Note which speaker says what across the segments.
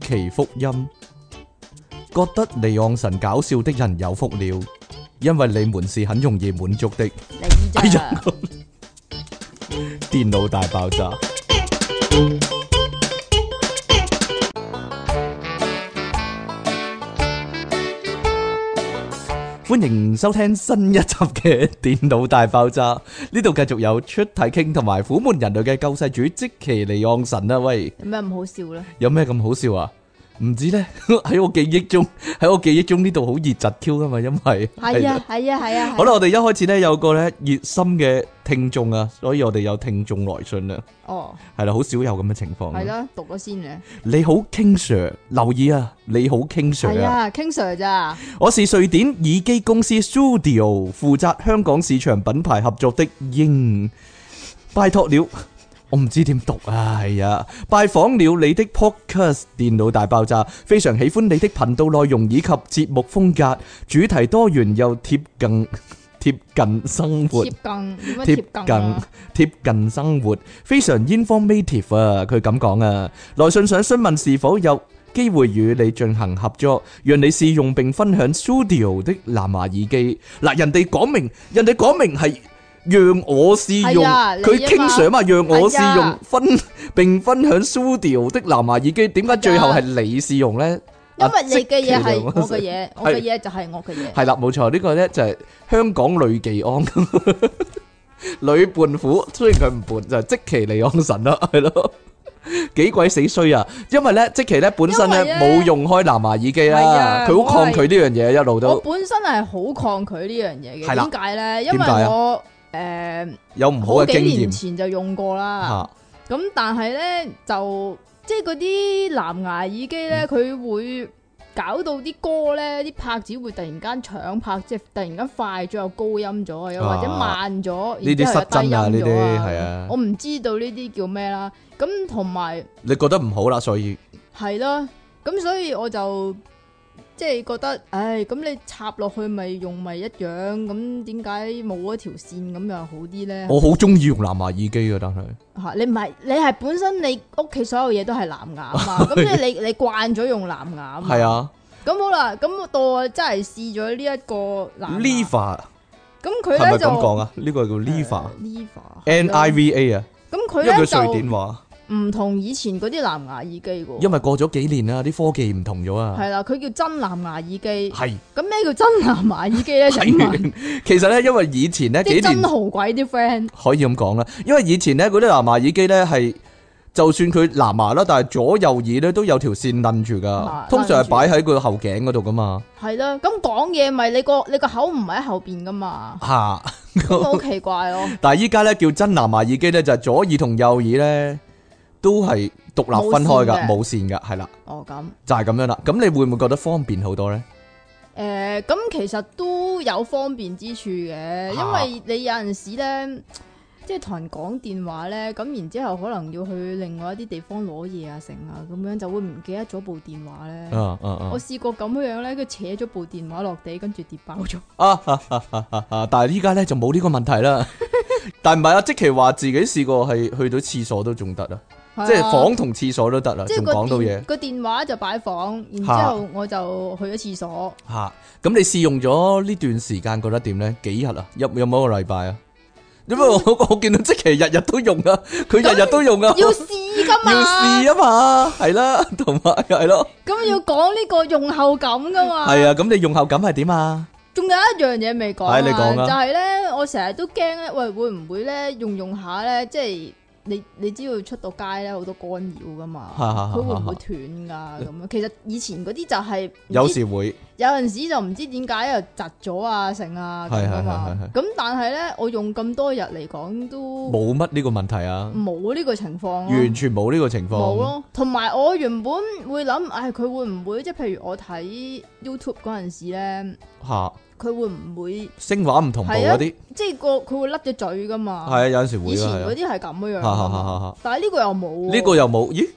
Speaker 1: 奇福音，覺得尼昂神搞笑的人有福了，因為你們是很容易滿足的。
Speaker 2: 你啊咋
Speaker 1: 哎呀， 電腦大爆炸。歡迎收聽新一集嘅《電腦大爆炸》，呢度繼續有出體傾同埋虎門人類嘅救世主即其尼昂神啊！喂，
Speaker 2: 有咩咁好笑咧？
Speaker 1: 有咩咁好笑啊？唔知咧， 喺我記憶中， 喺我記憶中呢度好熱窒 Q 噶嘛，因為
Speaker 2: 係啊，係啊，係啊。
Speaker 1: 好啦，，我哋一開始咧有個咧熱心嘅聽眾啊，所以我哋有聽眾來信啦，
Speaker 2: 哦，
Speaker 1: 係啦，好少有咁嘅情況。啊
Speaker 2: 係，啦，讀咗先啊咧。
Speaker 1: 你好 King Sir，留意啊，你好 King Sir
Speaker 2: 係
Speaker 1: 啊，
Speaker 2: 啊，King Sir 咋？
Speaker 1: 我是瑞典耳機公司 Studio 負責香港市場品牌合作的英，拜託了。我唔知點讀啊，係啊！拜訪了你的 Podcast 電腦大爆炸，非常喜歡你的頻道內容以及節目風格，主題多元又貼近貼近生活
Speaker 2: 貼。近點樣貼
Speaker 1: 貼
Speaker 2: 近啊？
Speaker 1: 近貼近生活，非常 informative 啊！佢咁講啊，來信想詢問是否有機會與你進行合作，讓你試用並分享 Studio 的藍牙耳機。嗱，人哋講明，人哋講明係讓我試用，
Speaker 2: 係啊你啊
Speaker 1: 佢
Speaker 2: 嘛
Speaker 1: 傾想嘛，讓我試
Speaker 2: 係
Speaker 1: 用
Speaker 2: 啊
Speaker 1: 分並分享 Studio 的藍牙耳機，點解最後係你試用呢？
Speaker 2: 因為你嘅
Speaker 1: 啊
Speaker 2: 嘢係
Speaker 1: 即其
Speaker 2: 我嘅嘢，我嘅嘢就係我嘅嘢。
Speaker 1: 系啦，冇錯，呢、個个咧就係香港女技安， 女伴虎，雖然佢唔伴，就係即其利安神啦， 係咯，幾鬼死衰啊！因為咧，即其咧本身咧
Speaker 2: 因為呢
Speaker 1: 冇用開藍牙耳機
Speaker 2: 係
Speaker 1: 啦，
Speaker 2: 啊
Speaker 1: 佢好抗拒呢樣嘢，一路
Speaker 2: 我
Speaker 1: 都
Speaker 2: 本身係好抗拒呢樣嘢
Speaker 1: 係啦
Speaker 2: 嘅，點解咧？因
Speaker 1: 點解
Speaker 2: 為
Speaker 1: 啊
Speaker 2: 我誒
Speaker 1: 有唔好
Speaker 2: 好
Speaker 1: 嘅
Speaker 2: 幾
Speaker 1: 經
Speaker 2: 年
Speaker 1: 驗
Speaker 2: 前就用過啦。
Speaker 1: 吓，
Speaker 2: 咁但係咧就即係嗰啲藍牙耳機
Speaker 1: 嗯
Speaker 2: 咧，佢會搞到啲歌咧啲拍子會突然間搶拍，即係突然間快咗又高音咗，又或者
Speaker 1: 啊
Speaker 2: 慢咗，
Speaker 1: 呢啲
Speaker 2: 然之後又
Speaker 1: 失真啊
Speaker 2: 低音咗
Speaker 1: 呢啲係啊
Speaker 2: 我唔知道呢啲叫咩啦。咁同埋
Speaker 1: 你覺得唔好啦，所以
Speaker 2: 係啦，咁所以我就。即係覺得，唉，咁你插落去咪用咪一樣，咁點解冇一條線咁又好啲呢？
Speaker 1: 我好中意用藍牙耳機嘅，但係
Speaker 2: 吓你唔係你係本身你屋企所有嘢都係藍牙啊 嘛，咁即係你你慣咗用藍牙啊嘛，
Speaker 1: 係啊
Speaker 2: 咁好啦，咁到我真係試咗呢一個藍牙，
Speaker 1: ，Liva
Speaker 2: 咁
Speaker 1: 係
Speaker 2: 佢
Speaker 1: 咪
Speaker 2: 咧就
Speaker 1: 咁講啊？呢個叫 Liva，N I
Speaker 2: v
Speaker 1: V A 啊，
Speaker 2: 咁佢
Speaker 1: 因為
Speaker 2: 咧
Speaker 1: 佢瑞典
Speaker 2: 就
Speaker 1: 話，
Speaker 2: 唔同以前嗰啲藍牙耳機噶，
Speaker 1: 因為過咗幾年啦，啲科技唔同咗啊，
Speaker 2: 係啦，佢叫真藍牙耳機，
Speaker 1: 係。
Speaker 2: 咁咩叫真藍牙耳機咧？請
Speaker 1: 係，
Speaker 2: 問
Speaker 1: 其實咧，因為以前咧幾
Speaker 2: 啲真
Speaker 1: 年
Speaker 2: 豪鬼啲 friend
Speaker 1: 可以咁講啦，因為以前咧嗰啲藍牙耳機咧係，就算佢藍牙啦，但係左右耳咧都有條線攆住噶
Speaker 2: 啊，
Speaker 1: 通常係擺喺佢後頸嗰度噶嘛，
Speaker 2: 係啦，咁講嘢咪你個你個口唔係喺後邊噶嘛，
Speaker 1: 吓。
Speaker 2: 咁好奇怪咯，
Speaker 1: 但係依家咧叫真藍牙耳機咧就係左耳同右耳咧都係獨立分開噶，冇
Speaker 2: 冇
Speaker 1: 線噶，係啦，
Speaker 2: 哦咁。
Speaker 1: 就係咁樣啦。咁你會唔會覺得方便好多咧？
Speaker 2: 诶，咁、其實都有方便之處嘅，因
Speaker 1: 嚇
Speaker 2: 為你有陣時咧，即係同人講電話咧，咁然之后可能要去另外一啲地方攞嘢啊，成啊，咁樣就會唔記得咗部電話咧。
Speaker 1: 嗯嗯嗯
Speaker 2: 我試過咁樣咧，佢扯咗部電話落地，跟住跌爆 咗。
Speaker 1: 啊哈哈哈哈哈！但係依家咧就冇呢個問題啦。但唔係啊，即其話自己試過係去到廁所都仲得啊。
Speaker 2: 係啊
Speaker 1: 即係房，同廁所都得啦，
Speaker 2: 即係
Speaker 1: 仲
Speaker 2: 個
Speaker 1: 講到
Speaker 2: 電
Speaker 1: 嘢
Speaker 2: 個電話就擺房，然之
Speaker 1: 嚇
Speaker 2: 后我就去咗廁所，
Speaker 1: 吓。咁你試用咗呢段時間覺得點咧？幾日啊？有有冇一個禮拜啊？因為我我見到即其日日都用啊，佢日日都用啊，
Speaker 2: 要試噶
Speaker 1: 要
Speaker 2: 嘛，
Speaker 1: 試啊嘛，係啦，同埋係咯，
Speaker 2: 咁要講呢個用後感噶嘛。
Speaker 1: 係啊。咁你用後感係點啊？
Speaker 2: 仲有一樣嘢未講啊，
Speaker 1: 係你講啦
Speaker 2: 就係咧，我成日都驚咧，喂，會唔會咧用用下咧，即係你你知道出到街咧好多干擾噶嘛，佢會唔會斷噶咁樣？其實以前嗰啲就係唔知
Speaker 1: 有時會
Speaker 2: 有陣時就唔知點解又窒咗啊成啊咁啊嘛，咁但係咧我用咁多日嚟講都
Speaker 1: 冇乜呢個問題啊，
Speaker 2: 冇呢個情況咯。
Speaker 1: 完全冇呢個情
Speaker 2: 冇
Speaker 1: 況。
Speaker 2: 咯，同埋我原本會諗，唉、佢會唔會即係譬如我睇 YouTube 嗰陣時咧，
Speaker 1: 吓，
Speaker 2: 佢會唔會
Speaker 1: 聲畫唔同步
Speaker 2: 係啊
Speaker 1: 嗰啲，
Speaker 2: 即係個佢會甩咗嘴噶嘛。
Speaker 1: 係啊，有陣時會
Speaker 2: 以前
Speaker 1: 啊，係
Speaker 2: 嗰啲係咁樣樣
Speaker 1: 啊，
Speaker 2: 㗎
Speaker 1: 哈哈
Speaker 2: 嘛，
Speaker 1: 哈哈
Speaker 2: 但係呢個又冇喎。
Speaker 1: 呢個又冇，咦？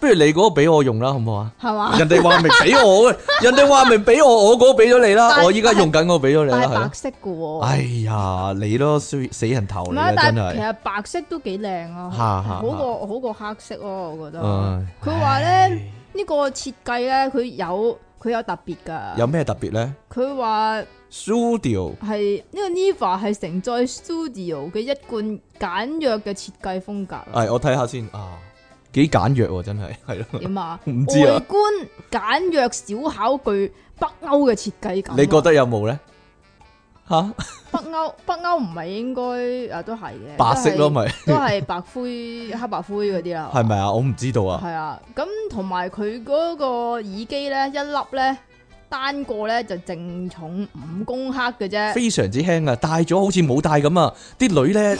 Speaker 1: 不如你嗰個俾我用啦，好唔好啊？
Speaker 2: 係嘛？
Speaker 1: 人哋話明俾我嘅，人哋話明俾我，我嗰個俾咗你啦，
Speaker 2: 但係
Speaker 1: 我依家用緊嗰個俾咗你
Speaker 2: 但
Speaker 1: 啦，
Speaker 2: 係
Speaker 1: 係咯
Speaker 2: 白。色嘅喎。
Speaker 1: 哎呀，你咯，衰死人頭
Speaker 2: 唔
Speaker 1: 你
Speaker 2: 係
Speaker 1: 啊，，
Speaker 2: 但
Speaker 1: 真
Speaker 2: 係其
Speaker 1: 係。
Speaker 2: 實白色都幾靚啊，
Speaker 1: 嚇嚇嗯
Speaker 2: 好過好過黑色咯，我覺得。
Speaker 1: 唉
Speaker 2: 佢話咧，呢個設計咧，佢有佢有特別㗎。
Speaker 1: 有咩特別呢
Speaker 2: 佢話
Speaker 1: Studio
Speaker 2: 係呢個 Neva 係承載 Studio 嘅一貫簡約嘅設計風格啊。
Speaker 1: 係我睇下先啊，幾簡約喎，真係係咯。
Speaker 2: 點啊？
Speaker 1: 唔知啊
Speaker 2: 外觀簡約小巧具北歐嘅設計感啊。
Speaker 1: 你覺得有冇呢？吓，
Speaker 2: 北歐北歐唔係應該啊？都係嘅，
Speaker 1: 白色咯，咪
Speaker 2: 都係，都係白灰 黑白灰嗰啲啦。
Speaker 1: 係咪啊？我唔知道啊。
Speaker 2: 係啊，咁同埋佢嗰個耳機咧，一粒咧單個咧就淨重五公克嘅啫，
Speaker 1: 非常之輕啊，戴咗好似冇戴咁啊！啲女 呢，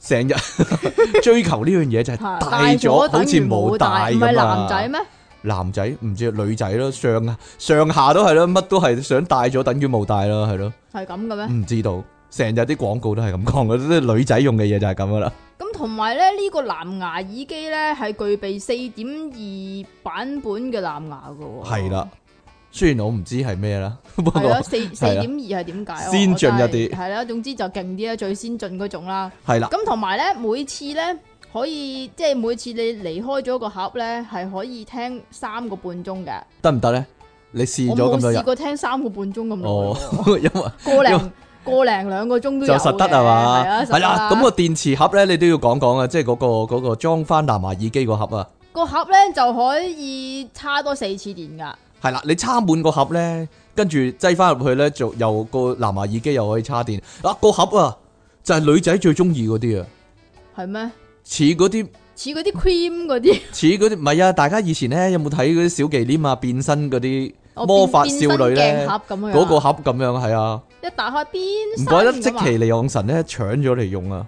Speaker 1: 成日 追求呢樣嘢就
Speaker 2: 嚇
Speaker 1: 係戴咗好似冇戴
Speaker 2: 唔係
Speaker 1: 咁
Speaker 2: 男仔
Speaker 1: 啊！
Speaker 2: 咩？
Speaker 1: 男仔唔知女仔咯，上上下都係咯，乜都係想戴咗等於冇戴咯，係咯，
Speaker 2: 係咁嘅咩？
Speaker 1: 唔知道。成日啲廣告都係咁講嘅，啲女仔用嘅嘢就係咁噶啦。
Speaker 2: 咁同埋咧呢個藍牙耳機咧係具備四點二版本嘅藍牙嘅喎，
Speaker 1: 係啦，雖然我唔知係咩啦，不過
Speaker 2: 係啦，四四
Speaker 1: 係啦
Speaker 2: 點二係點解？
Speaker 1: 先進一啲
Speaker 2: 係啦，總之就勁啲啦，最先進嗰種啦。
Speaker 1: 係啦，
Speaker 2: 咁同埋咧，每次咧可以即係每次你離開咗個盒咧，係可以聽三個半鐘嘅。
Speaker 1: 得唔得呢？你試咗咁
Speaker 2: 我冇
Speaker 1: 多日
Speaker 2: 試，過聽三個半鐘咁耐
Speaker 1: 哦
Speaker 2: 喎，，
Speaker 1: 因為。
Speaker 2: 個零個零兩個鐘都有
Speaker 1: 就
Speaker 2: 嘅
Speaker 1: 實得係嘛？
Speaker 2: 係啊，
Speaker 1: 係
Speaker 2: 實
Speaker 1: 啦，
Speaker 2: 啦。
Speaker 1: 咁個電池盒咧，你都要講講啊，即係嗰個嗰個裝翻藍牙耳機個盒啊，
Speaker 2: 個盒咧就可以插多四次電㗎，
Speaker 1: 係啦，你插滿個盒咧，跟住擠翻入去咧，就又個藍牙耳機又可以插電。啊，個盒啊，就係女仔最中意嗰啲啊，
Speaker 2: 係咩？
Speaker 1: 似嗰啲
Speaker 2: 似嗰啲 cream 嗰 啲
Speaker 1: 似嗰啲，唔係啊，大家以前咧有冇睇嗰啲小忌廉啊，變身嗰啲
Speaker 2: 哦
Speaker 1: 魔法
Speaker 2: 變
Speaker 1: 少女
Speaker 2: 變身
Speaker 1: 咧
Speaker 2: 鏡，盒咁樣啊，
Speaker 1: 嗰個盒咁樣係啊，
Speaker 2: 一打開邊
Speaker 1: 唔怪得
Speaker 2: 身
Speaker 1: 即
Speaker 2: 咁啊
Speaker 1: 其利昂神咧搶咗嚟用啊！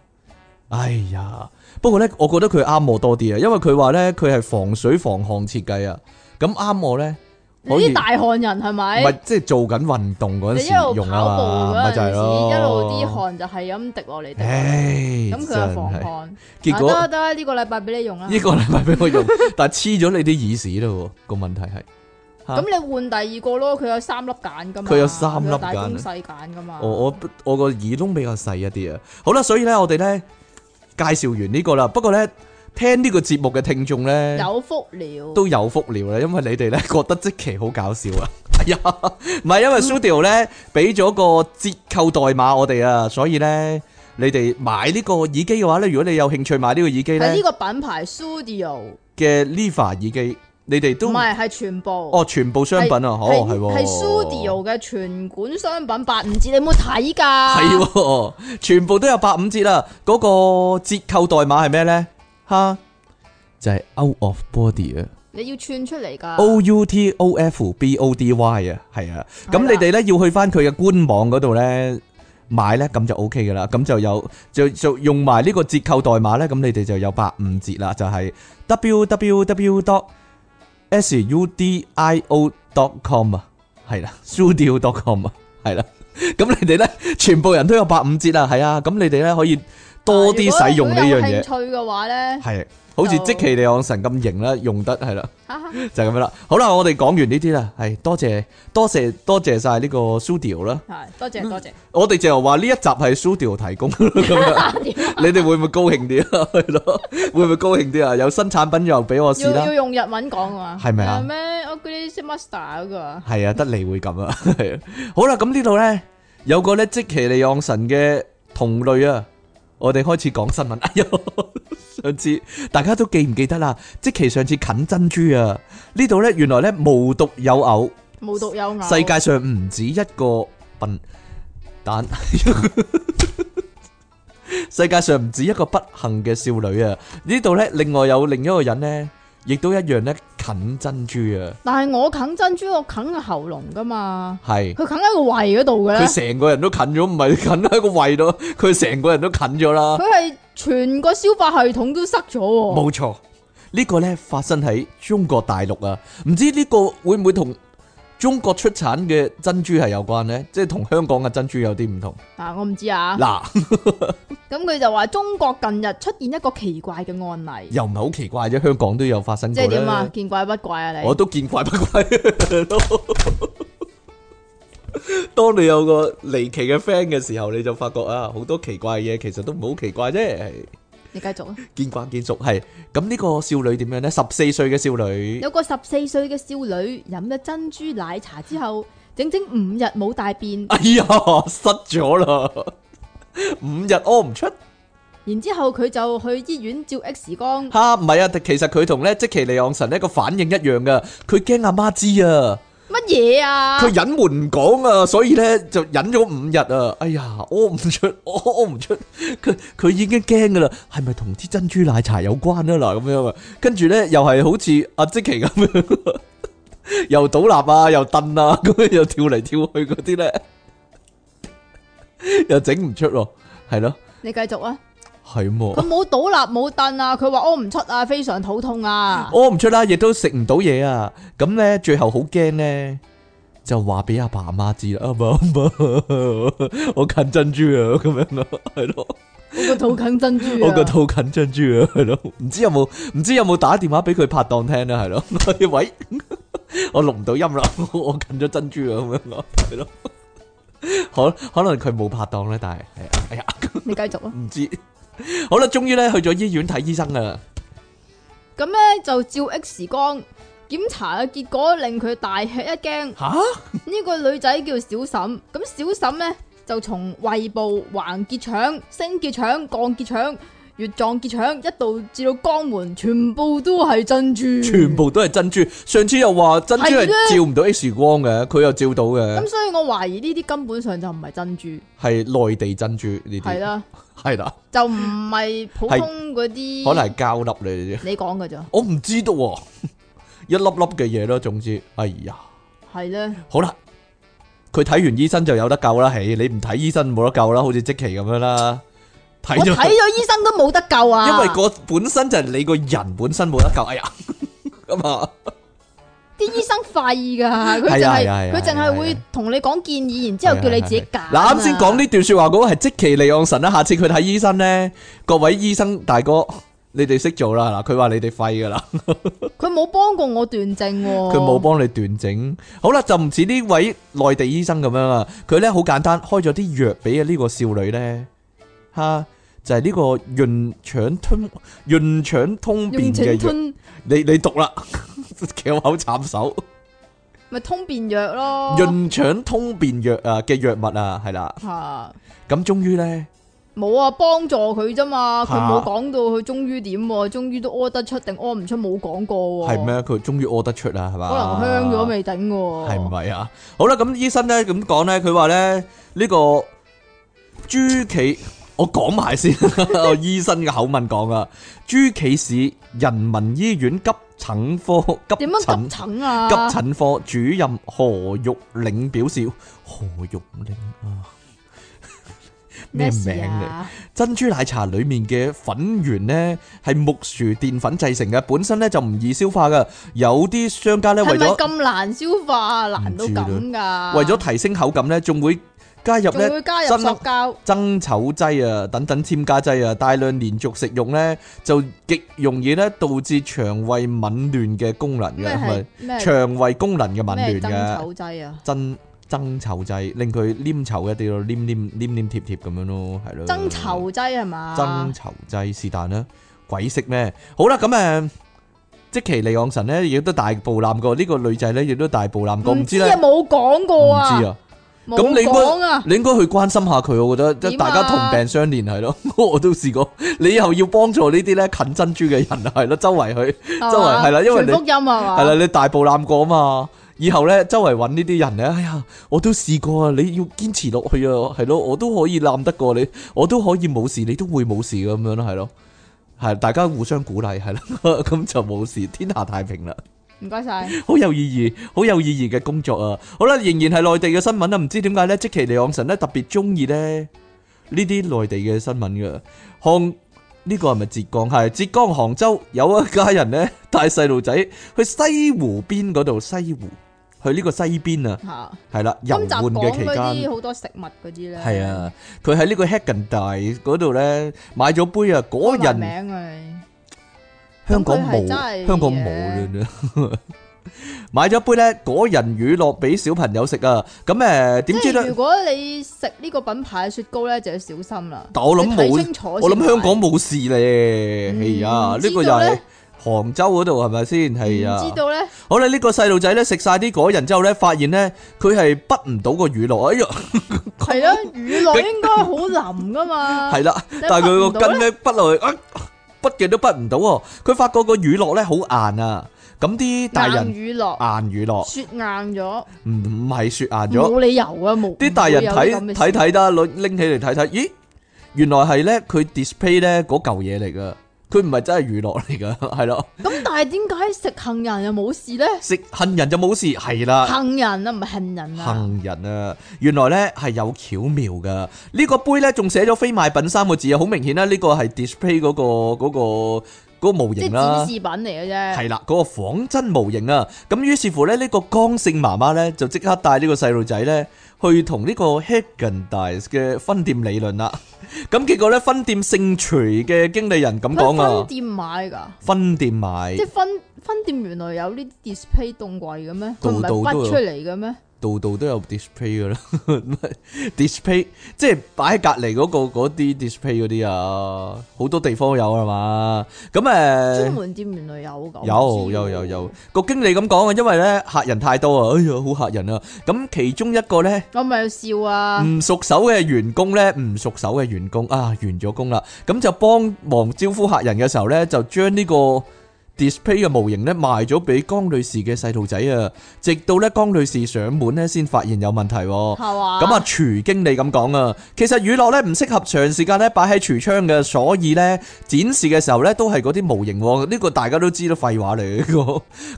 Speaker 1: 哎呀，不過咧，我覺得佢啱我多啲啊，因為佢話咧佢係防水防汗設計啊，咁啱我咧
Speaker 2: 你
Speaker 1: 可以
Speaker 2: 啲大汗人係
Speaker 1: 唔
Speaker 2: 咪？
Speaker 1: 係即係做緊運動嗰
Speaker 2: 你
Speaker 1: 陣
Speaker 2: 一路
Speaker 1: 時用
Speaker 2: 跑
Speaker 1: 啊嘛，
Speaker 2: 步嗰
Speaker 1: 咪就
Speaker 2: 陣
Speaker 1: 係
Speaker 2: 時，
Speaker 1: 咯，
Speaker 2: 一路啲，汗就係咁滴落嚟滴落嚟，
Speaker 1: 唉，
Speaker 2: 咁佢就防
Speaker 1: 真係
Speaker 2: 汗。
Speaker 1: 結
Speaker 2: 啊
Speaker 1: 果
Speaker 2: 得啊得，呢個禮拜俾你用啦。
Speaker 1: 呢個禮拜俾我用， 但係黐咗你啲耳屎咯喎，個問題係。
Speaker 2: 咁你換第二個咯，佢有三粒揀噶嘛？
Speaker 1: 啊佢有三粒揀啊
Speaker 2: 佢有大中細揀噶嘛？
Speaker 1: 我我我個耳窿比較細一啲啊。好啦，所以咧我哋咧介紹完呢個啦，不過咧聽呢個節目嘅聽眾咧。
Speaker 2: 有福了，
Speaker 1: 都有福了啦，因為你哋咧覺得即期好搞笑啊！係啊，唔係因為 Studio 咧俾咗個折扣代碼我哋啊，所以咧你哋買呢個耳機嘅話咧，如果你有興趣買呢個耳機
Speaker 2: 係呢
Speaker 1: 咧
Speaker 2: 個品牌 Studio，唔
Speaker 1: 嘅 Leva 耳機，你哋都
Speaker 2: 係係全部。
Speaker 1: 哦全部商品啊，哦
Speaker 2: 係
Speaker 1: 係喎，
Speaker 2: 係 Studio 嘅全館商品八五折，你有冇睇㗎？
Speaker 1: 係喎，全部都有八五折啦。嗰、個折扣代碼係咩咧？哈，就係 out of body 啊。
Speaker 2: 你要串出嚟㗎。
Speaker 1: O U T O F B O D Y 啊，係啊，咁
Speaker 2: 啊係啦
Speaker 1: 你哋咧要去翻佢嘅官網嗰度咧買咧，咁就 O K 噶啦，咁就有就就用埋呢個折扣代碼咧，咁你哋就有八五折啦，就係 W W W dot S U D I O dot com 啊，係啦，studio dot com 啊，係啦，咁你哋咧全部人都有八五折啊，係啊，咁你哋咧可以多啲使用呢樣
Speaker 2: 啊如果有
Speaker 1: 嘢
Speaker 2: 興，趣嘅話咧，
Speaker 1: 係好似
Speaker 2: 就
Speaker 1: 即其利昂神咁型啦，用得係啦。
Speaker 2: 哈哈
Speaker 1: 就係咁樣啦。好啦，我哋講完呢啲啦，係多謝多謝多謝晒呢個 studio 啦。
Speaker 2: 係多
Speaker 1: 嗯
Speaker 2: 謝多謝。
Speaker 1: 我哋就話呢一集係 studio 提供咁樣，你哋會唔會高興啲 啊？係咯，會唔會高興啲啊？有新產品又俾我試
Speaker 2: 要
Speaker 1: 啦
Speaker 2: 要，用日文講啊嘛？
Speaker 1: 係咪啊
Speaker 2: 咩？我嗰啲識 master 嗰個啊
Speaker 1: 係啊，得你會咁啊。 係啊好啦，咁呢度咧有個咧即其利昂神嘅同類啊。我哋開始講新聞。哎 呀，上次大家都記唔記得啦？即其上次近珍珠啊，呢度咧原來咧無獨有偶。
Speaker 2: 無獨有偶。
Speaker 1: 世界上唔止一個笨蛋， 世界上唔止一個不幸嘅少女啊！呢度呢，另外有另一個人呢，亦都一樣呢，啃珍珠啊，
Speaker 2: 但係我啃珍珠，我啃個喉嚨噶嘛，
Speaker 1: 係啊
Speaker 2: 佢啃喺個胃嗰度嘅咧
Speaker 1: 嗯佢，成個人都啃咗，唔係啃喺個胃度，佢成個人都啃咗啦
Speaker 2: 佢。係全個消化系統都塞咗喎。
Speaker 1: 冇錯，呢、個呢發生喺中國大陸啊，唔知呢個會唔會同中國出產嘅珍珠係有關呢？即係同香港嘅珍珠有啲唔同。
Speaker 2: 啊，我唔知啊。
Speaker 1: 嗱。
Speaker 2: 咁佢就話中國近日出現一個奇怪嘅案例，
Speaker 1: 又唔係好奇怪啫，香港都有發生
Speaker 2: 即
Speaker 1: 過
Speaker 2: 係點啊
Speaker 1: 啦？
Speaker 2: 見怪不怪啊你
Speaker 1: 我。都見怪不 怪。當你有個離奇嘅 friend 嘅時候，你就發覺啊，好多奇怪嘅嘢其實都唔好奇怪啫。係
Speaker 2: 你繼續啊！
Speaker 1: 見慣見熟係。咁呢個少女點樣呢？十四歲嘅少女
Speaker 2: 有個十四歲嘅少女飲咗珍珠奶茶之後，整整五日冇大便，
Speaker 1: 哎呀，失咗啦，五日屙唔出
Speaker 2: 然之後佢就去醫院照 X 光，
Speaker 1: 吓，唔係啊，其實佢同咧即其利昂神呢個反應一樣噶，佢驚阿媽知啊，
Speaker 2: 乜嘢啊？
Speaker 1: 佢隱瞞唔講啊，所以咧就忍咗五日啊，哎呀，屙唔出， 屙屙唔出，佢佢已經驚噶啦，係咪同啲珍珠奶茶有關啊嗱咁樣啊，跟住咧又係好似阿即其咁樣， 又倒立啊，又蹬啊， 咁樣又跳嚟跳去嗰啲咧， 又整唔出咯，係咯。
Speaker 2: 你繼續啊！
Speaker 1: 係喎，
Speaker 2: 佢冇倒立冇凳啊！佢話屙唔出啊，非常肚痛啊！
Speaker 1: 屙哦唔出啦，亦都食唔到嘢啊！咁咧，最後好驚咧，就話俾阿爸阿媽知啦。阿爸阿媽，我近珍珠啊，咁樣咯，係咯，
Speaker 2: 我個肚近珍珠啊！
Speaker 1: 我個肚近珍珠啊，係咯，唔知有冇唔知有冇打電話俾佢拍檔聽啊啦，係咯， 喂，我錄唔到音啦， 我近咗珍珠啊，咁樣咯，係咯，可可能佢冇拍檔咧，但係係啊，哎呀。
Speaker 2: 你繼續啊！
Speaker 1: 唔知。好啦，終於咧去咗醫院睇醫生啊啦。
Speaker 2: 咁咧就照 X 光檢查嘅結果令佢大吃一驚。
Speaker 1: 吓、
Speaker 2: 呢個女仔叫小沈，咁小沈呢，就從胃部橫結腸、升結腸、降結腸、乙狀結腸，一度至到肛門，全部都係珍珠。
Speaker 1: 全。部都係珍珠。上次又話珍珠係
Speaker 2: 係啦
Speaker 1: 照唔到 X 光嘅，佢又照到嘅
Speaker 2: 咁，所以我懷疑呢啲根本上就唔係珍珠，
Speaker 1: 係內地珍珠呢
Speaker 2: 係
Speaker 1: 啲。
Speaker 2: 啦，
Speaker 1: 係啦，
Speaker 2: 就唔係普
Speaker 1: 係
Speaker 2: 通嗰啲。
Speaker 1: 可能係膠粒嚟嘅啫。
Speaker 2: 你講嘅咋？
Speaker 1: 我唔知道喎， 一粒粒嘅嘢咯。總之，哎呀，
Speaker 2: 係咧，
Speaker 1: 好啦，佢睇完醫生就有得救啦。嘿，你唔睇醫生冇得救啦，好似即期咁樣啦。睇
Speaker 2: 我睇
Speaker 1: 咗，
Speaker 2: 咗醫生都冇得救啊！
Speaker 1: 因為個本身就係你個人本身冇得救。哎呀， 咁啊。
Speaker 2: 啲醫生廢噶，佢
Speaker 1: 係
Speaker 2: 淨
Speaker 1: 啊
Speaker 2: 係
Speaker 1: 係啊係啊
Speaker 2: 佢淨
Speaker 1: 係啊
Speaker 2: 係會同你講建議，然之後叫你自己揀啊。
Speaker 1: 嗱，啱先講呢段说話嗰個係即其利昂神啦，下次佢睇醫生咧，各位醫生大哥，你哋識做啦。嗱，佢話你哋廢噶啦，
Speaker 2: 佢冇幫過我斷症喎。
Speaker 1: 佢冇幫你斷整。好啦，就唔似呢位內地醫生咁樣啦，佢咧好簡單，開咗啲藥俾呢個少女咧，吓就係呢個潤腸通潤腸通便
Speaker 2: 用
Speaker 1: 嘅
Speaker 2: 情
Speaker 1: 藥。
Speaker 2: 吞
Speaker 1: 你你讀啦， 翹口插手，
Speaker 2: 咪通便藥咯。
Speaker 1: 潤腸通便藥啊嘅藥物啊，係啦，
Speaker 2: 吓
Speaker 1: 咁終於咧。
Speaker 2: 冇啊，幫助佢啫嘛，佢
Speaker 1: 嚇
Speaker 2: 冇講到佢終於點喎，終於都屙得出定屙唔出冇講過喎。
Speaker 1: 係？咩？佢終於屙得出啦，係嘛？
Speaker 2: 可能香咗？未頂喎。
Speaker 1: 係唔係啊？好啦，咁醫生咧咁講咧，佢話咧呢個朱祁，我講埋先， 我醫生嘅口吻講啊。朱祁市人民醫院急診科急
Speaker 2: 點樣
Speaker 1: 診
Speaker 2: 急診啊？
Speaker 1: 急診科主任何玉玲表示，何玉玲啊，咩名
Speaker 2: 事
Speaker 1: 嚟？
Speaker 2: 啊？
Speaker 1: 珍珠奶茶裡面嘅粉源呢，係木薯澱粉製成嘅，本身呢就唔易消化嘅。有啲商家呢，為
Speaker 2: 係咪
Speaker 1: 咗
Speaker 2: 咁難消化啊？難到
Speaker 1: 唔知啦
Speaker 2: 咁噶？
Speaker 1: 為咗提升口感呢，仲會加入
Speaker 2: 仲
Speaker 1: 呢
Speaker 2: 會加入
Speaker 1: 真
Speaker 2: 塑膠，
Speaker 1: 增稠劑啊等等添加劑啊，大量連續食用呢，就極容易呢導致腸胃紊亂嘅功能嘅，
Speaker 2: 咩
Speaker 1: 係
Speaker 2: 係咩
Speaker 1: 咪？腸胃功能嘅紊
Speaker 2: 咩
Speaker 1: 亂
Speaker 2: 增
Speaker 1: 嘅
Speaker 2: 稠劑啊？
Speaker 1: 增增稠劑，令佢黏稠一啲咯，黏黏黏黏貼貼咁樣咯，係咯。
Speaker 2: 增稠劑係嘛？
Speaker 1: 增稠劑是但啦，鬼識咩？好啦，咁誒，即其利昂神咧，亦都大步攬過呢個女仔咧，亦都大步攬過，唔知咧，唔
Speaker 2: 啊，冇講過啊，
Speaker 1: 知啊，
Speaker 2: 冇
Speaker 1: 咁你應該
Speaker 2: 講啊，
Speaker 1: 你應該去關心下佢，我覺得即係
Speaker 2: 點啊
Speaker 1: 大家同病相憐係咯， 我都試過，你以後要幫助呢啲咧近珍珠嘅人係咯，周圍去
Speaker 2: Ờ,
Speaker 1: 周圍係啦因為你
Speaker 2: 全福音啊嘛，
Speaker 1: 係啦，你大步攬過啊嘛。以後咧，周圍揾呢啲人咧，哎呀，我都試過啊！你要堅持落去啊，係咯，我都可以攬得過你，我都可以冇事，你都會冇事咁樣咯，係咯，係大家互相鼓勵，係啦， 咁就冇事，天下太平啦。
Speaker 2: 唔該晒。
Speaker 1: 好有意義，好有意義嘅工作啊！好啦，仍然係內地嘅新聞啦，唔知點解咧，即其利昂神咧特別中意咧呢啲內地嘅新聞嘅。杭呢、個係咪浙江？係浙江杭州有一家人咧 帶細路仔去西湖邊嗰度，西湖去呢個西邊啊，
Speaker 2: 吓，
Speaker 1: 係啦，遊
Speaker 2: 今集
Speaker 1: 玩
Speaker 2: 講
Speaker 1: 嘅期
Speaker 2: 嗰
Speaker 1: 間
Speaker 2: 啲。好多食物嗰啲咧，
Speaker 1: 係，啊，佢喺呢個 h a g e n 大嗰度咧買咗杯啊，嗰
Speaker 2: 人
Speaker 1: 人
Speaker 2: 名啊，
Speaker 1: 香港
Speaker 2: 咁佢係
Speaker 1: 冇，
Speaker 2: 真 係
Speaker 1: 香港冇啦，買咗杯咧果仁乳酪俾小朋友食啊！咁誒點知
Speaker 2: 即係
Speaker 1: 咧
Speaker 2: 如？果你食呢個品牌嘅雪糕咧，就要小心啦。
Speaker 1: 但我諗
Speaker 2: 你睇
Speaker 1: 冇
Speaker 2: 清楚先買，
Speaker 1: 我諗香港冇事咧，
Speaker 2: 嗯
Speaker 1: 係啊，呢
Speaker 2: 知道
Speaker 1: 個又係
Speaker 2: 呢
Speaker 1: 杭州嗰度係咪先？係
Speaker 2: 唔
Speaker 1: 啊
Speaker 2: 知，道咧，
Speaker 1: 好啦，呢個細路仔咧食晒啲果仁之後咧，發現咧佢係滗唔到個乳酪，哎呀，
Speaker 2: 係咯，乳酪應該好淋噶嘛。
Speaker 1: 係啦，
Speaker 2: 你
Speaker 1: 但係佢個
Speaker 2: 滗唔
Speaker 1: 根咧滗落去，啊滗嘅都滗唔到喎，佢發覺個乳酪咧好硬啊，咁啲大
Speaker 2: 到呢
Speaker 1: 人
Speaker 2: 硬乳酪
Speaker 1: 硬乳酪
Speaker 2: 雪硬咗，
Speaker 1: 唔唔係雪硬咗。
Speaker 2: 冇理由啊，冇
Speaker 1: 啲大人
Speaker 2: 唔會有
Speaker 1: 睇
Speaker 2: 啲咁嘅
Speaker 1: 睇
Speaker 2: 事
Speaker 1: 睇得，攞拎起嚟睇睇，咦，原來係咧佢 display 咧嗰嚿嘢嚟噶，佢唔係真係娛樂嚟噶， 係咯，
Speaker 2: 咁但係點解食杏仁又冇事咧？
Speaker 1: 食杏仁就冇事，係啦，
Speaker 2: 杏仁啊，唔係杏仁啊，
Speaker 1: 杏仁啊，原來咧係有巧妙噶，呢個杯咧仲寫咗非賣品三個字啊，好明顯啦，呢個係 display 嗰個嗰個嗰個模
Speaker 2: 即
Speaker 1: 型
Speaker 2: 係
Speaker 1: 啦
Speaker 2: 展示。品嚟嘅啫。
Speaker 1: 係啦，啊嗰、個仿真模型啊，咁於是乎咧，呢、個剛性媽媽咧就即刻帶呢個細路仔咧去同呢個 Hagen d i e 嘅分店理論啦。 咁結果咧，分店姓徐嘅經理人咁講
Speaker 2: 佢分
Speaker 1: 啊，
Speaker 2: 店買㗎，
Speaker 1: 分店買
Speaker 2: 即係分分店原來有呢啲 display 凍櫃嘅咩？佢
Speaker 1: 度
Speaker 2: 唔係
Speaker 1: 度都有
Speaker 2: 筆出嚟嘅咩？
Speaker 1: 度度都有 display 噶啦 ，display 即係擺喺隔離嗰個嗰啲 display 嗰啲啊，好多地方有係嘛？咁誒。
Speaker 2: 專門店原來有㗎。我
Speaker 1: 有
Speaker 2: 唔知
Speaker 1: 有有
Speaker 2: 喎
Speaker 1: 有，個經理咁講啊，因為咧客人太多啊，哎呀好嚇人啊！咁其中一個咧
Speaker 2: 我咪有笑啊！
Speaker 1: 唔熟手嘅員工咧，唔熟手嘅員工啊，完咗工啦，咁就幫忙招呼客人嘅時候咧，就將呢個 display 嘅模型咧賣咗俾江女士嘅細路仔啊，直到咧江女士上門咧先發現有問題喎。
Speaker 2: 係嘛？
Speaker 1: 咁啊，廚經理咁講啊，其實乳酪咧唔適合長時間咧擺喺廚窗嘅，所以咧展示嘅時候咧都係嗰啲模型喎，呢、個大家都知啦，廢話嚟嘅呢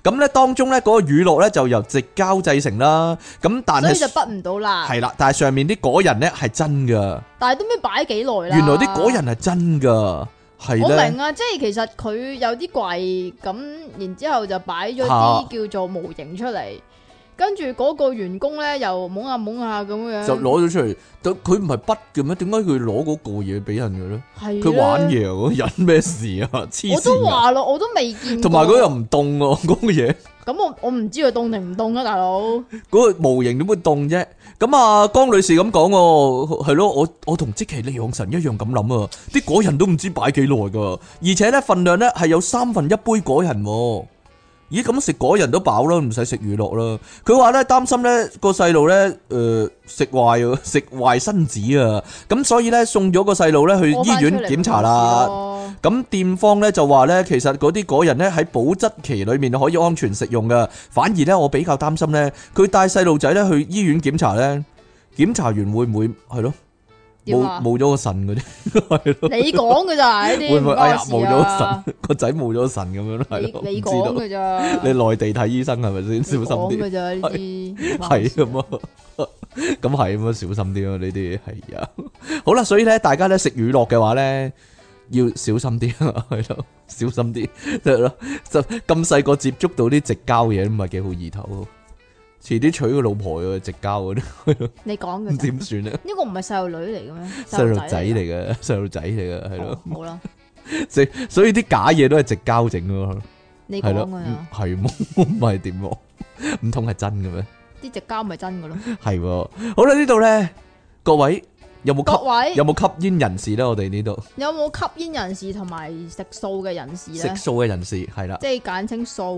Speaker 1: 個。咁咧當中咧嗰、個乳酪咧就由直膠製成啦，咁但
Speaker 2: 所以就
Speaker 1: 係
Speaker 2: 畢唔到啦。
Speaker 1: 係啦，但係上面啲果仁咧係真噶，
Speaker 2: 但係都唔知擺幾耐啦。
Speaker 1: 原來啲果仁係真噶，係
Speaker 2: 我
Speaker 1: 咧
Speaker 2: 明啊，即係其實佢有啲櫃咁，然之後就擺咗
Speaker 1: 啊
Speaker 2: 啲叫做模型出嚟，跟住嗰個員工咧又懵下懵下咁樣，
Speaker 1: 就攞咗出嚟，但佢唔係筆嘅咩？點解佢攞嗰個嘢俾人嘅咧？
Speaker 2: 係
Speaker 1: 佢
Speaker 2: 咧
Speaker 1: 玩。嘢喎， 引咩事啊？黐
Speaker 2: 我都
Speaker 1: 線啊！
Speaker 2: 話咯，我都未見過。
Speaker 1: 同埋嗰又唔凍喎，嗰、個嘢。
Speaker 2: 咁我我唔知佢凍定唔凍啊，大佬。
Speaker 1: 嗰個模型點會凍啫？咁啊，江女士咁講喎，係咯，我我同即其利養神一樣咁諗啊，啲果仁都唔知擺幾耐噶，而且咧份量咧係有三分一杯果仁喎。咦，咁食果仁都飽啦，唔使食乳酪啦。佢話咧擔心咧個細路咧，誒食壞啊，食壞身子啊，咁所以咧送咗個細路咧去
Speaker 2: 我
Speaker 1: 醫
Speaker 2: 翻出
Speaker 1: 院
Speaker 2: 嚟
Speaker 1: 檢查
Speaker 2: 咪
Speaker 1: 啦
Speaker 2: 知。咯
Speaker 1: 咁店方咧就話咧，其實嗰啲果仁咧喺保質期裏面可以安全食用嘅，反而咧我比較擔心咧，佢帶細路仔咧去醫院檢查咧，檢查完會唔會係咯，
Speaker 2: 點
Speaker 1: 冇
Speaker 2: 啊
Speaker 1: 冇咗個腎嗰啲，係咯，
Speaker 2: 你講 嘅咋呢啲？
Speaker 1: 會唔會哎呀
Speaker 2: 關
Speaker 1: 冇
Speaker 2: 我事
Speaker 1: 咗個
Speaker 2: 啊
Speaker 1: 腎，個仔冇咗腎咁樣咯，係咯，
Speaker 2: 你你
Speaker 1: 唔
Speaker 2: 講
Speaker 1: 知道
Speaker 2: 嘅 咋？
Speaker 1: 你內地睇醫生係咪先小心
Speaker 2: 講
Speaker 1: 啲？
Speaker 2: 嘅咋呢啲？
Speaker 1: 係咁啊， 咁係咁啊，小心啲咯，呢啲係啊。好啦，所以咧，大家咧食乳酪嘅話咧，要小心啲啊，係咯， 小心啲，係咯，就咁細個接觸到啲直膠嘢，唔係幾好意頭。遲啲娶個老婆啊，直膠嗰 啲，
Speaker 2: 你講
Speaker 1: 咁
Speaker 2: 嘅咋
Speaker 1: 點算咧？
Speaker 2: 呢個唔係 細路女嚟嘅咩？
Speaker 1: 細路
Speaker 2: 嚟
Speaker 1: 仔嚟嘅，細路仔嚟嘅，係咯
Speaker 2: 哦。好啦，
Speaker 1: 所以所以啲假嘢都係直膠整咯，
Speaker 2: 你
Speaker 1: 係
Speaker 2: 講
Speaker 1: 咯，
Speaker 2: 㗎
Speaker 1: 嗯
Speaker 2: 啦，
Speaker 1: 係麼？唔係點喎？唔通係真嘅咩？
Speaker 2: 啲直交咪 真嘅咯。
Speaker 1: 係喎，好啦，呢度咧，各位有冇吸
Speaker 2: 各位
Speaker 1: 有冇吸煙人士咧？我哋呢度
Speaker 2: 有冇吸煙人士同埋食素嘅人士
Speaker 1: 食
Speaker 2: 咧？
Speaker 1: 素嘅人士係啦，
Speaker 2: 即係簡稱素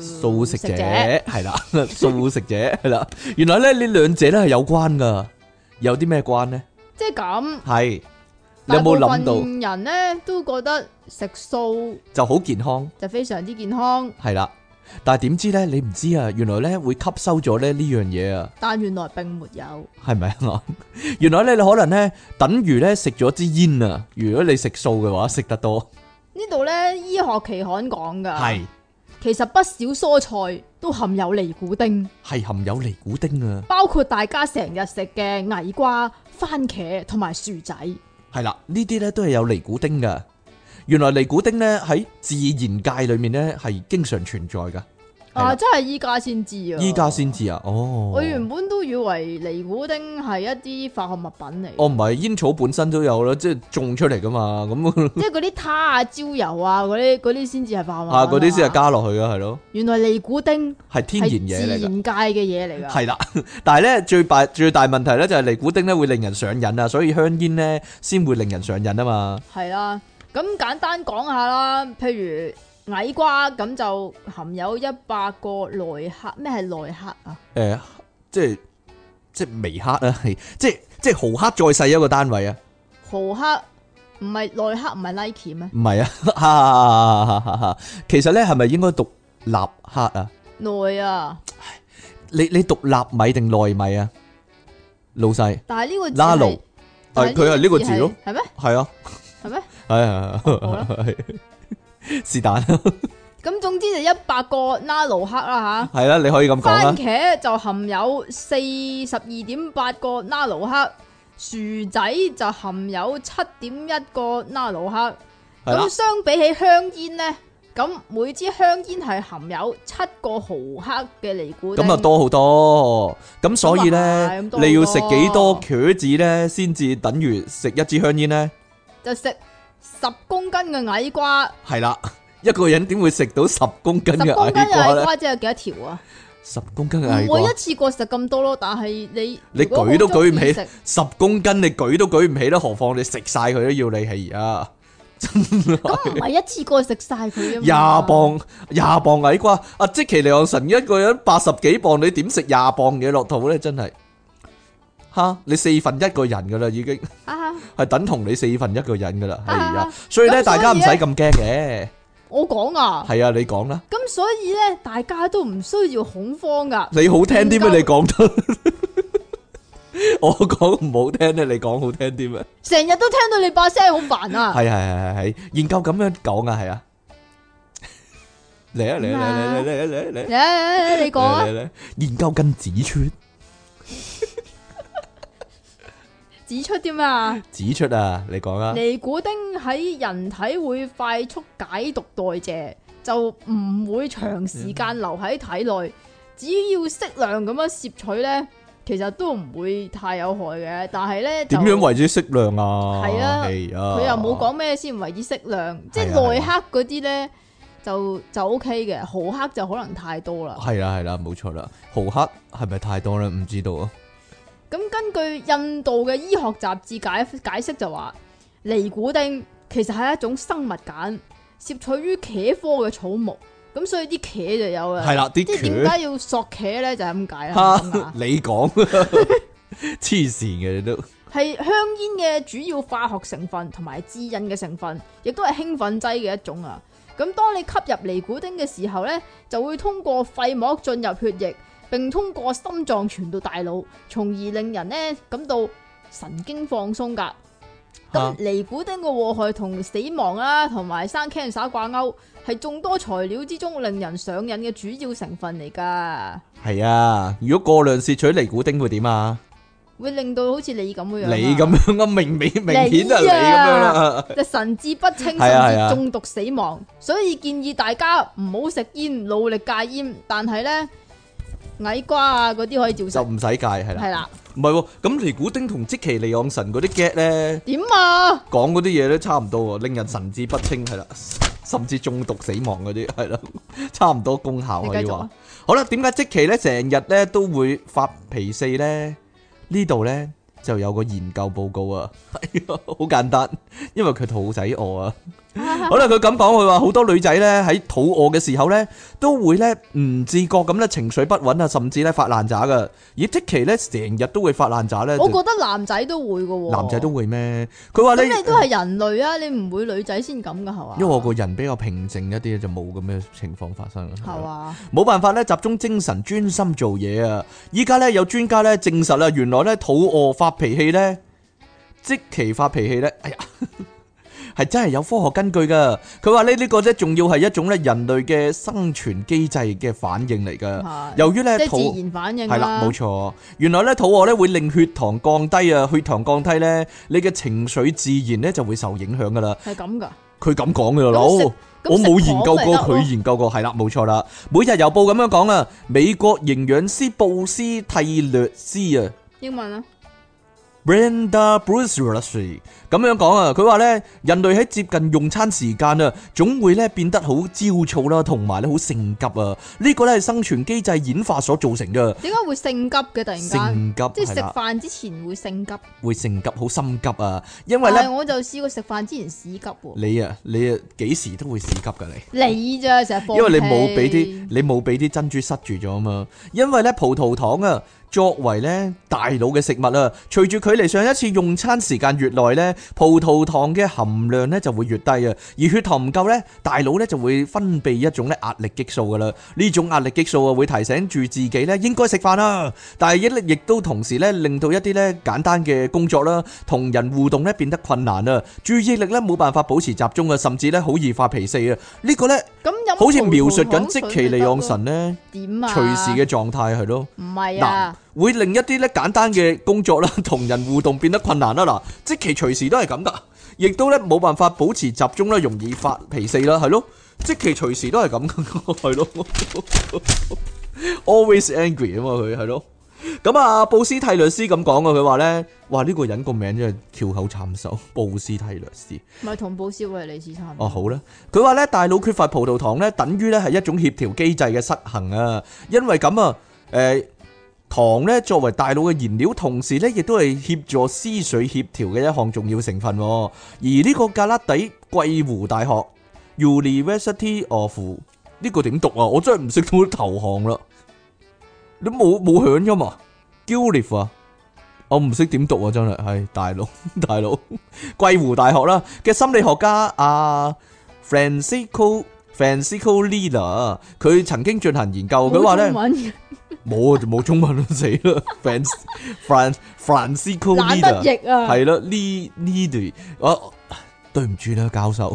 Speaker 1: 素食者係啦， 素食者係啦。原來咧呢兩者咧係有關噶，有啲咩關咧？
Speaker 2: 即係咁，
Speaker 1: 係你有冇諗
Speaker 2: 大部
Speaker 1: 到
Speaker 2: 分人咧都覺得食素
Speaker 1: 就好健康
Speaker 2: 就非常之健康，
Speaker 1: 係啦，但係點知咧你唔知啊，原來咧會吸收咗咧呢樣嘢啊，
Speaker 2: 但原來並沒有。
Speaker 1: 係咪啊？原來咧你可能咧等於咧食咗支煙啊，如果你食素嘅話食得多
Speaker 2: 呢度咧醫學期刊講㗎，
Speaker 1: 係
Speaker 2: 其實不少蔬菜都含有尼古丁，
Speaker 1: 係含有尼古丁啊。
Speaker 2: 包括大家成日食嘅矮瓜、番茄同埋薯仔。
Speaker 1: 系啦，呢啲咧都係有尼古丁噶。原來尼古丁咧喺自然界裏面咧係經常存在噶，係啦
Speaker 2: 啊，真係依家先知啊！
Speaker 1: 依家先知啊，哦，
Speaker 2: 我原本都以為尼古丁係一啲化學物品嚟，
Speaker 1: 哦唔係煙草本身都有啦，即係種出嚟噶嘛， 咁
Speaker 2: 即係嗰啲他啊、焦油啊嗰啲嗰啲先至係化學物品
Speaker 1: 啊嗰啲先係
Speaker 2: 嘛
Speaker 1: 加落去噶，係咯，
Speaker 2: 原來尼古丁
Speaker 1: 係天然
Speaker 2: 係
Speaker 1: 嘢嚟
Speaker 2: 自
Speaker 1: 噶。
Speaker 2: 然界嘅嘢嚟㗎。
Speaker 1: 係啦，但係咧最大最大問題咧就係尼古丁咧會令人上癮啊，所以香煙咧先會令人上癮啊嘛。
Speaker 2: 係啦，咁簡單講下啦，譬如矮瓜咁就含有一百個內克，咩係內克啊？
Speaker 1: 诶、即係即係微克啊，係即係即係毫克再細一個單位啊，
Speaker 2: 毫克唔係內克，唔係 Nike 咩？
Speaker 1: 唔 係啊，其實咧係咪應該讀立克啊？
Speaker 2: 內啊，
Speaker 1: 你你讀納米定內米啊？老細，
Speaker 2: 但係呢個字
Speaker 1: 拉
Speaker 2: 係
Speaker 1: 奴係佢係呢個字咯，，
Speaker 2: 但係呢個字係係咩？
Speaker 1: 係啊，
Speaker 2: 係咩？
Speaker 1: 係啊，
Speaker 2: 好啦
Speaker 1: 係 是但啦，
Speaker 2: 咁總之就一百個拉奴克啦
Speaker 1: 係啦，你可以咁
Speaker 2: 吓，
Speaker 1: 講啦
Speaker 2: 番。茄就含有四十二點八個拉奴克，薯仔就含有七點一個拉奴克。
Speaker 1: 係啦
Speaker 2: 咁相比起香煙呢，咁每支香煙係含有七個毫克嘅尼古丁，
Speaker 1: 咁啊多好多，咁所以咧，
Speaker 2: 咁啊係咁多好多
Speaker 1: 你要食幾多茄子咧，先至等於食一支香煙咧？
Speaker 2: 就食十公斤嘅矮瓜，
Speaker 1: 係啦， 一個人點會食到十公斤
Speaker 2: 十
Speaker 1: 嘅
Speaker 2: 公斤
Speaker 1: 矮
Speaker 2: 嘅
Speaker 1: 瓜
Speaker 2: 矮
Speaker 1: 咧？
Speaker 2: 瓜即係幾多條啊？
Speaker 1: 十公斤嘅矮
Speaker 2: 唔
Speaker 1: 瓜
Speaker 2: 會一，次過食咁多咯，但係你
Speaker 1: 你
Speaker 2: 如果好
Speaker 1: 舉都舉唔
Speaker 2: 鍾意
Speaker 1: 起
Speaker 2: 食，
Speaker 1: 十公斤你舉都舉唔起啦，何況你食晒佢都要你係啊！
Speaker 2: 咁唔係一次過食晒佢
Speaker 1: 廿
Speaker 2: 啊嘛？
Speaker 1: 磅廿磅矮瓜，阿即其利昂神一個人八十幾磅，你點食廿磅嘢落肚咧？真係吓，你四分一個人噶啦已經。
Speaker 2: 啊！
Speaker 1: 係等同你四分一個人噶啦，係啊
Speaker 2: 啊，
Speaker 1: 所以咧
Speaker 2: 咁
Speaker 1: 大家唔使
Speaker 2: 所以
Speaker 1: 咁驚嘅，
Speaker 2: 我講啊，
Speaker 1: 係啊，你講啦，
Speaker 2: 咁所以咧，大家都唔需要恐慌噶。
Speaker 1: 你好聽啲
Speaker 2: 唔夠
Speaker 1: 咩？你講得， 我講唔好聽咧，你講好聽啲咩？
Speaker 2: 成日都聽到你把聲好煩啊！
Speaker 1: 係係係係係，研究咁樣講啊，係啊，嚟啊嚟啊嚟啊嚟啊嚟啊嚟啊嚟啊嚟啊
Speaker 2: 嚟嚟嚟你講
Speaker 1: 嚟啊嚟啊
Speaker 2: 啊，
Speaker 1: 嚟啊，研究跟指出
Speaker 2: 指出啲咩啊？
Speaker 1: 指出啊，你講啊，
Speaker 2: 尼古丁喺人體會快速解毒代謝，就唔會長時間留喺體內。只要適量咁樣攝取咧，其實都唔會太有害嘅。但係咧，就
Speaker 1: 點樣為之適量啊？
Speaker 2: 係啊
Speaker 1: 係啊，
Speaker 2: 佢又冇講咩先為之適量，即係
Speaker 1: 係啊
Speaker 2: 內克嗰啲咧就就 O K 嘅，毫克就可能太多啦。
Speaker 1: 係啦係啦，冇錯啦，毫克係咪太多咧？唔知道啊。
Speaker 2: 咁根據印度嘅醫學雜誌解解釋就話，尼古丁其實係一種生物鹼，攝取於茄科嘅草木，咁所以啲茄就有啦。
Speaker 1: 係啦啲
Speaker 2: 即係
Speaker 1: 茄
Speaker 2: 點解要索茄咧？就係咁 解啦。係咪
Speaker 1: 哈
Speaker 2: 啊！
Speaker 1: 你講黐線嘅你都
Speaker 2: 係香煙嘅主要化學成分同埋滋癮嘅成分，亦都係興奮劑嘅一種啊。咁當你吸入尼古丁嘅時候呢，就會通過肺膜進入血液，並通過心臟傳到大腦，從而令人呢感到神經放鬆㗎。
Speaker 1: 嚇
Speaker 2: 咁尼古丁嘅禍害同死亡啦，同埋生 cancer 掛鈎，係眾多材料之中令人上癮嘅主要成分嚟㗎，
Speaker 1: 係啊！如果過量攝取尼古丁會點啊？
Speaker 2: 會令到好似你咁嘅
Speaker 1: 你
Speaker 2: 樣啊。
Speaker 1: 咁樣啊，明明明顯就係
Speaker 2: 你
Speaker 1: 你咁樣
Speaker 2: 啊
Speaker 1: 啦，
Speaker 2: 就神志不清，甚
Speaker 1: 係啊係啊
Speaker 2: 至中毒死亡。所以建議大家唔好食煙，努力戒煙。但係呢，矮瓜啊嗰啲可以照
Speaker 1: 就
Speaker 2: 食，
Speaker 1: 唔使戒係
Speaker 2: 係
Speaker 1: 啦。
Speaker 2: 啦。
Speaker 1: 唔係喎，咁尼古丁同即其利昂神嗰啲 get 咧，
Speaker 2: 點啊？
Speaker 1: 講嗰啲嘢咧差唔多喎，令人神志不清係啦，甚至中毒死亡嗰啲係啦，差唔多功效
Speaker 2: 你
Speaker 1: 可以
Speaker 2: 繼續
Speaker 1: 話
Speaker 2: 啊。
Speaker 1: 好啦，點解即其咧成日咧都會發脾氣咧？呢度咧就有個研究報告啊， 係啊好簡單，因為佢肚仔餓啊。 好啦，佢咁講，佢話好多女仔咧喺肚餓嘅時候咧，都會咧唔自覺咁咧情緒不穩啊，甚至咧發爛渣噶。而即其咧成日都會發爛渣咧，
Speaker 2: 我覺得男仔都會嘅喎，
Speaker 1: 男仔都。會咩？佢話咧
Speaker 2: 咁，你都係人類啊，你唔會女仔先咁噶係嘛？
Speaker 1: 因為我個人比較平靜一啲，就冇咁嘅情況發生。
Speaker 2: 係嘛？
Speaker 1: 冇辦法咧，集中精神專心做嘢啊！依家咧有專家咧證實啦，原來咧肚餓發脾氣咧，即期發脾氣咧，哎呀， 係真係有科學根據噶。佢話呢呢個咧仲要係一種咧人類嘅生存機制嘅反應嚟噶。
Speaker 2: 係
Speaker 1: 由於咧
Speaker 2: 啊即
Speaker 1: 肚
Speaker 2: 係自然啊反應
Speaker 1: 係啦，冇錯。原來咧肚餓咧會令血糖降低啊，血糖降低咧，你嘅情緒自然咧就會受影響噶啦。
Speaker 2: 係咁噶。
Speaker 1: 佢咁講嘅
Speaker 2: 咁食
Speaker 1: 佬。我冇研究過，佢
Speaker 2: 咁食糖咪得咯
Speaker 1: 研究過，係啦，冇錯啦。每日郵報咁樣講啊，美國營養師布斯替略斯啊
Speaker 2: 英文啊，
Speaker 1: ，Brenda Bruce 咁樣講啊，佢話呢，人類喺接近用餐時間啊，總會呢變得好焦躁啦，同埋呢好性急啊。呢個呢係生存機制演化所造成嘅。
Speaker 2: 點解會性急嘅突然間？
Speaker 1: 性急
Speaker 2: 即係食
Speaker 1: 係啦，
Speaker 2: 飯之前會性急，
Speaker 1: 會性急，好心急啊。因為
Speaker 2: 但係
Speaker 1: 呢，
Speaker 2: 我就試過食飯之前屎急喎。
Speaker 1: 你啊，你啊，幾時都會屎急㗎你。
Speaker 2: 你咋成日放
Speaker 1: 因為你冇俾
Speaker 2: 屁
Speaker 1: 啲你冇俾啲珍珠塞住咗啊嘛。因為咧葡萄糖啊，作為咧大腦嘅食物啊，隨住距離上一次用餐時間越耐咧，葡萄糖嘅含量咧就會越低啊。而血糖唔夠咧，大腦咧就會分泌一種咧壓力激素噶啦。呢種壓力激素啊，會提醒住自己咧應該食飯啦。但係亦亦都同時咧，令到一啲咧簡單嘅工作啦，同人互動咧變得困難啊。注意力咧冇辦法保持集中啊，甚至咧好易發脾氣啊。呢個咧。
Speaker 2: 咁飲
Speaker 1: 好似
Speaker 2: 葡萄
Speaker 1: 描述緊
Speaker 2: 糖
Speaker 1: 即
Speaker 2: 水
Speaker 1: 其利
Speaker 2: 咪得
Speaker 1: 昂
Speaker 2: 咯
Speaker 1: 神咧
Speaker 2: 點啊？
Speaker 1: 隨時嘅狀態係咯，
Speaker 2: 唔係啊，
Speaker 1: 會令一啲咧簡單嘅工作啦 同人互動變得困難啦嗱，即其隨時都係咁噶，亦都咧冇辦法保持集中啦，容易發脾氣啦，係咯，即其隨時都係咁噶，係咯，always angry 啊嘛佢係咯，咁啊布斯替律師咁講啊，佢話咧，哇呢、個人個名真係翹口慘手，布斯替律師。
Speaker 2: 咪同保燒維利斯差唔多。
Speaker 1: 哦，好啦，佢話咧大腦缺乏葡萄糖咧，等於咧係一種協調機制嘅失衡啊，因為咁啊，誒、糖咧作為大腦嘅燃料，同時咧亦都係協助思緒協調嘅一項重要成分喎。而呢個格拉底桂湖大學 University of 呢個點讀啊？我真係唔識到投降啦，你冇冇響噶嘛 g u l i f 啊，我唔識點讀啊，真係係大 佬大佬。桂湖大學啦嘅心理學家阿 à, Francisco Francisco Lila，佢曾經進行研究，佢話咧
Speaker 2: 冇中文嘅
Speaker 1: 冇啊冇中文都死啦，Fran Fran Francisco
Speaker 2: 懶
Speaker 1: Lila
Speaker 2: 得譯啊，
Speaker 1: 係啦呢呢段我對唔住啦，教授，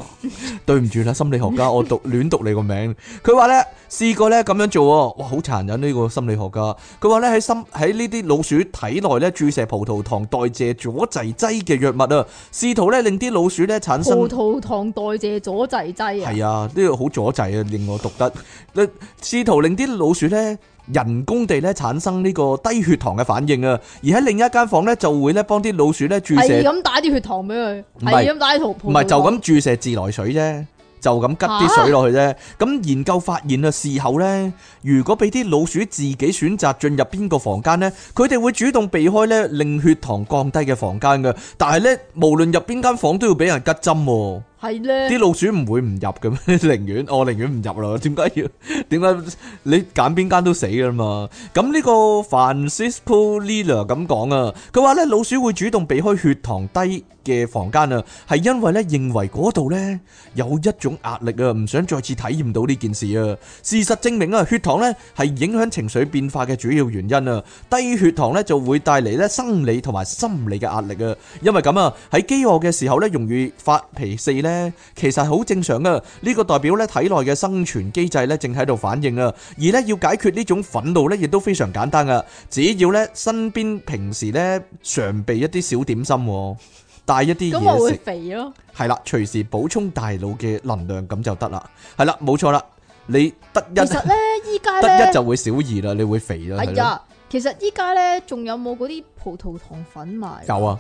Speaker 1: 對唔住啦，心理學家，我讀亂讀你個名。佢話咧試過咧咁樣做喎，哇，好殘忍呢個心理學家。佢話咧喺心喺呢啲老鼠體內咧注射葡萄糖代謝阻滯劑嘅藥物啊，試圖咧令啲老鼠咧產生
Speaker 2: 葡萄糖代謝阻滯劑啊，
Speaker 1: 係啊，呢個好阻滯啊，令我讀得。你試圖令啲老鼠咧人工地咧產生呢個低血糖嘅反應啊，而喺另一間房咧就會咧幫啲老鼠咧注射
Speaker 2: 係。咁打啲血糖俾佢，
Speaker 1: 唔係
Speaker 2: 係咁打啲葡
Speaker 1: 唔
Speaker 2: 葡萄
Speaker 1: 係就
Speaker 2: 糖
Speaker 1: 咁注射自來水啫，就咁吉啲水落去啫。咁研究發現啊，事後呢，如果俾啲老鼠自己選擇進入邊個房間呢，佢哋會主動避開呢令血糖降低嘅房間嘅。但係呢，無論入邊間房都要俾人吉針喎。
Speaker 2: 係咧，
Speaker 1: 啲老鼠唔會唔入嘅咩？ 寧願我寧願唔入啦。點解要？點解你揀邊間都死噶嘛？咁呢個 Francisco Lila 咁講啊，佢話咧老鼠會主動避開血糖低嘅房間啊，係因為咧認為嗰度咧有一種壓力啊，唔想再次體驗到呢件事啊。事實證明啊，血糖咧係影響情緒變化嘅主要原因啊。低血糖咧就會帶嚟咧生理同埋心理嘅壓力啊。因為咁啊，喺飢餓嘅時候咧，容易發脾氣咧，其實係好正常噶。呢個代表咧體內嘅生存機制咧正喺度反應啊。而咧要解決呢種憤怒咧，亦都非常簡單噶，只要咧身邊平時咧常備一啲小點心喎，帶一啲
Speaker 2: 咁我
Speaker 1: 嘢
Speaker 2: 會
Speaker 1: 食。
Speaker 2: 肥咯，
Speaker 1: 系啦，隨時補充大腦嘅能量咁就得啦。係啦，冇錯啦，你得一
Speaker 2: 其實咧依家
Speaker 1: 得一
Speaker 2: 咧，
Speaker 1: 就會少二啦，你會肥啦。
Speaker 2: 哎
Speaker 1: 啊係咯，
Speaker 2: 呀，其實依家咧仲有冇嗰啲葡萄糖粉賣？
Speaker 1: 有啊，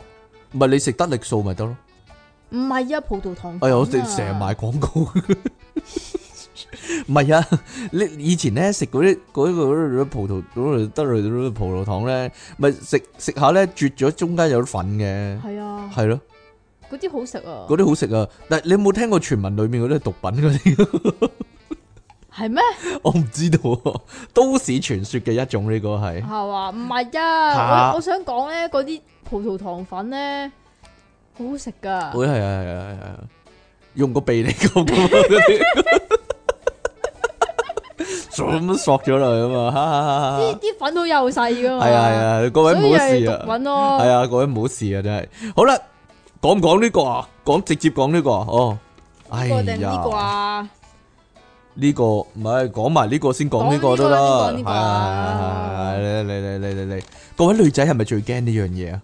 Speaker 1: 唔係你食得力素咪得咯。
Speaker 2: 唔係啊，葡萄糖粉
Speaker 1: 哎呀，我
Speaker 2: 啊
Speaker 1: 哋成日買廣告。 唔係啊，你以前咧食嗰啲嗰個葡萄嗰度得嚟葡萄糖咧，咪食食下咧啜咗中間有啲粉嘅，
Speaker 2: 係啊，
Speaker 1: 係咯，
Speaker 2: 嗰啲好食啊，
Speaker 1: 嗰啲好食啊。但係你有冇聽過傳聞裡面嗰啲係毒品嗰啲？
Speaker 2: 係咩？
Speaker 1: 我唔知道啊，都市傳說嘅一種呢個係。
Speaker 2: 係嘛？唔係
Speaker 1: 嚇
Speaker 2: 啊，我我想講咧，嗰啲葡萄糖粉咧好好食噶，
Speaker 1: 會係啊係啊係啊，用個鼻 嚟講咁嗰啲，咁索咗落去啊嘛，
Speaker 2: 啲
Speaker 1: 哈
Speaker 2: 啲粉好幼細噶
Speaker 1: 哈哈
Speaker 2: 嘛，
Speaker 1: 係啊係啊，各位
Speaker 2: 所以
Speaker 1: 唔好
Speaker 2: 係
Speaker 1: 事
Speaker 2: 毒
Speaker 1: 啊，
Speaker 2: 粉咯，
Speaker 1: 係啊，各位唔好事啊，真係。好啦，講唔講呢個啊？講直接講呢個啊？哦，哎
Speaker 2: 呢
Speaker 1: 呀
Speaker 2: 個，定呢個啊？
Speaker 1: 呢個唔係講埋呢個先講呢個都得，
Speaker 2: 講
Speaker 1: 係
Speaker 2: 呢個啦先講呢個
Speaker 1: 啊
Speaker 2: 啊
Speaker 1: 係啊係啊係啊係啊嚟嚟嚟嚟嚟嚟，各位女仔係咪最驚呢樣嘢啊？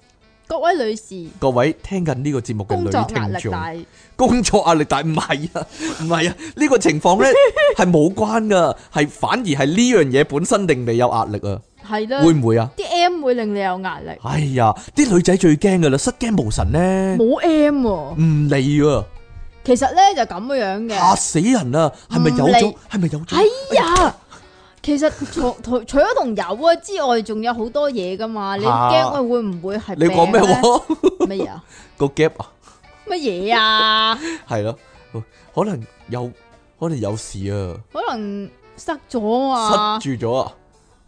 Speaker 2: 各位女士，
Speaker 1: 各位聽緊呢個節目嘅
Speaker 2: 工
Speaker 1: 女
Speaker 2: 作壓
Speaker 1: 聽
Speaker 2: 力
Speaker 1: 眾，
Speaker 2: 大，
Speaker 1: 工作壓力大唔係啊， 唔係啊，呢個情 況呢係冇關噶，係反而係呢樣嘢本身令你有壓力啊，
Speaker 2: 係啦，
Speaker 1: 會唔會啊？
Speaker 2: 啲 M 會令你有壓力，
Speaker 1: 哎呀，啲女仔最驚噶啦，失驚無神呢，
Speaker 2: 冇 M 喎。
Speaker 1: 唔理啊，
Speaker 2: 其實咧就咁樣嘅，
Speaker 1: 嚇死人啊！係咪有
Speaker 2: 唔
Speaker 1: 咗
Speaker 2: 理？
Speaker 1: 係咪有咗？
Speaker 2: 哎呀，其實除除 除咗同有啊之外，仲有好多嘢噶嘛。你
Speaker 1: 啊
Speaker 2: 驚我會唔會係
Speaker 1: 你講咩
Speaker 2: 病呢？
Speaker 1: 話？
Speaker 2: 乜嘢啊？
Speaker 1: 個 gap 啊，
Speaker 2: 乜嘢啊？
Speaker 1: 係咯，可能有，可能有事啊，
Speaker 2: 可能塞咗啊！
Speaker 1: 塞住咗啊，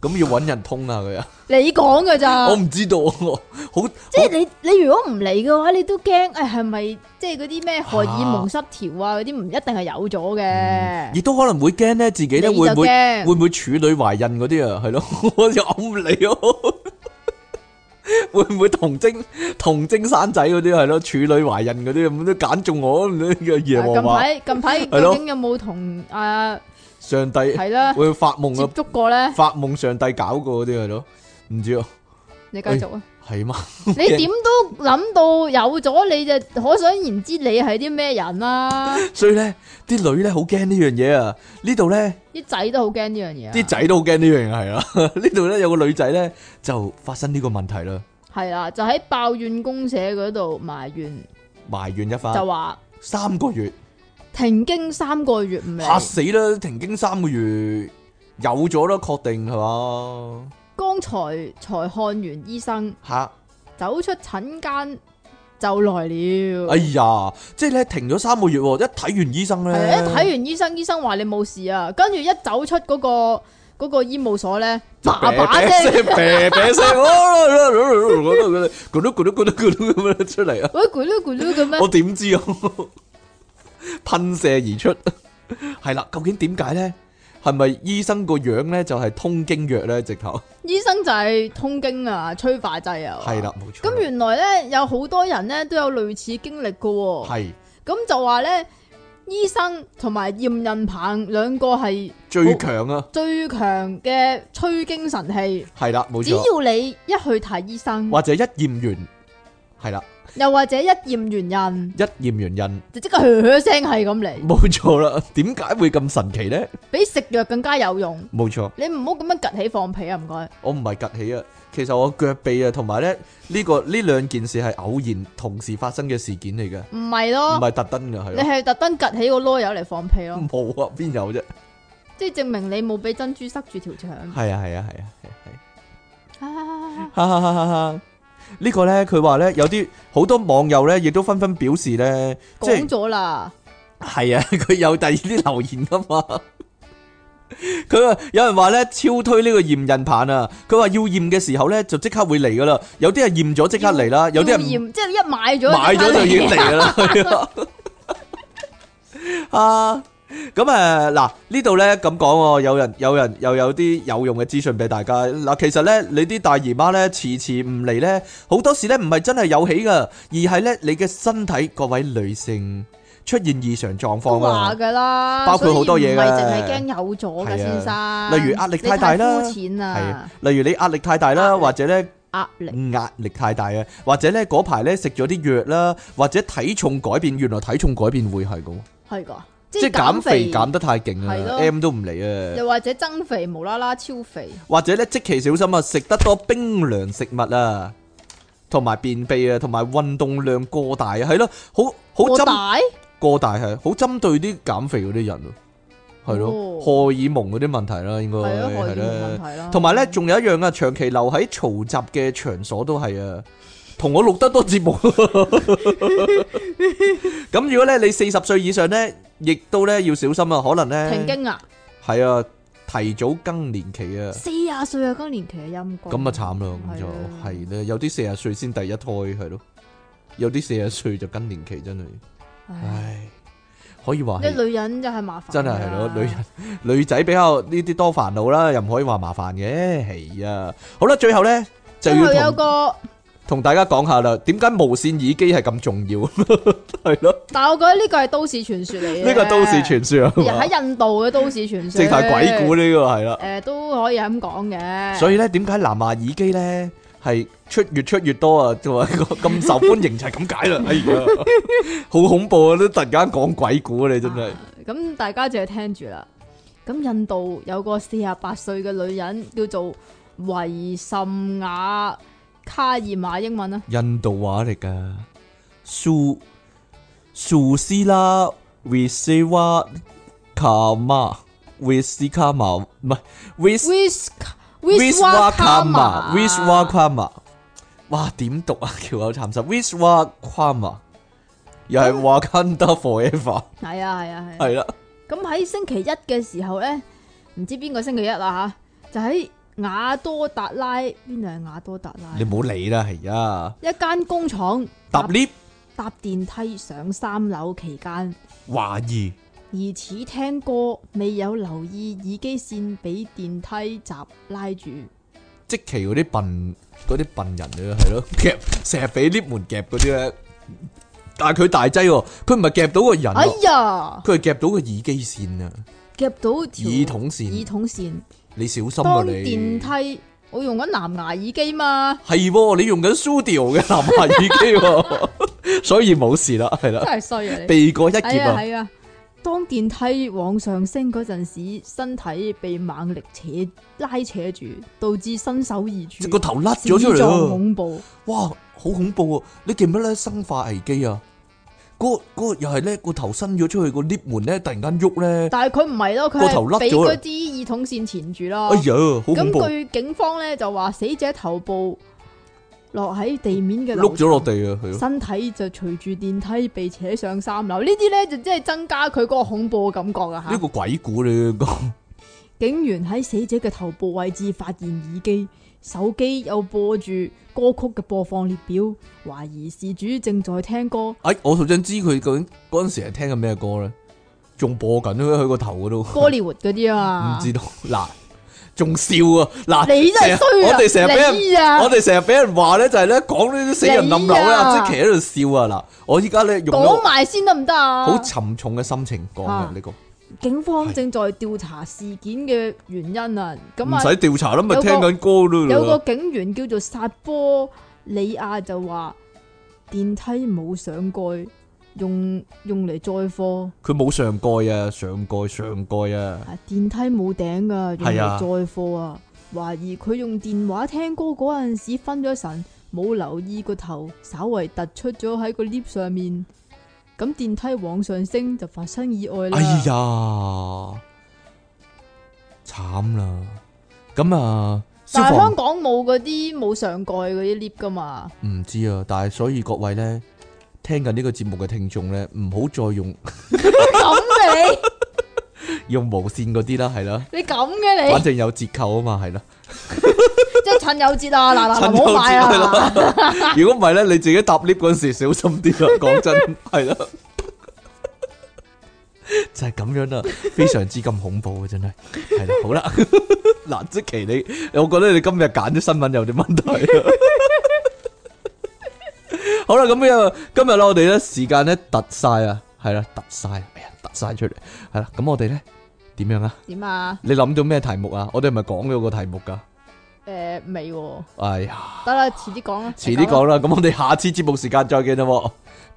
Speaker 1: 咁要揾人通下佢啊，
Speaker 2: 你講噶咋？
Speaker 1: 我唔知道啊，我好
Speaker 2: 即係你你如果唔嚟嘅話，你都驚誒係咪即係嗰啲咩荷爾蒙失調啊嗰啲唔一定係有咗嘅。
Speaker 1: 亦都可能會驚咧，自己咧
Speaker 2: 你就
Speaker 1: 會唔會
Speaker 2: 驚
Speaker 1: 會唔會處女懷孕嗰啲啊？係 咯，我就揞你咯。會唔會童精童精生仔嗰啲係咯？處女懷孕嗰啲咁都揀中我咁嘅
Speaker 2: 啊
Speaker 1: 夜
Speaker 2: 近
Speaker 1: 王話
Speaker 2: 排近排
Speaker 1: 係咯
Speaker 2: 究竟有冇同啊
Speaker 1: 上帝
Speaker 2: 係啦
Speaker 1: 會發夢
Speaker 2: 接
Speaker 1: 啊，
Speaker 2: 觸過咧？
Speaker 1: 發夢上帝搞過嗰啲係咯，唔知啊，
Speaker 2: 你繼續啊！
Speaker 1: 係嘛？
Speaker 2: 你點都諗到有咗，你就可想而知你係啲咩人啦。
Speaker 1: 所以咧，啲女咧好驚呢樣嘢啊！呢度咧。
Speaker 2: 啲仔都好驚呢樣嘢啊。
Speaker 1: 啲仔都好驚呢樣嘢係啊！ 呢度咧有個女仔咧就發生呢個問題啦，
Speaker 2: 係啦，就喺抱怨公社嗰度埋怨，
Speaker 1: 埋怨一番
Speaker 2: 就話
Speaker 1: 三個月，
Speaker 2: 停經三個月唔
Speaker 1: 嚇
Speaker 2: 嚟。
Speaker 1: 死啦！停經三個月有咗啦，確定係嘛？
Speaker 2: 剛才才看完醫生，
Speaker 1: 嚇！
Speaker 2: 走出診間就來了。
Speaker 1: 哎呀，即係咧停咗三個月喎，一睇完醫生咧，
Speaker 2: 係啊一睇完醫生，醫生話你冇事啊，跟住一走出嗰、個嗰、個醫務所咧，
Speaker 1: 就
Speaker 2: 叭叭聲，
Speaker 1: 啤啤聲，啤啤 聲，咕嚕咕嚕咕嚕咕嚕咁樣出嚟啊！
Speaker 2: 喂咕嚕咕嚕咁
Speaker 1: 我
Speaker 2: 樣，
Speaker 1: 點知啊？噴射而出，係啦，究竟點解咧？係咪醫生個樣咧就係通經藥咧？直頭
Speaker 2: 醫生就係通經啊，催化劑啊，
Speaker 1: 係。啦，冇錯。
Speaker 2: 咁原來咧有好多人咧都有類似經歷噶、喎，
Speaker 1: 係
Speaker 2: 咁就話咧醫生同埋驗孕棒兩個係
Speaker 1: 最強啊，
Speaker 2: 最強嘅催經神器，
Speaker 1: 係啦，冇
Speaker 2: 只
Speaker 1: 錯。
Speaker 2: 要你一去睇醫生，
Speaker 1: 或者一驗完，係啦，
Speaker 2: 又或者一驗完孕。
Speaker 1: 一驗完 孕，
Speaker 2: 就即刻嘘嘘聲係咁嚟，
Speaker 1: 冇錯啦。點解會咁神奇咧？
Speaker 2: 比食藥更加有用。
Speaker 1: 冇錯，
Speaker 2: 你唔好咁樣趌起放屁啊！唔該，
Speaker 1: 我唔係趌起啊，其實我腳臂啊，同埋咧呢個呢兩件事係偶然同時發生嘅事件嚟嘅，
Speaker 2: 唔係
Speaker 1: 唔
Speaker 2: 咯，
Speaker 1: 係特登嘅，係
Speaker 2: 你
Speaker 1: 咯。
Speaker 2: 係特登趌起個啰柚嚟放屁咯，
Speaker 1: 冇啊，邊有啫？
Speaker 2: 即係證明你冇俾珍珠塞住條腸。
Speaker 1: 係啊，係啊，係啊，係啊係啊。
Speaker 2: 啊
Speaker 1: 哈哈哈哈哈！呢個呢，佢話呢，有啲好多網友呢，亦都紛紛表示呢，即
Speaker 2: 講
Speaker 1: 係
Speaker 2: 咗啦，
Speaker 1: 係啊， 佢有第二啲留言噶嘛。 佢話有人話呢，超推呢個驗孕棒啊，佢話要驗嘅時候呢，就即刻會嚟噶啦，有啲係驗咗即刻嚟啦，有啲
Speaker 2: 要
Speaker 1: 人唔
Speaker 2: 驗即係一買咗
Speaker 1: 買咗就已經
Speaker 2: 即刻
Speaker 1: 嚟
Speaker 2: 嚟
Speaker 1: 噶啦係 啊，啊！咁誒嗱，呢度呢，咁講喎，有人有人又有啲有用嘅資訊俾大家。嗱，其實呢，你啲大姨媽呢，遲遲唔嚟呢，好多時呢唔係真係有起噶，而係呢，你嘅身體各位女性出現異常狀
Speaker 2: 都
Speaker 1: 況
Speaker 2: 話
Speaker 1: 啊，
Speaker 2: 噶啦，
Speaker 1: 包括好多嘢
Speaker 2: 所以
Speaker 1: 㗎
Speaker 2: 唔係淨係驚有咗
Speaker 1: 係啊
Speaker 2: 噶，先生。
Speaker 1: 例如壓力太大啦
Speaker 2: 你膚淺
Speaker 1: 係啊
Speaker 2: 啦，
Speaker 1: 例如你壓力太大
Speaker 2: 壓
Speaker 1: 啦，
Speaker 2: 力
Speaker 1: 或者呢。
Speaker 2: 壓力
Speaker 1: 壓力太大啊，或者咧嗰排咧食咗啲藥啦，或者體重改變，原來體重改變會係咁，
Speaker 2: 係噶，
Speaker 1: 即
Speaker 2: 係
Speaker 1: 係減肥減得太勁
Speaker 2: 係
Speaker 1: 啊
Speaker 2: 咯
Speaker 1: ，M 都唔嚟啊，
Speaker 2: 又或者增肥無啦啦超肥，
Speaker 1: 或者咧即其小心啊，食得多冰涼食物啊，同埋便秘啊，同埋運動量過大啊，係咯，好好
Speaker 2: 過
Speaker 1: 針
Speaker 2: 大
Speaker 1: 過大係好針對啲減肥嗰啲人咯，係咯，
Speaker 2: 哦
Speaker 1: 荷爾蒙嗰啲問題啦，應該
Speaker 2: 係咯，荷爾
Speaker 1: 係
Speaker 2: 蒙問
Speaker 1: 啦。
Speaker 2: 題啦。
Speaker 1: 同埋咧，仲有一樣啊，長期留喺嘈雜嘅場所都係啊，同我錄得多 節目。咁如果咧你四十歲以上咧，亦都咧要小心啊，可能
Speaker 2: 停
Speaker 1: 咧
Speaker 2: 經啊！
Speaker 1: 係啊，提早更年期啊，
Speaker 2: 四啊歲啊，更年期嘅陰公，
Speaker 1: 咁啊慘啦，咁就
Speaker 2: 係啊
Speaker 1: 係咧，有啲四十歲先第一胎係咯，有啲四十歲就更年期真係，
Speaker 2: 唉，
Speaker 1: 唉，可以話係
Speaker 2: 啲女人真係麻煩，
Speaker 1: 真係係咯，女人。 女仔比較呢啲多煩惱啦，又唔可以話麻煩嘅，係啊，好啦，最後咧就
Speaker 2: 最後
Speaker 1: 要
Speaker 2: 有
Speaker 1: 同。
Speaker 2: 個，
Speaker 1: 同大家講下啦，點解無線耳機係咁重要？ 係咯，
Speaker 2: 但係我覺得呢個係都市傳說嚟嘅，
Speaker 1: 呢個都市傳說啊係嘛，
Speaker 2: 喺印度嘅都市傳說，
Speaker 1: 直頭係鬼故呢個係啦。
Speaker 2: 誒都可以係咁講嘅。
Speaker 1: 所以咧，點解藍牙耳機咧係出越出越多啊，就話 咁受歡迎就係咁解啦。哎呀，好恐怖啊！都突然間講鬼故啊，你真係
Speaker 2: 啊咁大家就要聽住啦。咁印度有個四十八歲嘅女人叫做維什雅卡爾馬，英文啊，
Speaker 1: 印度話嚟噶，蘇蘇斯啦 v i s i w a 卡瑪 v i s i 卡瑪唔係 v i s
Speaker 2: Viswakarma
Speaker 1: Vishwakarma，哇點讀啊？ 橋口殘實 Vishwakarma，又係 Wakanda Forever，
Speaker 2: 係啊係啊係啊。
Speaker 1: 係啦，
Speaker 2: 咁喺星期一嘅時候咧，唔知邊個星期一啦吓，就喺雅多達拉邊度係雅多達拉
Speaker 1: 你？唔好理啦，係啊，
Speaker 2: 一間工廠
Speaker 1: 搭 lift
Speaker 2: 搭電梯上三樓期間，
Speaker 1: 懷疑
Speaker 2: 疑似聽歌，未有留意耳機線俾電梯閘拉住。
Speaker 1: 即期嗰啲笨嗰啲笨人啊，係咯， 夾成日俾 lift 門夾嗰啲咧，但係佢大劑喎，佢唔係夾到個人
Speaker 2: 哎
Speaker 1: 喎，
Speaker 2: 呀，
Speaker 1: 佢係夾到個耳機線啊，
Speaker 2: 夾到條
Speaker 1: 耳筒線
Speaker 2: 耳筒線。
Speaker 1: 你小心啊
Speaker 2: 當
Speaker 1: 你！
Speaker 2: 電梯，我用緊藍牙耳 機嘛，
Speaker 1: 係喎，你用緊 Studio 嘅藍牙耳機喎， 所以冇事啦，係
Speaker 2: 真
Speaker 1: 啦，
Speaker 2: 係衰啊你！
Speaker 1: 避過一劫
Speaker 2: 係啊
Speaker 1: 啊！
Speaker 2: 係啊，當電梯往上升嗰陣時，身體被猛力扯拉扯住，導致身首異
Speaker 1: 隻
Speaker 2: 處
Speaker 1: 個，頭甩
Speaker 2: 死
Speaker 1: 咗出嚟
Speaker 2: 狀
Speaker 1: 咯，
Speaker 2: 恐怖。
Speaker 1: 哇，好恐怖啊！你記唔記得咧《生化危機》啊？嗰嗰個又係咧個頭伸咗出去個 lift 門咧，突然間喐咧，
Speaker 2: 但係佢唔係咯，佢
Speaker 1: 個頭甩
Speaker 2: 係俾
Speaker 1: 咗啦
Speaker 2: 嗰啲耳筒線纏住啦
Speaker 1: 哎。呀，好恐
Speaker 2: 咁
Speaker 1: 怖，
Speaker 2: 據警方咧就話，死者頭部落喺地面嘅樓
Speaker 1: 碌咗落地
Speaker 2: 層，
Speaker 1: 啊，係咯，
Speaker 2: 身體就隨住電梯被扯上三樓。呢啲咧就即係增加佢嗰個恐怖嘅感覺啊！
Speaker 1: 呢
Speaker 2: 嚇，
Speaker 1: 個鬼故你講，
Speaker 2: 警員喺死者嘅頭部位置發現耳機，手機有播住歌曲嘅播放列表，懷疑事主正在聽 歌。
Speaker 1: 哎，我好想知佢究竟嗰陣時係聽緊咩歌咧？仲播緊咧，佢個頭嗰度。
Speaker 2: Bollywood 嗰啲啊
Speaker 1: 唔
Speaker 2: 嘛，
Speaker 1: 知道嗱，仲笑啊嗱，
Speaker 2: 你真係衰啊
Speaker 1: 我哋成日俾
Speaker 2: 你
Speaker 1: 人，
Speaker 2: 啊
Speaker 1: 我哋成日俾人話咧，就係咧講呢啲死人冧樓
Speaker 2: 你
Speaker 1: 啦，
Speaker 2: 啊
Speaker 1: 即係喺度笑啊嗱，我依家咧用
Speaker 2: 講
Speaker 1: 咗
Speaker 2: 埋先得唔得啊？
Speaker 1: 好沉重嘅心情講嘅
Speaker 2: 啊
Speaker 1: 呢個，
Speaker 2: 警方正在調查事件嘅原因啊，咁
Speaker 1: 唔
Speaker 2: 啊
Speaker 1: 使調查啦，咪
Speaker 2: 有個
Speaker 1: 聽緊歌
Speaker 2: 有個
Speaker 1: 咯，
Speaker 2: 警員叫做薩波里亞就話電梯冇上蓋，用用嚟載貨
Speaker 1: 佢冇上蓋啊，上蓋上蓋啊，
Speaker 2: 啊，電梯冇頂噶，用
Speaker 1: 係
Speaker 2: 嚟
Speaker 1: 啊
Speaker 2: 載貨啊。懷疑佢用電話聽歌嗰陣時分咗神，冇留意個頭，稍為突出咗喺個 lift 上面。咁電梯往上升就發生意外啦。
Speaker 1: 哎呀，慘啦，咁啊，消
Speaker 2: 但
Speaker 1: 防
Speaker 2: 係香港冇嗰啲冇上蓋嗰啲 lift 噶嘛。
Speaker 1: 唔知啊，但係所以各位咧聽緊呢個節目嘅聽眾咧，唔好再用。
Speaker 2: 咁
Speaker 1: 用無線嗰啲啦，係啦，
Speaker 2: 你你咁嘅
Speaker 1: 反
Speaker 2: 你，
Speaker 1: 正有折扣啊嘛，係啦。
Speaker 2: 即係趁有節啊！嗱嗱
Speaker 1: 趁
Speaker 2: 嗱，唔好買
Speaker 1: 有節
Speaker 2: 啊！
Speaker 1: 如果唔係咧，你自己搭 lift 嗰陣時小心啲啦， 講真係啦，就係咁樣啦，非常之咁恐怖啊，真係係啦， 好啦，嗱，即其你，我覺得你今日揀啲新聞有啲問題啊。好啦，咁啊， 今日咧我哋咧時間咧突晒啊，係啦，突晒，哎呀，突晒出嚟，係啦，咁我哋咧點樣啊？
Speaker 2: 點啊？
Speaker 1: 你諗到咩題目啊？我哋係咪講咗個題目㗎？
Speaker 2: 誒，未喎，
Speaker 1: 哎呀！
Speaker 2: 得啦，遲啲講啦，
Speaker 1: 迟啲講啦，咁我哋下次節目時間再見啦喎，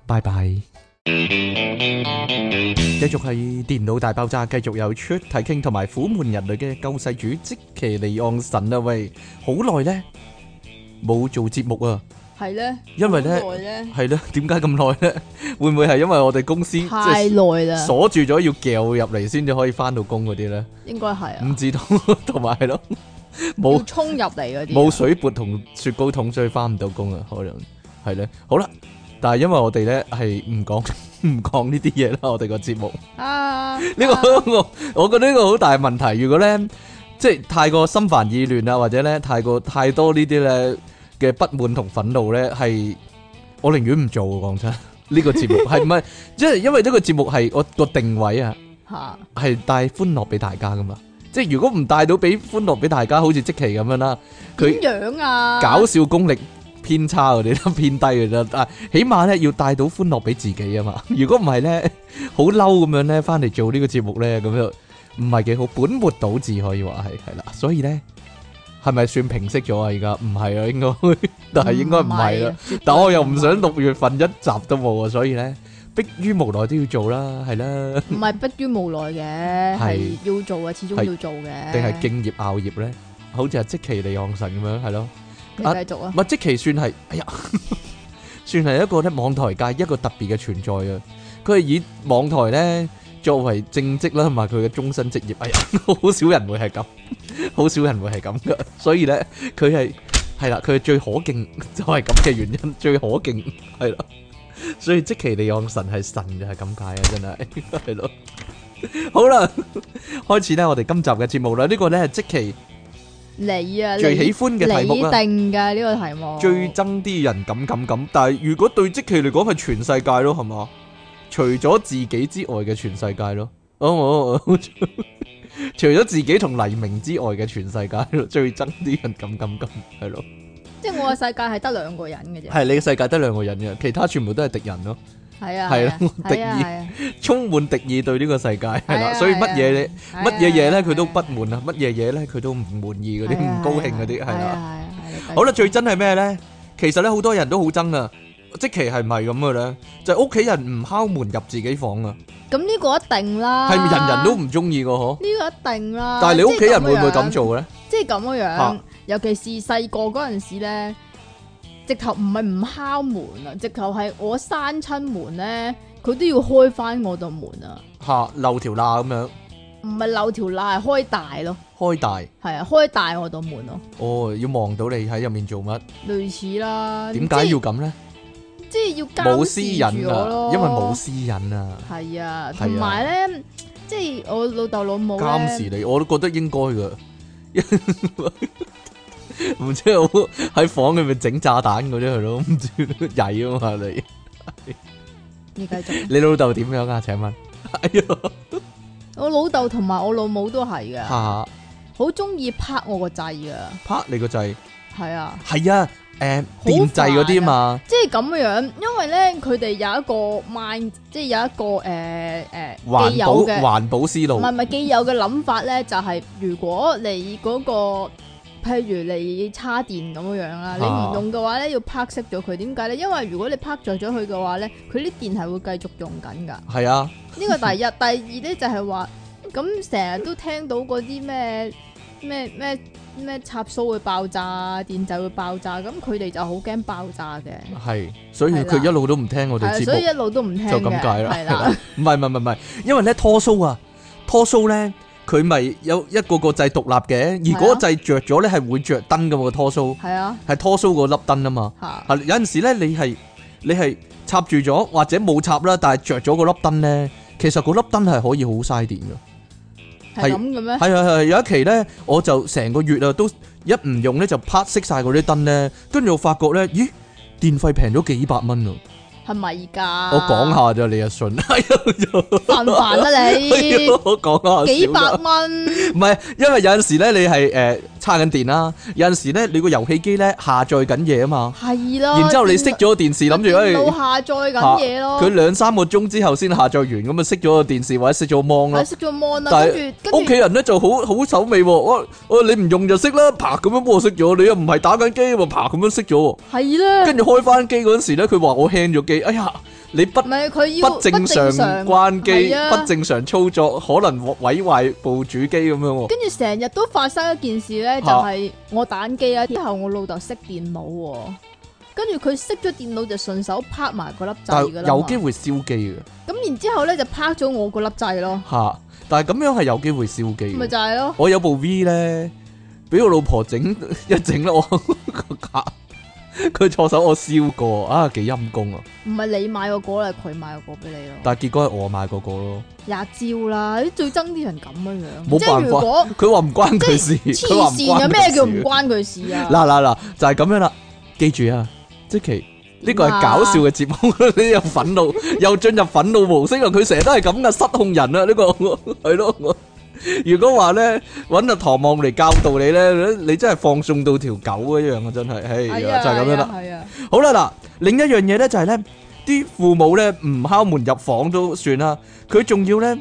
Speaker 1: 拜拜。繼續係電腦大爆炸，繼續有出體傾同埋苦悶人類嘅救世主即其利昂神啦喂，好耐呢，冇做節目啊，
Speaker 2: 係咧，
Speaker 1: 因為呢，
Speaker 2: 好耐咧，
Speaker 1: 係咧， 點解咁耐呢？會唔會係因為我哋公司即
Speaker 2: 太
Speaker 1: 係
Speaker 2: 耐啦，
Speaker 1: 鎖住咗要撬入嚟先至可以翻到工嗰啲呢？
Speaker 2: 應該係啊，
Speaker 1: 唔知道， 同埋係咯，冇
Speaker 2: 要。衝入嚟嗰啲，啊
Speaker 1: 冇，水撥同雪糕筒，所以翻唔到工啊，可能係咧。好啦，但係因為我哋咧係唔講 唔講呢啲嘢啦，我哋個節目
Speaker 2: 啊，
Speaker 1: 呢
Speaker 2: 啊
Speaker 1: 個我我覺得呢個好大問題。如果咧即係太過心煩意亂啊，或者咧太過太多呢啲咧嘅不滿同憤怒咧，係我寧願唔做啊！講真，呢個節目係唔係 即係因為呢個節目係我個定位啊？
Speaker 2: 嚇
Speaker 1: 係帶歡樂俾大家噶嘛，即係如果唔帶到俾歡樂俾大家，好似即期咁樣啦，佢
Speaker 2: 點。樣啊？
Speaker 1: 搞笑功力偏差嗰啲啦，偏低嘅啫。但係起碼咧要帶到歡樂俾自己啊嘛。 如果唔係咧，好嬲咁樣咧，翻嚟做呢個節目咧，咁就唔係幾好，本末倒置可以話係係啦。所以咧係咪算平息咗啊？而家唔係啊，應該， 但係應該唔係啦。
Speaker 2: 啊，絕對
Speaker 1: 但我又
Speaker 2: 唔
Speaker 1: 唔
Speaker 2: 係
Speaker 1: 想六月份一集都冇啊，所以咧，迫於無奈都要做啦，係啦，
Speaker 2: 唔係迫於無奈嘅，
Speaker 1: 係
Speaker 2: 係要做嘅，始終
Speaker 1: 係
Speaker 2: 要做嘅。
Speaker 1: 定係敬業熬業咧？好似係即其利昂神咁樣，係咯。
Speaker 2: 你
Speaker 1: 啊
Speaker 2: 繼續啊，
Speaker 1: 咪即其 算係，哎呀，算係一個咧網台界一個特別嘅存在啊！佢係以網台咧作為正職啦，同埋佢嘅終身職業。哎呀，好少人會係咁，好少人會係咁噶。所以咧，佢係係啦，佢係最可敬 就係咁嘅原因，最可敬係啦。所以即其利昂神係神就係 咁解啊！真係係咯。好啦，開始咧，我哋今集嘅節目啦。呢個咧係即其
Speaker 2: 你啊，
Speaker 1: 最
Speaker 2: 你
Speaker 1: 喜歡嘅題
Speaker 2: 你
Speaker 1: 目啦。
Speaker 2: 定嘅呢個題目，
Speaker 1: 最憎啲人咁咁咁，但係如果對即期嚟講係全世界咯，係嘛？除咗自己之外嘅全世界咯，哦哦， 哦除咗自己同黎明之外嘅全世界咯， 最憎啲人咁咁咁，係咯，
Speaker 2: 即係我嘅世界係得兩個人嘅啫。
Speaker 1: 係你嘅世界得兩個人嘅，其他全部都係敵人咯，
Speaker 2: 係啊，
Speaker 1: 係啦
Speaker 2: 啊
Speaker 1: 我敵
Speaker 2: 係啊
Speaker 1: 意
Speaker 2: 係啊
Speaker 1: 充滿敵意對呢個世界係
Speaker 2: 係
Speaker 1: 啦，
Speaker 2: 啊
Speaker 1: 所以乜嘢
Speaker 2: 係
Speaker 1: 咧
Speaker 2: 啊，
Speaker 1: 乜嘢嘢咧佢都不
Speaker 2: 係
Speaker 1: 滿啊，乜嘢嘢咧佢都唔滿意嗰啲，
Speaker 2: 啊
Speaker 1: 唔高興嗰啲係
Speaker 2: 係
Speaker 1: 啦。
Speaker 2: 啊係啊，
Speaker 1: 好啦，
Speaker 2: 係啊
Speaker 1: 最憎係咩咧？其實咧，好多人都好憎啊！即其係咪咁嘅咧？就係屋企人唔敲門入自己房啊，
Speaker 2: 咁呢個一定啦，
Speaker 1: 係咪人人都唔中意個嗬？
Speaker 2: 呢個一定啦。
Speaker 1: 但係你屋企人會唔會
Speaker 2: 即係樣
Speaker 1: 咁？做嘅咧？
Speaker 2: 即係咁樣樣
Speaker 1: 嚇，
Speaker 2: 尤其是細個嗰陣時咧，直頭唔係唔敲門啊，直頭係我閂親門咧，佢都要開翻我度門啊，
Speaker 1: 嚇，漏條罅咁樣
Speaker 2: 唔係漏條罅，係開大咯，
Speaker 1: 開大，
Speaker 2: 係啊，開大我度門咯，
Speaker 1: 哦，要望到你喺入面做乜？
Speaker 2: 類似啦。
Speaker 1: 點解要咁咧？
Speaker 2: 即係即係要
Speaker 1: 冇
Speaker 2: 監
Speaker 1: 私
Speaker 2: 視
Speaker 1: 隱
Speaker 2: 住我
Speaker 1: 啊
Speaker 2: 咯？，
Speaker 1: 因為冇私隱啊，
Speaker 2: 係啊，
Speaker 1: 係啊
Speaker 2: 同埋咧，即係我老豆老母咧
Speaker 1: 監視你，我都覺得應該 噶。唔知好喺房裏面整炸彈嗰啲係咯，唔知 曳啊嘛你。
Speaker 2: 你繼續。
Speaker 1: 你老豆點樣啊？請問？哎呀，
Speaker 2: 我老豆同埋我老母都係
Speaker 1: 嚇、
Speaker 2: 噶，好中意拍我個掣噶，
Speaker 1: 拍你個掣，
Speaker 2: 係啊。
Speaker 1: 係啊，誒
Speaker 2: 好
Speaker 1: 電掣嗰啲嘛，
Speaker 2: 即係咁樣，因為咧佢哋有一個 mind，即係有一個誒誒既
Speaker 1: 環
Speaker 2: 有
Speaker 1: 保
Speaker 2: 嘅，
Speaker 1: 環保思
Speaker 2: 唔
Speaker 1: 路
Speaker 2: 係唔係既有嘅諗法咧，就係、如果你嗰、個譬如你叉電咁樣樣啦，你
Speaker 1: 啊
Speaker 2: 唔用嘅話咧，要拍熄咗佢。點解咧？因為如果你拍着咗佢嘅話咧，佢啲電係會繼續用緊㗎。
Speaker 1: 係啊，
Speaker 2: 呢個第一， 第二咧就係話，咁成日都聽到嗰啲咩咩咩咩插蘇會爆炸，電掣會爆炸，咁佢哋就好驚爆炸嘅，
Speaker 1: 係，所以
Speaker 2: 係啦
Speaker 1: 佢一路都唔聽我哋
Speaker 2: 係啊
Speaker 1: 節
Speaker 2: 所以
Speaker 1: 目，
Speaker 2: 一路都唔聽嘅
Speaker 1: 就咁解啦，
Speaker 2: 係
Speaker 1: 係啦
Speaker 2: 啦，
Speaker 1: 唔係唔係唔係，因為咧拖蘇啊，拖蘇咧佢咪有一個個掣獨立嘅，而嗰個掣着咗咧係會着燈噶喎，拖蘇
Speaker 2: 係啊，
Speaker 1: 係拖蘇嗰粒燈啊嘛。
Speaker 2: 嚇
Speaker 1: 係有陣時咧，你係你係插住咗或者冇插啦，但係着咗嗰粒燈咧，其實嗰粒燈係可以好嘥電嘅。
Speaker 2: 係咁嘅 咩？
Speaker 1: 係係係，有一期咧，我就成個月啊都一唔用咧就啪熄晒嗰啲燈咧，跟住我發覺咧，咦，電費平咗幾百蚊啊！
Speaker 2: 係咪㗎？
Speaker 1: 我講下咋，你又信？係啊，
Speaker 2: 煩唔煩啊 你？
Speaker 1: 我講下
Speaker 2: 幾
Speaker 1: 少
Speaker 2: 百
Speaker 1: 啦
Speaker 2: 蚊
Speaker 1: 唔係，因為有陣時咧你係誒叉緊電啦，有陣時咧你個遊戲機咧下載緊嘢啊嘛，
Speaker 2: 係啦，
Speaker 1: 然之後你熄
Speaker 2: 電
Speaker 1: 咗個電視，諗住哎誒
Speaker 2: 電腦。下載緊嘢咯，
Speaker 1: 佢兩三個鐘之後先下載完，咁啊熄咗個電視或者熄咗個 mon
Speaker 2: 係
Speaker 1: 咯。
Speaker 2: 熄咗 mon 啦，
Speaker 1: 但
Speaker 2: 跟
Speaker 1: 係
Speaker 2: 住跟
Speaker 1: 屋
Speaker 2: 住
Speaker 1: 企人咧就好好手尾喎，我我你唔用就熄啦，啪咁樣幫我熄咗，你又唔係打緊機喎，啪咁樣熄咗
Speaker 2: 係
Speaker 1: 喎。
Speaker 2: 啦，
Speaker 1: 跟住開翻機嗰陣時咧，佢話我 hang 咗機，哎呀，你不
Speaker 2: 唔係佢要
Speaker 1: 不正常關機、
Speaker 2: 係啊
Speaker 1: 不正常操作，可能毀壞部主機咁樣喎。
Speaker 2: 跟住成日都發生一件事咧，就
Speaker 1: 嚇
Speaker 2: 係我蛋機啦，之後我老豆熄電腦喎，跟住佢熄咗電腦就順手拍埋嗰粒
Speaker 1: 但
Speaker 2: 掣噶
Speaker 1: 係
Speaker 2: 啦
Speaker 1: 有
Speaker 2: 嘛
Speaker 1: 機會燒機嘅
Speaker 2: 咁然之後咧就拍咗我嗰粒掣咯，
Speaker 1: 嚇，但係咁樣係有機會燒機嘅
Speaker 2: 咪就係咯，
Speaker 1: 我有部 V 咧，俾我老婆整一整啦，我 個架佢錯手我燒過啊，幾陰公啊！
Speaker 2: 唔係你買個果，係佢買個果俾你咯，
Speaker 1: 但係結果係我買嗰個咯，
Speaker 2: 廿招啦，你最憎啲人咁樣樣，
Speaker 1: 冇
Speaker 2: 即係
Speaker 1: 辦
Speaker 2: 如
Speaker 1: 法
Speaker 2: 果。
Speaker 1: 佢話唔關佢事，
Speaker 2: 黐
Speaker 1: 佢話唔
Speaker 2: 線
Speaker 1: 關
Speaker 2: 嘅
Speaker 1: 佢
Speaker 2: 咩
Speaker 1: 事
Speaker 2: 叫唔關佢事啊？
Speaker 1: 嗱嗱嗱，就係咁樣啦，記住啊，即其呢個係搞笑嘅節目， 你又憤怒，又進入憤怒模式啊！佢成日都係咁噶，失控人啊！呢個 係咯，我如果話咧揾阿唐望嚟教導你咧，你真係放縱到條狗一樣啊！真係，唉，
Speaker 2: 係
Speaker 1: 就
Speaker 2: 啊，
Speaker 1: 係咁樣啦。
Speaker 2: 係啊，
Speaker 1: 好啦，嗱，另一樣嘢咧就係咧，啲父母咧唔敲門入房都算啦，佢仲要咧，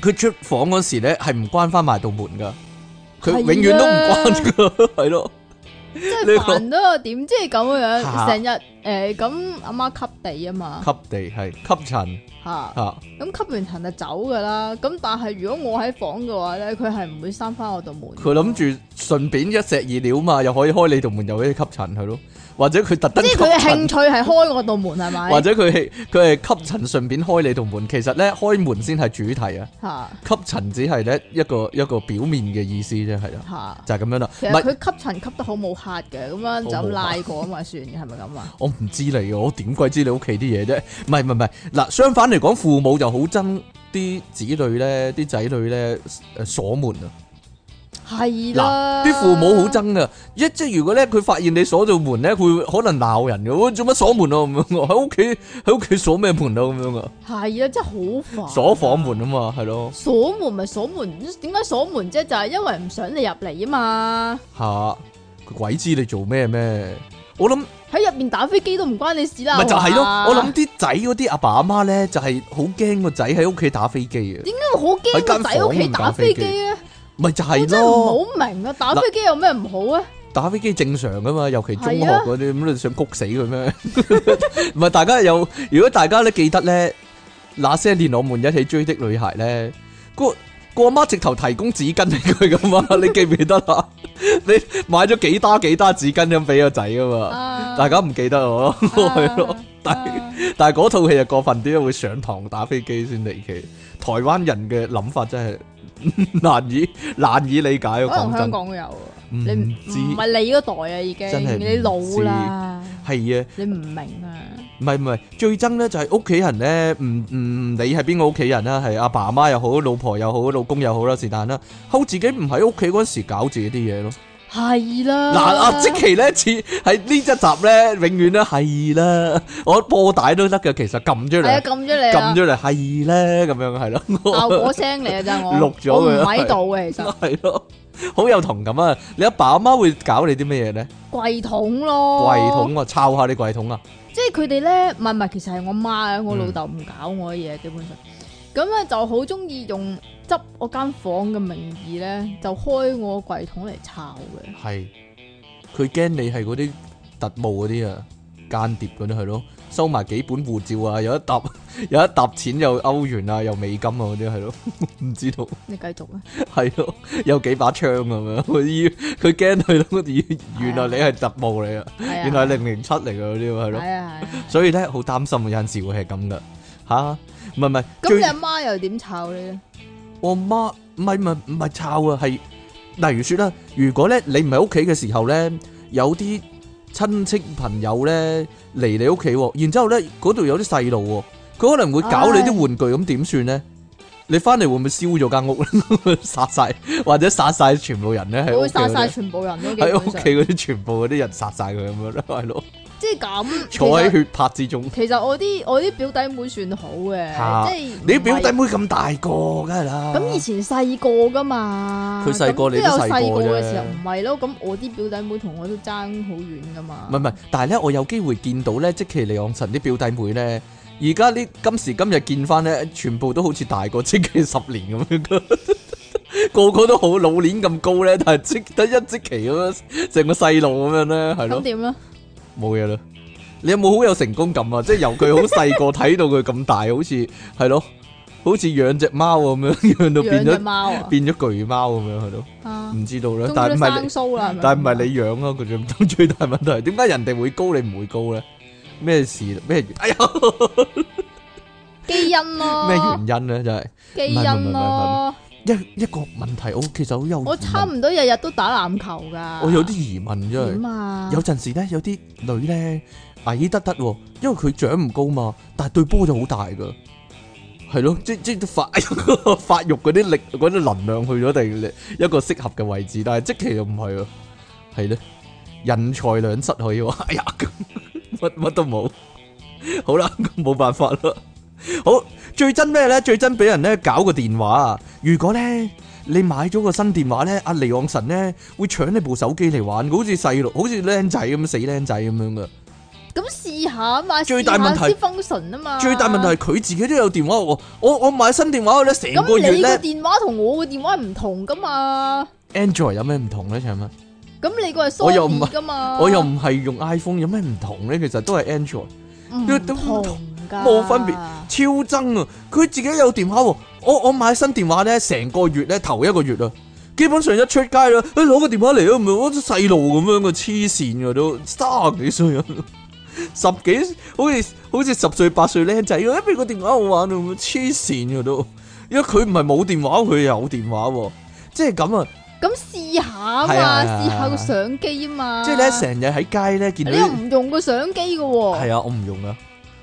Speaker 1: 佢出房嗰時咧係唔關翻埋道門噶，佢
Speaker 2: 係啊
Speaker 1: 永遠都唔關噶，係咯，
Speaker 2: 即
Speaker 1: 呢
Speaker 2: 係
Speaker 1: 個
Speaker 2: 煩到我點，即係咁樣
Speaker 1: 嚇
Speaker 2: 樣，成日诶咁阿媽吸地啊嘛
Speaker 1: 吸地 係吸塵
Speaker 2: 吓，
Speaker 1: 吓，
Speaker 2: 咁吸完塵就走噶啦。咁但係如果我喺房嘅話咧，佢係唔會閂翻我度門。
Speaker 1: 佢諗住順便一石二鳥嘛，又可以開你道門，又可以吸塵係咯，或者佢特登
Speaker 2: 即
Speaker 1: 吸
Speaker 2: 係佢嘅興
Speaker 1: 塵，
Speaker 2: 趣係開我度門係 咪？
Speaker 1: 或者佢係佢係吸塵順便開你道門，其實咧開門先係主題啊，
Speaker 2: 吓
Speaker 1: 吸塵只係咧一個一個表面嘅意思啫，係啦，
Speaker 2: 吓，
Speaker 1: 就係咁樣啦，
Speaker 2: 其
Speaker 1: 唔
Speaker 2: 實
Speaker 1: 係
Speaker 2: 佢吸塵吸得好冇客嘅，咁樣就咁拉過啊嘛，算嘅係咪咁啊？
Speaker 1: 我唔知你嘅，我點鬼知你屋企啲嘢啫？唔係唔係唔係，嗱，相反嚟講，父母就好憎啲子女咧，啲仔女咧誒鎖門啊！
Speaker 2: 係啦，
Speaker 1: 嗱，啲父母好憎噶，一即係如果咧佢發現你鎖咗門咧，佢會可能鬧人嘅，喂做乜鎖門啊？咁樣我喺屋企喺屋企鎖咩門啊？咁樣啊，
Speaker 2: 係啊，真係好煩。
Speaker 1: 鎖房門啊嘛，係咯
Speaker 2: 鎖門咪鎖門，點解鎖門啫？就係因為唔想你入嚟啊嘛。
Speaker 1: 吓，佢鬼知你做咩咩？我諗
Speaker 2: 喺入面打飛機都唔關你事啦。
Speaker 1: 咪就係咯，
Speaker 2: 話
Speaker 1: 我諗啲仔嗰啲阿爸阿媽咧就係好驚個仔喺屋企打飛機啊，
Speaker 2: 點解我好驚個仔屋企打飛機啊咧？
Speaker 1: 咪就
Speaker 2: 我
Speaker 1: 係
Speaker 2: 真係
Speaker 1: 咯。
Speaker 2: 唔好明啊！打飛機有咩唔好啊？
Speaker 1: 打飛機正常噶嘛，尤其中學
Speaker 2: 係啊
Speaker 1: 嗰啲，咁你想谷死佢咩？ 唔係大家有，如果大家咧記得咧，那些年我們一起追的女孩咧，個個阿媽直頭提供紙巾俾佢噶嘛， 你記唔記得啦？你買咗幾打幾打紙巾咁俾個仔噶嘛？
Speaker 2: 啊
Speaker 1: 大家唔記得我咯，係咯、 但係
Speaker 2: 啊
Speaker 1: 但係嗰套戲就過分啲，會上堂打飛機先離奇。台灣人嘅諗法真係 難以難以理解啊！
Speaker 2: 可能
Speaker 1: 講
Speaker 2: 香
Speaker 1: 真，
Speaker 2: 港有啊，你
Speaker 1: 唔知
Speaker 2: 唔係你嗰代啊，已
Speaker 1: 真係
Speaker 2: 經
Speaker 1: 唔知
Speaker 2: 你老啦，
Speaker 1: 係啊。
Speaker 2: 你唔明啊？
Speaker 1: 唔係唔係，最憎咧就係屋企人咧，唔唔理係邊個屋企人啦，係阿爸阿媽又好，老婆又好，老公又好啦，是但啦，睺自己唔喺屋企嗰時搞自己啲嘢咯。
Speaker 2: 係啦，
Speaker 1: 嗱，阿即奇咧似喺呢一集咧，永遠咧係啦，我播帶都得嘅，其實撳出
Speaker 2: 係
Speaker 1: 嚟，
Speaker 2: 啊，撳咗你
Speaker 1: 撳
Speaker 2: 啊，
Speaker 1: 出嚟係咧，咁樣係
Speaker 2: 爆
Speaker 1: 咯，
Speaker 2: 火聲嚟啊！真係 我
Speaker 1: 錄咗佢
Speaker 2: 我唔喺度嘅， 其實
Speaker 1: 係咯，好有同感啊！你阿爸阿媽會搞你啲咩嘢咧？
Speaker 2: 櫃桶咯，
Speaker 1: 櫃桶啊，抄下你櫃桶啊，
Speaker 2: 即係佢哋咧，唔係唔係，其實係我媽嘅，啊我老豆唔搞我嘅嘢，基本上。咁咧就好中意用執我間房嘅名義咧，就開我櫃桶嚟抄嘅。
Speaker 1: 係佢驚你係嗰啲特務嗰啲啊，間諜嗰啲係咯，收埋幾本護照啊，有一沓 有一沓錢又歐元啊，又美金啊嗰啲係咯， 唔知道
Speaker 2: 你繼續 啊，
Speaker 1: 係咯，有幾把槍咁樣，佢以佢驚佢咯，以原來你係特務嚟啊，
Speaker 2: 係啊，
Speaker 1: 原來零零七嚟嘅嗰啲係咯，
Speaker 2: 係啊係 啊。
Speaker 1: 所以咧好擔心啊有陣時會係咁噶吓，唔係唔係
Speaker 2: 咁
Speaker 1: 最
Speaker 2: 你阿媽又點抄你咧？
Speaker 1: 我媽唔係唔係唔係抄啊，係例如說啦，如果咧你唔喺屋企嘅時候咧，有啲親戚朋友咧嚟你屋企喎，然之後咧嗰度有啲細路喎，佢可能會搞你啲玩具，咁點算咧？你翻嚟會唔會燒咗間屋 咧？殺晒或者殺晒全部人咧？喺
Speaker 2: 我
Speaker 1: 屋
Speaker 2: 會
Speaker 1: 企
Speaker 2: 殺
Speaker 1: 嗰
Speaker 2: 晒
Speaker 1: 啲
Speaker 2: 全部人咯，基
Speaker 1: 喺屋
Speaker 2: 本
Speaker 1: 企
Speaker 2: 上。
Speaker 1: 嗰啲全部嗰啲人殺晒佢咁樣咯，係咯，
Speaker 2: 即係咁。
Speaker 1: 坐喺
Speaker 2: 其實
Speaker 1: 血泊之中。
Speaker 2: 其實我啲我啲表弟妹算好
Speaker 1: 嚇
Speaker 2: 嘅，即係
Speaker 1: 你表弟
Speaker 2: 唔係啊
Speaker 1: 妹咁大個，梗係啦。
Speaker 2: 咁以前細個噶嘛，
Speaker 1: 佢細個
Speaker 2: 咁
Speaker 1: 你都
Speaker 2: 有
Speaker 1: 細個
Speaker 2: 細個嘅
Speaker 1: 啫
Speaker 2: 時候唔係咯，咁我啲表弟妹同我都爭好遠噶嘛。
Speaker 1: 唔係唔係，但係咧，我有機會見到咧，即其利昂神啲表弟妹咧，而家呢今時今日見翻咧，全部都好似大過即其十年咁樣噶， 個個都好老年咁高咧，但係即得一即其咁樣，成個細路咁樣咧，係
Speaker 2: 咁
Speaker 1: 咯，
Speaker 2: 點咧？
Speaker 1: 冇嘢啦。你有冇好有成功感啊？即係由佢好細個睇到佢咁大，好似係咯，好似養只貓咁樣，養到變
Speaker 2: 養只
Speaker 1: 咗
Speaker 2: 貓啊！
Speaker 1: 變咗巨貓咁樣，係咯，
Speaker 2: 啊，
Speaker 1: 唔知道啦。但係
Speaker 2: 終於
Speaker 1: 唔
Speaker 2: 都
Speaker 1: 係你
Speaker 2: 生。鬚啦，係咪
Speaker 1: 但係唔係你養啊？佢最最大問題係點解人哋會高你唔會高咧？咩事咩？
Speaker 2: 哦
Speaker 1: 哎呀，
Speaker 2: 基因咯，
Speaker 1: 咩原因咧？真係
Speaker 2: 基
Speaker 1: 唔係唔係唔係
Speaker 2: 因
Speaker 1: 唔係
Speaker 2: 咯，
Speaker 1: 一一個問題，我其實好有疑問
Speaker 2: 我差唔多日日都打籃球噶。
Speaker 1: 我有啲疑問真
Speaker 2: 點
Speaker 1: 係。
Speaker 2: 啊？
Speaker 1: 有陣時咧，有啲女咧矮得得喎，因為佢長唔高嘛，但係對波就好大噶。係咯，即即發 發育嗰啲力嗰啲能量去咗第一個適合嘅位置，但係即其又唔係喎，係咧人財兩失可以話， 哎呀咁乜乜都冇，好啦，冇辦法啦。好最憎咩咧？最憎俾人咧搞個電話啊！如果咧你買咗個新電話咧，阿離岸神咧會搶你部手機嚟玩，好似細路，好似僆仔咁死僆仔咁樣噶。
Speaker 2: 咁試下啊嘛，
Speaker 1: 最大問題
Speaker 2: 試下先 function 啊嘛。
Speaker 1: 最大問題係佢自己都有電話喎，我我買新電話咧，成個
Speaker 2: 咁
Speaker 1: 月
Speaker 2: 你個
Speaker 1: 咧。
Speaker 2: 電話同我個電話唔同噶嘛？
Speaker 1: Android 有咩唔同咧？唱乜？
Speaker 2: 咁你個係
Speaker 1: 我又唔
Speaker 2: Sony 噶嘛？
Speaker 1: 我又唔係用 iPhone，有咩唔同咧？其實都係 Android，
Speaker 2: 唔
Speaker 1: 都
Speaker 2: 同㗎，
Speaker 1: 冇分別超憎啊！佢自己有電話喎，我我買新電話咧，成個月咧頭一個月啊，基本上一出街啦，哎攞個電話嚟啊，唔係好似細路咁樣嘅黐線嘅都三十幾歲啊，十幾好似好似十歲八歲僆仔咁，哎俾個電話我玩啊，咁黐線嘅都，因為佢唔係冇電話，佢有電話喎，即係咁啊！
Speaker 2: 咁試下啊
Speaker 1: 係啊
Speaker 2: 嘛，
Speaker 1: 係啊
Speaker 2: 試下個
Speaker 1: 係啊
Speaker 2: 相機啊嘛。
Speaker 1: 即係咧，成日喺街咧見到
Speaker 2: 你又
Speaker 1: 啲
Speaker 2: 唔用個相機嘅喎，
Speaker 1: 係啊，我唔用啊，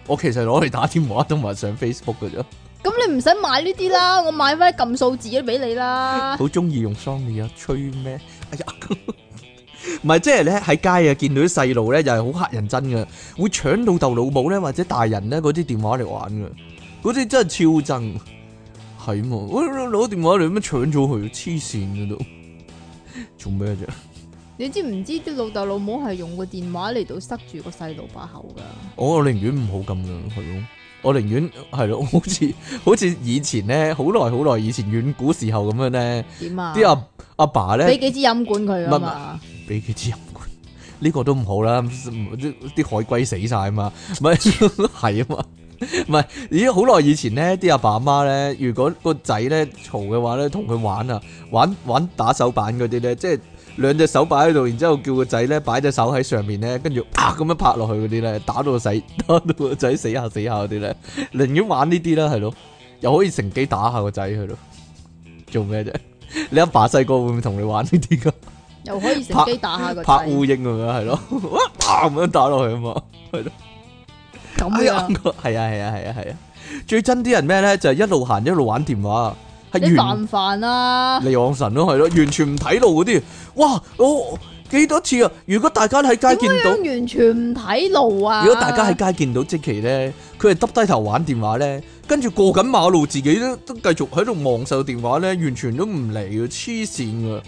Speaker 1: 我其實攞嚟打電話同埋上 Facebook 嘅啫，
Speaker 2: 咁你唔使買呢啲啦，我買翻撳數字都俾你啦。
Speaker 1: 好中意用 Sony 啊，吹咩？哎呀， 唔係即係咧喺街啊，見到啲細路咧又係好乞人憎嘅，會搶老豆老母咧或者大人咧嗰啲電話嚟玩嘅，嗰啲真係超憎，係嘛？我攞電話嚟咁樣搶咗佢，黐線嘅都，做咩啫？
Speaker 2: 你知唔知啲老豆老母係用個電話嚟到塞住個細路把口㗎？
Speaker 1: 我我寧願唔好咁樣，係咯。我寧願係咯， 好似好似以前咧，好耐好耐以前遠古時候咁樣咧，
Speaker 2: 點啊？
Speaker 1: 啲阿阿爸咧
Speaker 2: 俾幾支飲管佢啊嘛？
Speaker 1: 俾佢支飲管，呢個都唔好啦，唔啲啲海龜死晒啊嘛，咪係啊嘛，唔係已經好耐以前咧，啲阿爸阿媽咧，如果個仔咧嘈嘅話咧，同佢玩啊，玩玩打手板嗰啲咧，即係兩隻手擺喺度，然之後叫個仔咧擺隻手喺上面咧，跟住啪咁樣拍落去嗰啲咧，打到個仔 打到個仔死下死下嗰啲咧，寧願玩呢啲啦，係咯，又可以乘機打下個仔係咯，做咩啫？你阿爸細個會唔會同你玩呢啲噶？
Speaker 2: 又可以乘機打下個仔
Speaker 1: 拍烏蠅咁樣係咯，哇啪咁樣打落去啊嘛，係咯，哎
Speaker 2: 咁
Speaker 1: 呀，
Speaker 2: 樣。
Speaker 1: 係啊係啊係啊係啊，最憎啲人咩咧？就係一路行一路玩電話，
Speaker 2: 你
Speaker 1: 係
Speaker 2: 煩
Speaker 1: 完
Speaker 2: 唔煩啊？
Speaker 1: 離岸神咯，係咯，完全唔睇路嗰啲，哇，我幾多次啊！如果大家喺街見到
Speaker 2: 點，樣完全唔睇路啊！
Speaker 1: 如果大家喺街見到即奇咧，佢係耷低頭玩電話咧，跟住過緊馬路自己都都繼續喺度望手電話咧，完全都唔嚟嘅，黐線噶。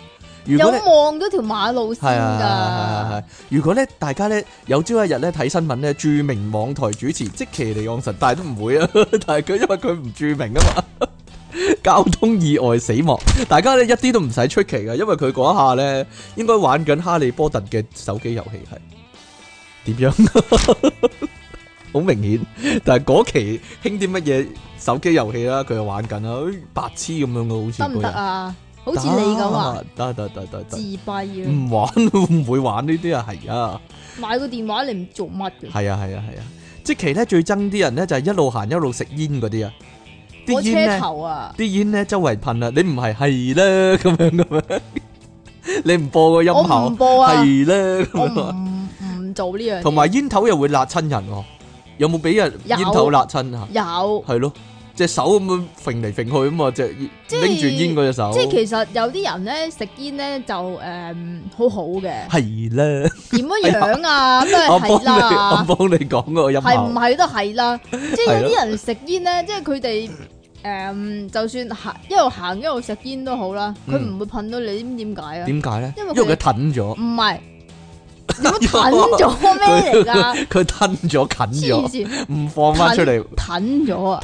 Speaker 1: 如
Speaker 2: 有
Speaker 1: 果你
Speaker 2: 望咗條馬路
Speaker 1: 係啊係啊係
Speaker 2: 線㗎
Speaker 1: 啊係啊。如果咧大家咧有朝一日咧睇新聞咧，著名網台主持即其離岸神，但係都唔會啊， 但係佢因為佢唔著名啊嘛。 交通意外死亡，大家咧一啲都唔使出奇噶，因為佢嗰一下咧應該玩緊哈利波特嘅手機遊戲係點樣？ 好明顯，但係嗰期興啲乜嘢手機遊戲啦，佢又玩緊啦，白痴咁樣嘅好似
Speaker 2: 得唔
Speaker 1: 個
Speaker 2: 得
Speaker 1: 人，
Speaker 2: 啊？好似你咁啊，
Speaker 1: 得？嗯得得得
Speaker 2: 自
Speaker 1: 得，
Speaker 2: 閉啊，
Speaker 1: 唔玩唔會玩呢啲啊，係啊。
Speaker 2: 買個電話你唔做乜嘅？
Speaker 1: 係啊係啊係啊，即期咧最憎啲人咧就係一路行一路食煙嗰啲啊，啲
Speaker 2: 我
Speaker 1: 煙
Speaker 2: 車
Speaker 1: 咧
Speaker 2: 頭啊，
Speaker 1: 啲煙咧周圍噴啊，你唔係係啦咁樣 咁樣，你唔播個音
Speaker 2: 我唔
Speaker 1: 效
Speaker 2: 播啊，
Speaker 1: 係啦
Speaker 2: 我
Speaker 1: 咁樣啊，
Speaker 2: 唔唔做呢樣嘢。
Speaker 1: 同埋煙頭又會辣親人喎，有冇俾人
Speaker 2: 有
Speaker 1: 煙頭辣親啊？
Speaker 2: 有，
Speaker 1: 係咯，隻手咁樣揈嚟揈去咁嘛，隻
Speaker 2: 即係
Speaker 1: 拎住煙嗰隻手
Speaker 2: 即係其實有啲人咧食煙咧就誒好好嘅，點
Speaker 1: 係啦，
Speaker 2: 樣樣啊？咩
Speaker 1: 哎我幫
Speaker 2: 係啦
Speaker 1: 你？我幫你講個音
Speaker 2: 係唔
Speaker 1: 效，
Speaker 2: 係都 係啦，即係
Speaker 1: 係
Speaker 2: 有
Speaker 1: 咯
Speaker 2: 啲人食煙咧，即係佢哋誒，就算行一路行一路食煙都好啦，佢
Speaker 1: 嗯
Speaker 2: 唔會噴到你，知唔知點解啊？
Speaker 1: 點解咧？
Speaker 2: 因為佢
Speaker 1: 因為佢褪咗，
Speaker 2: 唔係，你乜褪咗咩嚟 㗎？
Speaker 1: 佢褪咗近咗
Speaker 2: 黐。線，
Speaker 1: 唔放翻出嚟，
Speaker 2: 褪咗 啊，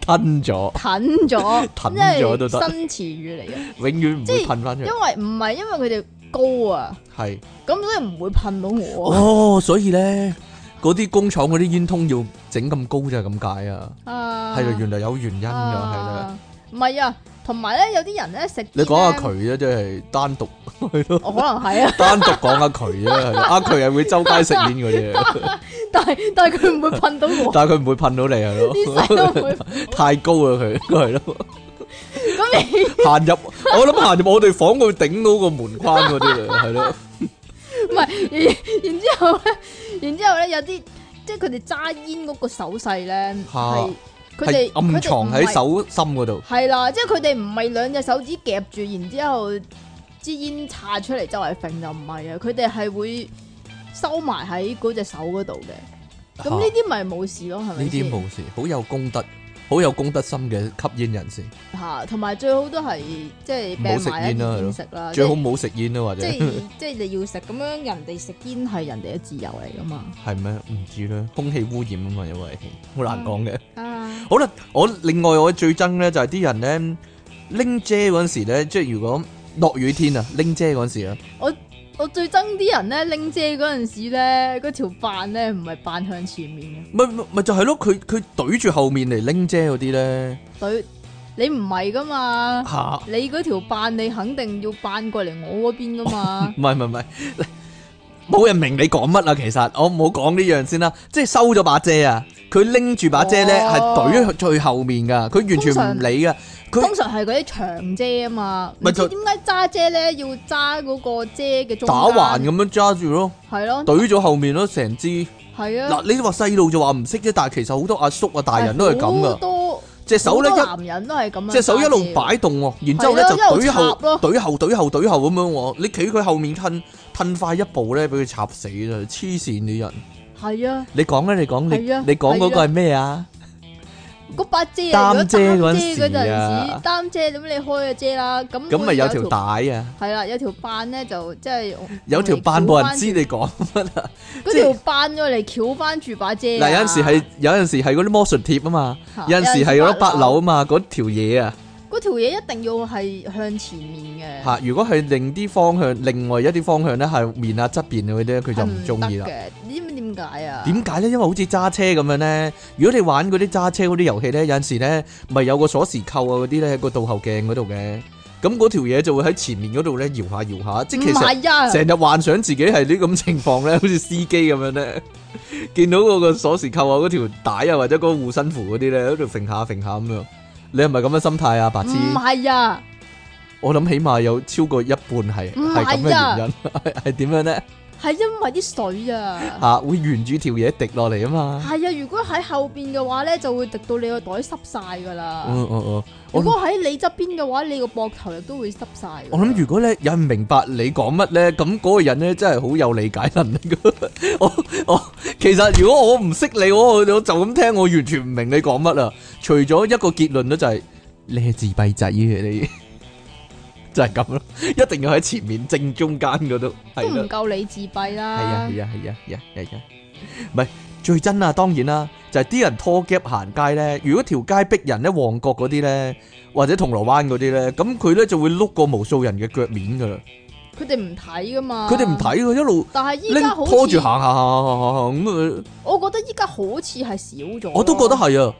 Speaker 1: 吞咗，
Speaker 2: 褪咗，
Speaker 1: 褪
Speaker 2: 即係
Speaker 1: 咗都得
Speaker 2: 新詞語嚟 嘅，
Speaker 1: 永遠唔
Speaker 2: 即
Speaker 1: 會
Speaker 2: 係
Speaker 1: 噴翻出
Speaker 2: 因
Speaker 1: 嚟。
Speaker 2: 為唔係因為佢哋高啊，
Speaker 1: 係
Speaker 2: 咁所以唔會噴到我啊
Speaker 1: 哦，所以咧，嗰啲工廠嗰啲煙通要整咁高就係咁解啊。
Speaker 2: 啊。
Speaker 1: 係啦，原來有原因㗎，係啦。
Speaker 2: 啊，唔係啊，同埋咧有啲人咧食煙
Speaker 1: 你
Speaker 2: 呢
Speaker 1: 講下，佢啊，即係單 獨係咯，
Speaker 2: 我可能係啊。
Speaker 1: 單獨講下佢啫。係啦啊，佢係會周街食煙嗰啲，啊
Speaker 2: 但係但係佢唔會噴到我，
Speaker 1: 但係佢唔會噴到你啊 係
Speaker 2: 啲細都唔
Speaker 1: 咯，
Speaker 2: 會。
Speaker 1: 太高啦佢係咯。
Speaker 2: 咁你
Speaker 1: 行入我諗行入我哋房佢會頂到個門框嗰啲嚟，係咯。
Speaker 2: 唔係，然然之後咧，然之後咧有啲即係佢哋揸煙嗰個手勢咧，
Speaker 1: 嚇
Speaker 2: 係佢
Speaker 1: 係
Speaker 2: 哋
Speaker 1: 暗藏喺。
Speaker 2: 佢哋唔係
Speaker 1: 手心嗰度。
Speaker 2: 係啦，即係佢哋唔係兩隻手指夾住，然之後支煙叉出嚟周圍揈就唔係啊，佢哋係會收埋喺嗰隻手嗰度嘅。咁呢啲咪冇事咯，係咪
Speaker 1: 呢啲
Speaker 2: 先？
Speaker 1: 冇事，好有公德，好有公德心嘅吸煙人士，
Speaker 2: 嚇，同埋最好都係即係
Speaker 1: 唔好食
Speaker 2: 病埋一
Speaker 1: 煙啦係
Speaker 2: 啲
Speaker 1: 咯
Speaker 2: 煙食啦，
Speaker 1: 最好唔好食煙啦，或
Speaker 2: 即
Speaker 1: 者
Speaker 2: 係即係即係你要食咁樣，人哋食煙係人哋嘅自由嚟噶嘛。
Speaker 1: 係咩？唔知啦，空氣污染啊嘛，因為好難講嘅。
Speaker 2: 啊，
Speaker 1: 好啦，我另外我最憎咧就係啲人咧拎遮嗰陣時咧，即係如果落雨天啊，拎遮嗰陣時啊，
Speaker 2: 我最憎啲人咧拎遮嗰阵时咧，嗰條扮咧唔係扮向前面嘅，
Speaker 1: 咪咪咪就係咯，佢佢懟住後面嚟拎遮嗰啲咧，
Speaker 2: 對你唔係噶嘛，
Speaker 1: 吓，，
Speaker 2: 你嗰條扮你肯定要扮過嚟我嗰邊噶嘛
Speaker 1: 唔係唔係唔係，冇人明你講乜啊，其實我唔好講呢樣先啦，即係收咗把遮啊，佢拎住把遮咧係
Speaker 2: 哦
Speaker 1: 懟最後面噶，佢完全唔理噶， 佢
Speaker 2: 通常係嗰啲長遮啊嘛，唔
Speaker 1: 咪就
Speaker 2: 知點解揸遮咧要揸嗰個遮嘅中
Speaker 1: 打橫
Speaker 2: 間
Speaker 1: 咁樣揸住咯，
Speaker 2: 係咯，
Speaker 1: 懟咗後面咯，成支。
Speaker 2: 係啊，
Speaker 1: 嗱，你話細路就話唔識啫，但係其實好多阿叔啊、大人都係咁
Speaker 2: 好
Speaker 1: 噶，
Speaker 2: 多
Speaker 1: 隻手咧
Speaker 2: 好
Speaker 1: 一
Speaker 2: 多。男人都係咁樣揸
Speaker 1: 隻
Speaker 2: 遮，
Speaker 1: 手一路擺動喎，然之後咧
Speaker 2: 係
Speaker 1: 就
Speaker 2: 咯
Speaker 1: 懟
Speaker 2: 一路插
Speaker 1: 後
Speaker 2: 咯
Speaker 1: 懟後懟後懟後咁樣喎，你企佢後面褪褪快一步咧，俾佢插死啦！黐線啲人，
Speaker 2: 係啊，
Speaker 1: 你講咧，你講你
Speaker 2: 係啊
Speaker 1: 你講嗰個係咩啊？
Speaker 2: 嗰把遮啊
Speaker 1: 擔遮
Speaker 2: 如果
Speaker 1: 嗰陣
Speaker 2: 擔遮嗰陣
Speaker 1: 時啊
Speaker 2: 時，擔遮咁你開咗遮啦，咁
Speaker 1: 咁咪有條
Speaker 2: 條
Speaker 1: 帶啊，
Speaker 2: 系啦，有條扮咧就即係我
Speaker 1: 有條扮冇人知，你講乜啊？
Speaker 2: 嗰
Speaker 1: 即係
Speaker 2: 條扮咗嚟翹翻住把遮啊。
Speaker 1: 嗱有陣時係有陣時係嗰啲魔術貼啊嘛，
Speaker 2: 嚇
Speaker 1: 有陣時係嗰啲八樓啊
Speaker 2: 樓，
Speaker 1: 嘛，嗰條嘢啊
Speaker 2: 嗰條嘢一定要係向前面嘅，
Speaker 1: 嚇，如果係另啲方向，另外一啲方向咧係面啊側邊嗰啲咧，佢就唔中意啦
Speaker 2: 係。得嘅。你知唔知點解啊？
Speaker 1: 點解咧？因為好似揸車咁樣咧，如果你玩嗰啲揸車嗰啲遊戲咧，有陣時咧，咪有個鎖匙扣啊嗰啲咧喺個倒後鏡嗰度嘅，咁嗰條嘢就會喺前面嗰度咧搖下搖下，即係其
Speaker 2: 唔
Speaker 1: 實
Speaker 2: 係 啊，
Speaker 1: 成日幻想自己係呢咁情況咧，好似司機咁樣咧， 見到嗰個鎖匙扣啊、嗰條帶啊或者嗰個護身符嗰啲咧喺度揈下揈下咁樣，你係咪咁嘅心態啊，白痴？
Speaker 2: 唔係啊，
Speaker 1: 我諗起碼有超過一半係
Speaker 2: 唔
Speaker 1: 係咁
Speaker 2: 係啊
Speaker 1: 嘅原因，係係點樣 咧？
Speaker 2: 係因為啲水啊。
Speaker 1: 嚇、會沿住條嘢滴落嚟啊嘛！
Speaker 2: 係啊，如果喺後边嘅話咧，就會滴到你個袋濕晒噶啦。
Speaker 1: 嗯嗯嗯，我
Speaker 2: 如果喺你側邊嘅話，你個膊頭亦都會濕晒㗎啦。
Speaker 1: 我諗如果咧有人明白你講乜咧，咁嗰個人咧真係好有理解能力 㗎。我我其實如果我唔識你，我我就咁聽，我完全唔明你講乜啊。除咗一個結論咧，就係你係自閉仔嘅你， 就係咁咯。一定要喺前面正中間嗰度，
Speaker 2: 都
Speaker 1: 係啦
Speaker 2: 唔。夠你自閉
Speaker 1: 係啊
Speaker 2: 啦。
Speaker 1: 係啊係啊係啊係啊，唔係最真啊！當然啦，就係啲人拖夾行街咧。如果條街逼人咧，旺角嗰啲咧，或者銅鑼灣嗰啲咧，咁佢咧就會碌過無數人嘅腳面噶啦。
Speaker 2: 佢哋唔睇噶嘛。
Speaker 1: 佢哋唔。睇佢一路
Speaker 2: 但係依
Speaker 1: 拎
Speaker 2: 家好似
Speaker 1: 拖住行行行行行行咁啊！
Speaker 2: 我覺得依家好似係少咗。
Speaker 1: 我都覺得。係啊，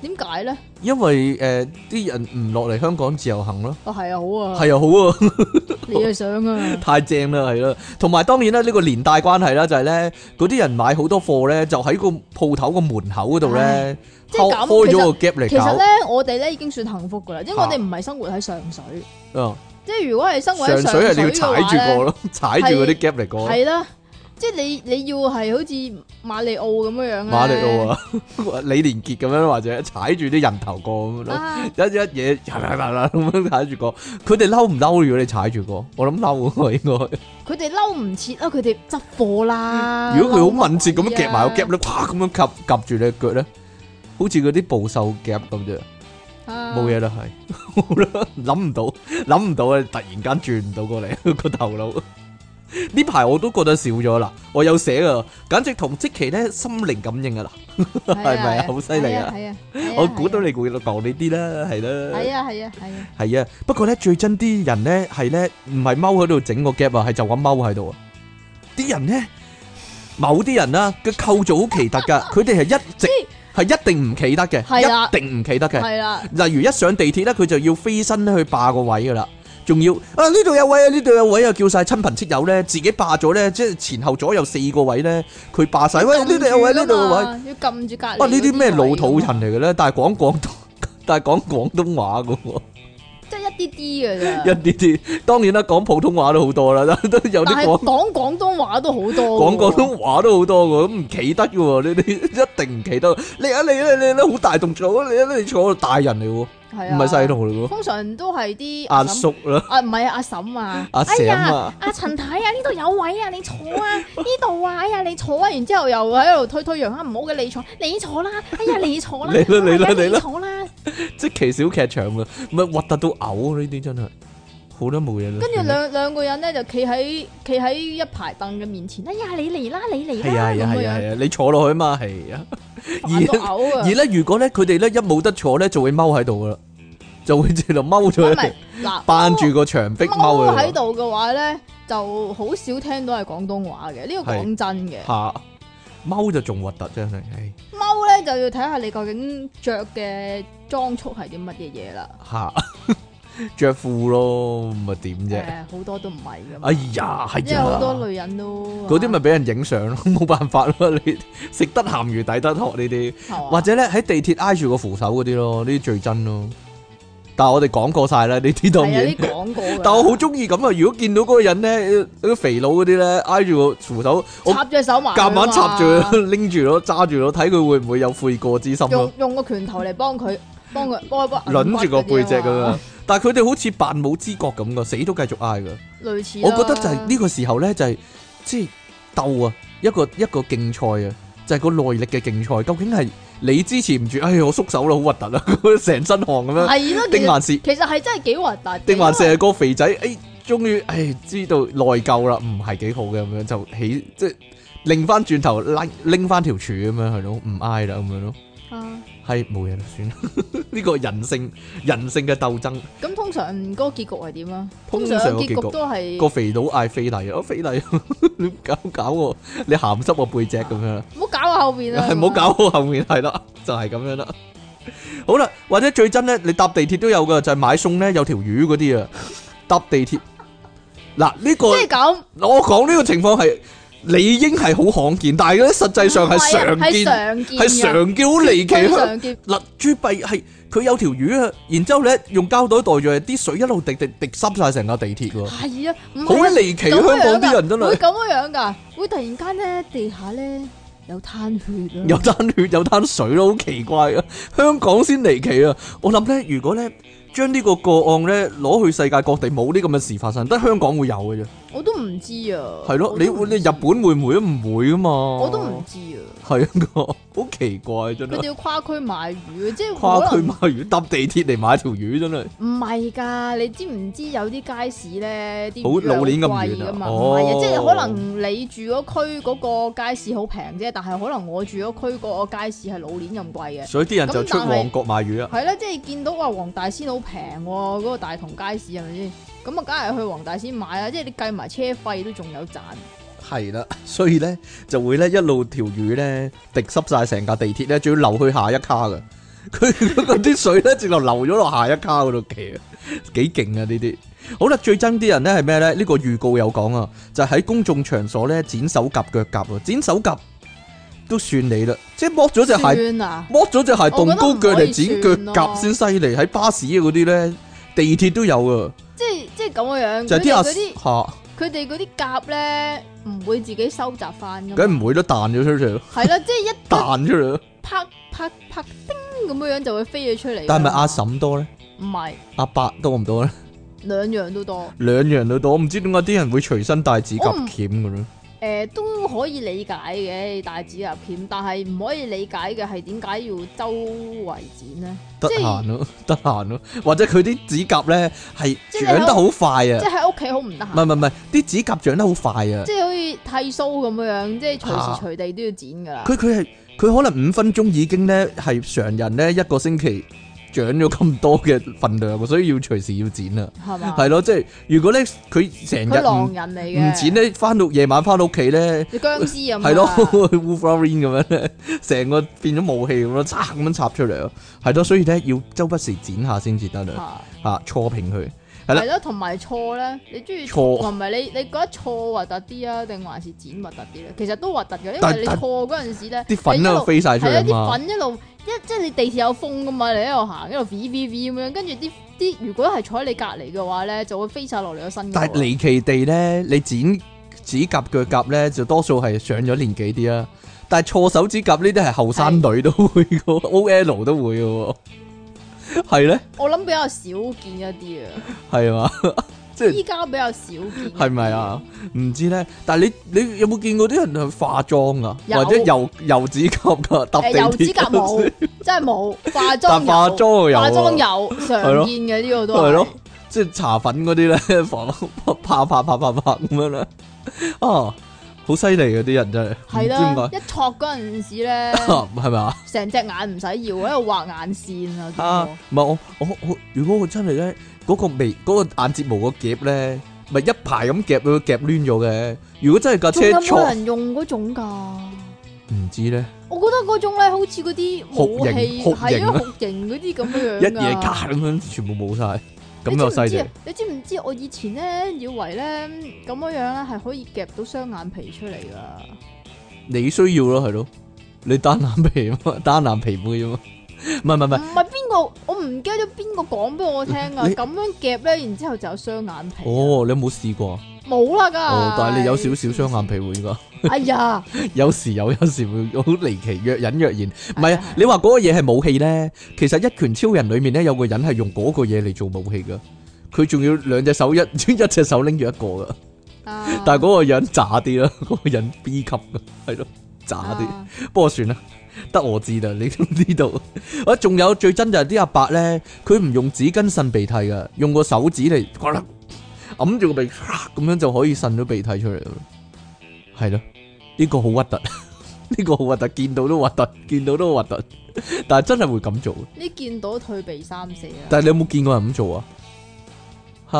Speaker 2: 點解咧？
Speaker 1: 因為誒啲人唔落嚟香港自由行咯，
Speaker 2: 哦，係啊，好啊。
Speaker 1: 係啊，好啊。
Speaker 2: 你嘅相啊。
Speaker 1: 太正啦，係啦，同埋當然啦，呢、個連帶關係啦，就係咧嗰啲人買好多貨咧，就喺個鋪頭個門口嗰度咧，
Speaker 2: 即係
Speaker 1: 開
Speaker 2: 咁
Speaker 1: 開咗個 gap
Speaker 2: 其實
Speaker 1: 嚟
Speaker 2: 咧，我哋咧已經算幸福噶啦，因為我哋唔係生活喺上水，
Speaker 1: 搞，啊，
Speaker 2: 即係如果係生活喺
Speaker 1: 上水係啊你要
Speaker 2: 嘅話
Speaker 1: 踩住過
Speaker 2: 咧，
Speaker 1: 咯，踩住嗰啲 gap 嚟過，
Speaker 2: 係啊啦。即係你你要係好似馬里奧咁樣樣咧
Speaker 1: 馬力奧！啊，李連杰咁樣或者踩住啲人頭過咁樣咯，
Speaker 2: 啊
Speaker 1: 一一嘢啦啦啦啦咁樣踩住過，佢哋嬲唔嬲？如果你踩住過，我諗嬲喎應該，
Speaker 2: 佢哋嬲唔切啊！佢哋執貨 啦。啊
Speaker 1: 如果佢好敏捷
Speaker 2: 捷
Speaker 1: 咁樣夾埋個 gap 咧，啪咁樣夾夾住你腳咧，好似嗰啲捕獸夾咁啫。
Speaker 2: 啊 Ờ.
Speaker 1: 冇嘢啦，係 好啦，諗唔到，諗唔到啊！突然間轉唔到過 嚟個頭腦。呢排我都覺得少咗啦，我有寫啊，簡直同即期咧心靈感應啊啦，
Speaker 2: 係
Speaker 1: 係咪啊好犀利啊
Speaker 2: 係啊！
Speaker 1: 我估到
Speaker 2: 你
Speaker 1: 你會講呢啲啦，係
Speaker 2: 係
Speaker 1: 啦，
Speaker 2: 啊係啊係啊！
Speaker 1: 係啊。不過咧最憎啲人咧係咧唔係踎喺度整個 gap 啊，係就咁踎喺度啊。啲人咧，某啲人啦嘅構造好奇特噶，佢哋係一直係一定唔企得
Speaker 2: 係
Speaker 1: 嘅，
Speaker 2: 啦
Speaker 1: 一定唔企得嘅。
Speaker 2: 係啦，
Speaker 1: 例如一上地鐵咧，佢就要飛身咧去霸個位噶啦，仲要啊呢度有位啊，呢度有位啊，叫晒親朋戚友咧，自己霸咗咧，即係前後左右四個位咧，佢霸晒，
Speaker 2: 啊
Speaker 1: 喂呢度有位，呢度有位，
Speaker 2: 要撳住隔離。
Speaker 1: 哇呢啲咩老
Speaker 2: 啊
Speaker 1: 土人，嚟嘅咧？但係講廣東， 但係講廣東話嘅喎，
Speaker 2: 即係一啲啲嘅
Speaker 1: 一
Speaker 2: 啫。
Speaker 1: 啲啲，當然啦，講普通話都好多啦， 都 有
Speaker 2: 但
Speaker 1: 啲
Speaker 2: 係
Speaker 1: 廣
Speaker 2: 講廣東話都好多
Speaker 1: 講
Speaker 2: 喎。
Speaker 1: 廣東話都好多喎，咁唔企得嘅喎，你你 一定唔企得，你啊你啊你啊好大動作啊，你啊你坐大人嚟喎，唔
Speaker 2: 係啊，
Speaker 1: 係細。路嚟喎，
Speaker 2: 通常都係啲
Speaker 1: 阿
Speaker 2: 嬸
Speaker 1: 叔啦。
Speaker 2: 啊，唔係啊阿嬸啊，
Speaker 1: 阿
Speaker 2: 哎
Speaker 1: 嬸
Speaker 2: 呀
Speaker 1: 啊，
Speaker 2: 阿陳太啊，呢度有位啊，你坐 啊，呢度啊，哎呀你坐啊，然之後又喺度推推讓啊，唔好嘅你坐，你坐啦，哎 呀你坐啦，
Speaker 1: 你啦你啦
Speaker 2: 哎呀
Speaker 1: 你啦
Speaker 2: 坐啦，
Speaker 1: 即其小劇場啊，唔係核突到嘔啊呢啲真係好得冇嘢啦。
Speaker 2: 跟住兩兩個人咧就企喺企喺一排凳嘅面前，哎呀你嚟啦你嚟
Speaker 1: 係啊係
Speaker 2: 啦
Speaker 1: 啊係
Speaker 2: 咁
Speaker 1: 啊
Speaker 2: 樣，
Speaker 1: 係啊，你坐落去嘛係啊。
Speaker 2: 煩到嘔
Speaker 1: 而
Speaker 2: 啊！
Speaker 1: 咧，如果咧佢哋咧一冇得坐咧，就會踎喺度噶啦，就會直頭踎
Speaker 2: 唔
Speaker 1: 咗喺
Speaker 2: 係
Speaker 1: 度，
Speaker 2: 嗱，
Speaker 1: 扮住個牆壁踎啊
Speaker 2: 踎喺
Speaker 1: 喺度
Speaker 2: 度嘅話咧，就好少聽到係廣東話嘅。呢個
Speaker 1: 係
Speaker 2: 講真嘅，
Speaker 1: 嚇，踎就仲核突真係，唉
Speaker 2: 踎咧就要睇下你究竟着嘅裝束係啲乜嘢嘢啦。
Speaker 1: 嚇， 着褲咯，咪點啫？
Speaker 2: 誒，好多都唔係噶嘛
Speaker 1: 哎，呀，係
Speaker 2: 啊因為好
Speaker 1: 呀
Speaker 2: 多。女啊人都
Speaker 1: 嗰啲咪俾人影相咯，冇辦法咯，你食得鹹魚抵得渴呢啲。或
Speaker 2: 或
Speaker 1: 者咧喺地鐵挨住個扶手嗰啲咯，呢啲最真咯。但係我哋講過晒啦，呢啲當
Speaker 2: 係啊
Speaker 1: 然
Speaker 2: 有啲。講過㗎
Speaker 1: 但我好中意咁啊！如果見到嗰個人咧，嗰啲肥佬嗰啲咧挨住個扶手，我
Speaker 2: 插隻手埋佢
Speaker 1: 夾
Speaker 2: 啊嘛，
Speaker 1: 硬插住佢，拎住咯，揸住咯，睇佢會唔會有悔過之心
Speaker 2: 用
Speaker 1: 咯，
Speaker 2: 用個拳頭嚟幫佢，幫佢幫佢幫
Speaker 1: 攆住個背脊咁
Speaker 2: 樣
Speaker 1: 樣。但係佢哋好似扮冇知覺咁噶，死都繼續嗌噶。
Speaker 2: 類似啊
Speaker 1: 我
Speaker 2: 啦
Speaker 1: 覺得就係呢個時候咧，就係即係鬥啊，一個一個競賽啊，就係個耐力嘅競賽。究竟係你支持唔住？哎呀，我縮手啦，好核突啊， 成身汗咁樣。
Speaker 2: 係咯，其
Speaker 1: 定
Speaker 2: 實
Speaker 1: 還是
Speaker 2: 其實係真係幾核突嘅，
Speaker 1: 定還是係個肥仔？哎，終於哎知道內疚啦，唔係幾好嘅咁樣就起即係擰翻轉頭拎拎翻條柱咁樣係咯，唔挨啦咁樣咯，
Speaker 2: 因為啊
Speaker 1: 係冇嘢啦，算啦。呢個人性人性嘅鬥爭，
Speaker 2: 咁通常嗰個結局係點啊？
Speaker 1: 通
Speaker 2: 通
Speaker 1: 常
Speaker 2: 常
Speaker 1: 個結
Speaker 2: 個結
Speaker 1: 局
Speaker 2: 局都係
Speaker 1: 個肥佬嗌非禮啊，非 禮你搞搞我，你鹹濕我背脊咁樣啦。
Speaker 2: 唔好搞我後邊啊！
Speaker 1: 系唔好搞好後面係啦，就係咁樣啦。好啦，或者最真咧，你搭地鐵都有噶，就係買餸咧有條魚嗰啲啊，搭地鐵嗱呢
Speaker 2: 即係
Speaker 1: 個
Speaker 2: 咁，
Speaker 1: 我講呢個情況係理應係好罕見，但係咧實際上係
Speaker 2: 唔
Speaker 1: 常
Speaker 2: 係
Speaker 1: 見，
Speaker 2: 啊係常見嘅，
Speaker 1: 係常見好離
Speaker 2: 非
Speaker 1: 奇啊。
Speaker 2: 常見。
Speaker 1: 嗱，豬幣係佢有條魚啊，然之後咧用膠袋袋住，啲水一路滴滴滴濕晒成架地鐵喎，
Speaker 2: 係啊，唔
Speaker 1: 好
Speaker 2: 係啊
Speaker 1: 離奇！香
Speaker 2: 咁樣
Speaker 1: 港啲人
Speaker 2: 㗎
Speaker 1: 真
Speaker 2: 會
Speaker 1: 係
Speaker 2: 咁樣噶，會突然間咧地下咧有攤血啊！
Speaker 1: 有攤血有攤水咯，好奇怪啊！ 香港先離奇啊！我諗咧，如果咧將呢個個案咧攞去世界各地，冇呢咁嘅事發生，得香港會有嘅啫。
Speaker 2: 我都唔知啊。
Speaker 1: 係咯，
Speaker 2: 我都
Speaker 1: 你
Speaker 2: 唔
Speaker 1: 會你
Speaker 2: 知
Speaker 1: 日本會唔會都唔會噶嘛？
Speaker 2: 我都唔知啊。
Speaker 1: 係啊， 好奇怪真
Speaker 2: 佢
Speaker 1: 係
Speaker 2: 哋。要跨區買魚，即係
Speaker 1: 跨
Speaker 2: 可
Speaker 1: 區
Speaker 2: 能
Speaker 1: 買魚，搭地鐵嚟買條魚真係
Speaker 2: 唔係㗎，你知唔知有啲街市咧啲
Speaker 1: 好
Speaker 2: 魚
Speaker 1: 老年咁
Speaker 2: 貴
Speaker 1: 遠啊
Speaker 2: 㗎嘛？
Speaker 1: 哦
Speaker 2: 唔係啊，即係可能你住嗰區嗰個街市好平啫，但係可能我住嗰區嗰個街市係老年咁貴嘅。
Speaker 1: 所以啲人就出
Speaker 2: 咁但係
Speaker 1: 旺角買魚啊。
Speaker 2: 係啦，即係見到話黃大仙好平喎，嗰個大同街市係咪先？咁啊，梗係去黃大仙買啦，即係你計埋車費都仲有賺。
Speaker 1: 係啦， 所以咧就會咧一路條魚咧滴濕晒成架地鐵咧，仲要流去下一卡噶。 佢嗰啲水咧直頭流咗落下一卡嗰度嘅，幾勁啊呢啲！好啦，最憎啲人咧係咩咧？呢、個預告有講啊，就喺、公眾場所咧剪手甲、腳甲啊，剪手甲都算你啦，即係剝咗隻鞋，
Speaker 2: 算啊，
Speaker 1: 剝咗隻鞋，
Speaker 2: 覺得
Speaker 1: 動高腳嚟剪腳
Speaker 2: 唔可以算
Speaker 1: 甲
Speaker 2: 咯
Speaker 1: 先犀利。喺巴士啊嗰啲咧，地鐵都有啊，
Speaker 2: 即係即係咁樣。
Speaker 1: 就係
Speaker 2: 佢
Speaker 1: 啲
Speaker 2: 哋
Speaker 1: 阿
Speaker 2: 嗰啲
Speaker 1: 嚇，
Speaker 2: 佢哋嗰啲甲咧唔會自己收集翻㗎嘛。
Speaker 1: 梗唔會都彈咗出嚟咯，
Speaker 2: 係啦，即係一
Speaker 1: 彈出嚟咯。
Speaker 2: 啪啪啪叮咁樣樣就會飛咗出嚟㗎嘛。
Speaker 1: 但係咪阿嬸多咧？
Speaker 2: 唔係
Speaker 1: 阿伯多唔多咧？
Speaker 2: 兩樣都多，
Speaker 1: 兩樣都多，我唔知點解啲人會隨身帶指甲
Speaker 2: 我唔
Speaker 1: 鉗嘅咧。
Speaker 2: 诶、都可以理解嘅大指甲鉗，但係唔可以理解嘅係點解要周圍剪呢？
Speaker 1: 得
Speaker 2: 即係
Speaker 1: 閒咯， 得閒咯，或者佢啲指甲咧係
Speaker 2: 即係你
Speaker 1: 長得好快
Speaker 2: 即
Speaker 1: 啊！
Speaker 2: 係喺屋企好唔得
Speaker 1: 唔係
Speaker 2: 閒，
Speaker 1: 唔係唔係，啲指甲長得好快啊！
Speaker 2: 即係好似剃鬚咁樣樣，即係隨
Speaker 1: 啊
Speaker 2: 時隨地都要剪㗎啦。
Speaker 1: 佢佢係佢可能五分鐘已經咧係常人咧一個星期長咗咁多嘅份量，所以要隨時要剪啊！
Speaker 2: 係嘛？
Speaker 1: 係咯，即係如果咧佢成
Speaker 2: 佢
Speaker 1: 日唔
Speaker 2: 狼人嚟嘅，
Speaker 1: 唔剪，咧，翻到夜晚翻到屋企咧。
Speaker 2: 你僵尸咁啊。
Speaker 1: 係咯 ，Wolverine 咁樣咧， 成個變咗武器咁咯，嚓咁樣插出嚟咯，係咯，所以咧要周不時剪下先至得啦，
Speaker 2: 嚇
Speaker 1: 嚇搓平佢， 係啦
Speaker 2: 係咯，同埋錯咧，你中意
Speaker 1: 錯
Speaker 2: 錯，唔係你你覺得錯核突啲啊，定還是剪核突啲咧？其實都核突嘅，因
Speaker 1: 但
Speaker 2: 為你
Speaker 1: 但
Speaker 2: 錯嗰陣時咧，
Speaker 1: 啲粉
Speaker 2: 你一
Speaker 1: 啊
Speaker 2: 路
Speaker 1: 飛晒出
Speaker 2: 係啊，
Speaker 1: 嚟啊
Speaker 2: 啲
Speaker 1: 嘛，
Speaker 2: 粉一路一即係你地鐵有風噶嘛，你一路行一路 V V V 咁樣，跟住啲啲如果係坐喺你隔離嘅話咧，就會飛晒落嚟個身嗰度
Speaker 1: 但
Speaker 2: 啊。
Speaker 1: 係離奇地咧，你剪指甲腳甲咧就多數係上咗年紀啲啦，但係錯手指甲呢啲係後生女都會嘅喎，O L 都會嘅喎，係咧，
Speaker 2: 我諗比較少見一啲啊，
Speaker 1: 係嘛， 即係。
Speaker 2: 依家比較少見。
Speaker 1: 係咪？啊？唔知咧，但係你你有冇見過啲人係化妝啊，
Speaker 2: 有
Speaker 1: 或者油油指甲噶搭地
Speaker 2: 誒，油指
Speaker 1: 鐵
Speaker 2: 甲冇，真係冇。化
Speaker 1: 搭
Speaker 2: 妝
Speaker 1: 化
Speaker 2: 有，
Speaker 1: 妝又
Speaker 2: 化妝
Speaker 1: 妝
Speaker 2: 有，
Speaker 1: 係咯
Speaker 2: 常見嘅呢個都
Speaker 1: 係咯， 即係搽粉嗰啲咧，防啪啪啪啪啪咁樣啦。啊，好犀利啊！啲人真係，
Speaker 2: 係
Speaker 1: 唔知點
Speaker 2: 啦，
Speaker 1: 解
Speaker 2: 一戳嗰陣時咧，
Speaker 1: 係咪 啊？
Speaker 2: 成隻眼唔使要，喺度畫眼線啊見
Speaker 1: 啊，
Speaker 2: 過！
Speaker 1: 唔係我我我，如果我真係咧，嗰個眉嗰個眼睫毛個夾咧，咪一排咁夾佢夾攣咗嘅。如果真係架
Speaker 2: 仲有
Speaker 1: 車
Speaker 2: 冇
Speaker 1: 錯，
Speaker 2: 人用嗰種㗎？
Speaker 1: 唔知咧，
Speaker 2: 我覺得嗰種咧，好似嗰啲武
Speaker 1: 酷
Speaker 2: 器
Speaker 1: 刑酷
Speaker 2: 係
Speaker 1: 刑
Speaker 2: 啊，
Speaker 1: 啊
Speaker 2: 酷刑嗰啲咁樣啊
Speaker 1: 一
Speaker 2: 樣
Speaker 1: 夜
Speaker 2: 㗎。
Speaker 1: 卡咁樣全部冇晒，咁
Speaker 2: 你
Speaker 1: 又
Speaker 2: 知唔
Speaker 1: 犀
Speaker 2: 知
Speaker 1: 利
Speaker 2: 啊。？你知唔知我以前咧以為咧咁樣樣咧係可以夾到雙眼皮出嚟噶？
Speaker 1: 你需要咯，係咯，你單眼皮啊嘛， 單眼皮妹啫嘛，唔係唔係唔係，
Speaker 2: 唔係邊個？我唔記得咗邊個講俾我聽啊！
Speaker 1: 你
Speaker 2: 咁樣夾咧，然之後就有雙眼皮。啊
Speaker 1: 哦，你有冇試過啊？
Speaker 2: 冇啦，噶。
Speaker 1: 哦，但係你有少少雙眼皮喎，應該。
Speaker 2: 哎呀，
Speaker 1: 有 時有，有時會好離奇，若隱若現。唔係
Speaker 2: 係
Speaker 1: 啊
Speaker 2: 啊，
Speaker 1: 你話嗰個嘢係武器咧，其實《一拳超人》裏面咧有個人係用嗰個嘢嚟做武器噶，佢仲要兩隻手一 一隻手拎住一個噶，
Speaker 2: 但
Speaker 1: 但係嗰個人渣啲啦，嗰個人 B 級噶，係咯，渣啲。
Speaker 2: 啊
Speaker 1: 不過算啦， 得我知啦，你都 知道。啊，仲有最真就係啲阿伯咧，佢唔用紙巾擤鼻涕噶，用個手指嚟，呱啦揞住個鼻， 唰咁樣就可以擤到鼻涕出嚟咯。係咯，呢個好核突， 呢個好核突，見到都核突，見到都核突。但係真係會咁做，
Speaker 2: 你見到退避三舍啊，
Speaker 1: 但係你有冇見過人咁做啊？吓，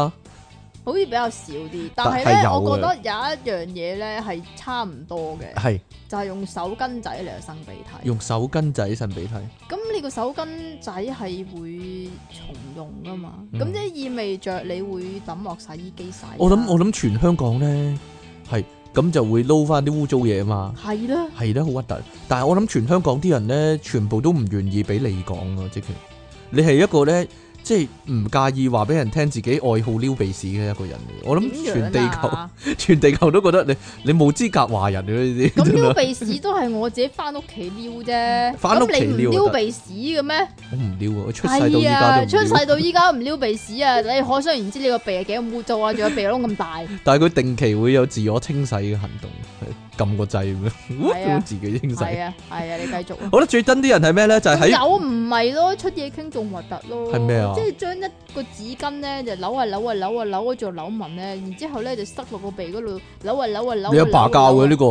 Speaker 2: 好似比較少啲。但係
Speaker 1: 但係
Speaker 2: 咧，
Speaker 1: 有啊嘅
Speaker 2: 我覺得有一樣嘢咧係差唔多嘅，
Speaker 1: 係
Speaker 2: 就係用手巾仔嚟擤鼻涕。
Speaker 1: 用手巾仔擤鼻涕，
Speaker 2: 咁你個手巾仔係會重用噶嘛？
Speaker 1: 嗯
Speaker 2: 咁即係意味着你會抌落洗衣機洗啦。
Speaker 1: 我諗我諗全香港咧係咁就會撈翻啲污糟嘢啊嘛。
Speaker 2: 係啦，
Speaker 1: 係啦，好核突。但係我諗全香港啲人咧，全部都唔願意俾你講啊！即其你係一個咧，即係唔介意話俾人聽自己愛好撩鼻屎嘅一個人。我諗
Speaker 2: 點
Speaker 1: 全
Speaker 2: 樣
Speaker 1: 地球，
Speaker 2: 啊？
Speaker 1: 全地球都覺得你你冇資格話人嘅呢
Speaker 2: 咁
Speaker 1: 啲。 真
Speaker 2: 撩
Speaker 1: 係
Speaker 2: 鼻屎都係我自己翻屋企撩 啫，
Speaker 1: 返屋企
Speaker 2: 咁你
Speaker 1: 撩
Speaker 2: 唔
Speaker 1: 就
Speaker 2: 撩
Speaker 1: 得
Speaker 2: 鼻屎嘅咩？
Speaker 1: 我唔撩啊！我出世到依
Speaker 2: 係
Speaker 1: 家
Speaker 2: 啊，
Speaker 1: 都
Speaker 2: 出
Speaker 1: 唔撩。
Speaker 2: 世到依家都唔撩鼻屎啊！你可想而知你個鼻係幾咁污糟啊，仲有鼻窿 咁大，
Speaker 1: 但係佢定期會有自我清洗嘅行動，係 撳個掣咁
Speaker 2: 係啊
Speaker 1: 樣，自己清洗。
Speaker 2: 係啊係啊，你繼續啊。
Speaker 1: 好啦，最憎啲人係咩咧？就係
Speaker 2: 仲
Speaker 1: 喺
Speaker 2: 有唔係咯，出嘢傾仲核突咯，
Speaker 1: 係咩啊
Speaker 2: 即係將一個紙巾咧就扭啊扭啊扭啊扭嗰做扭紋咧，然之後咧就塞落個鼻嗰度扭啊扭啊扭啊。
Speaker 1: 你阿爸教嘅呢
Speaker 2: 呢？
Speaker 1: 個，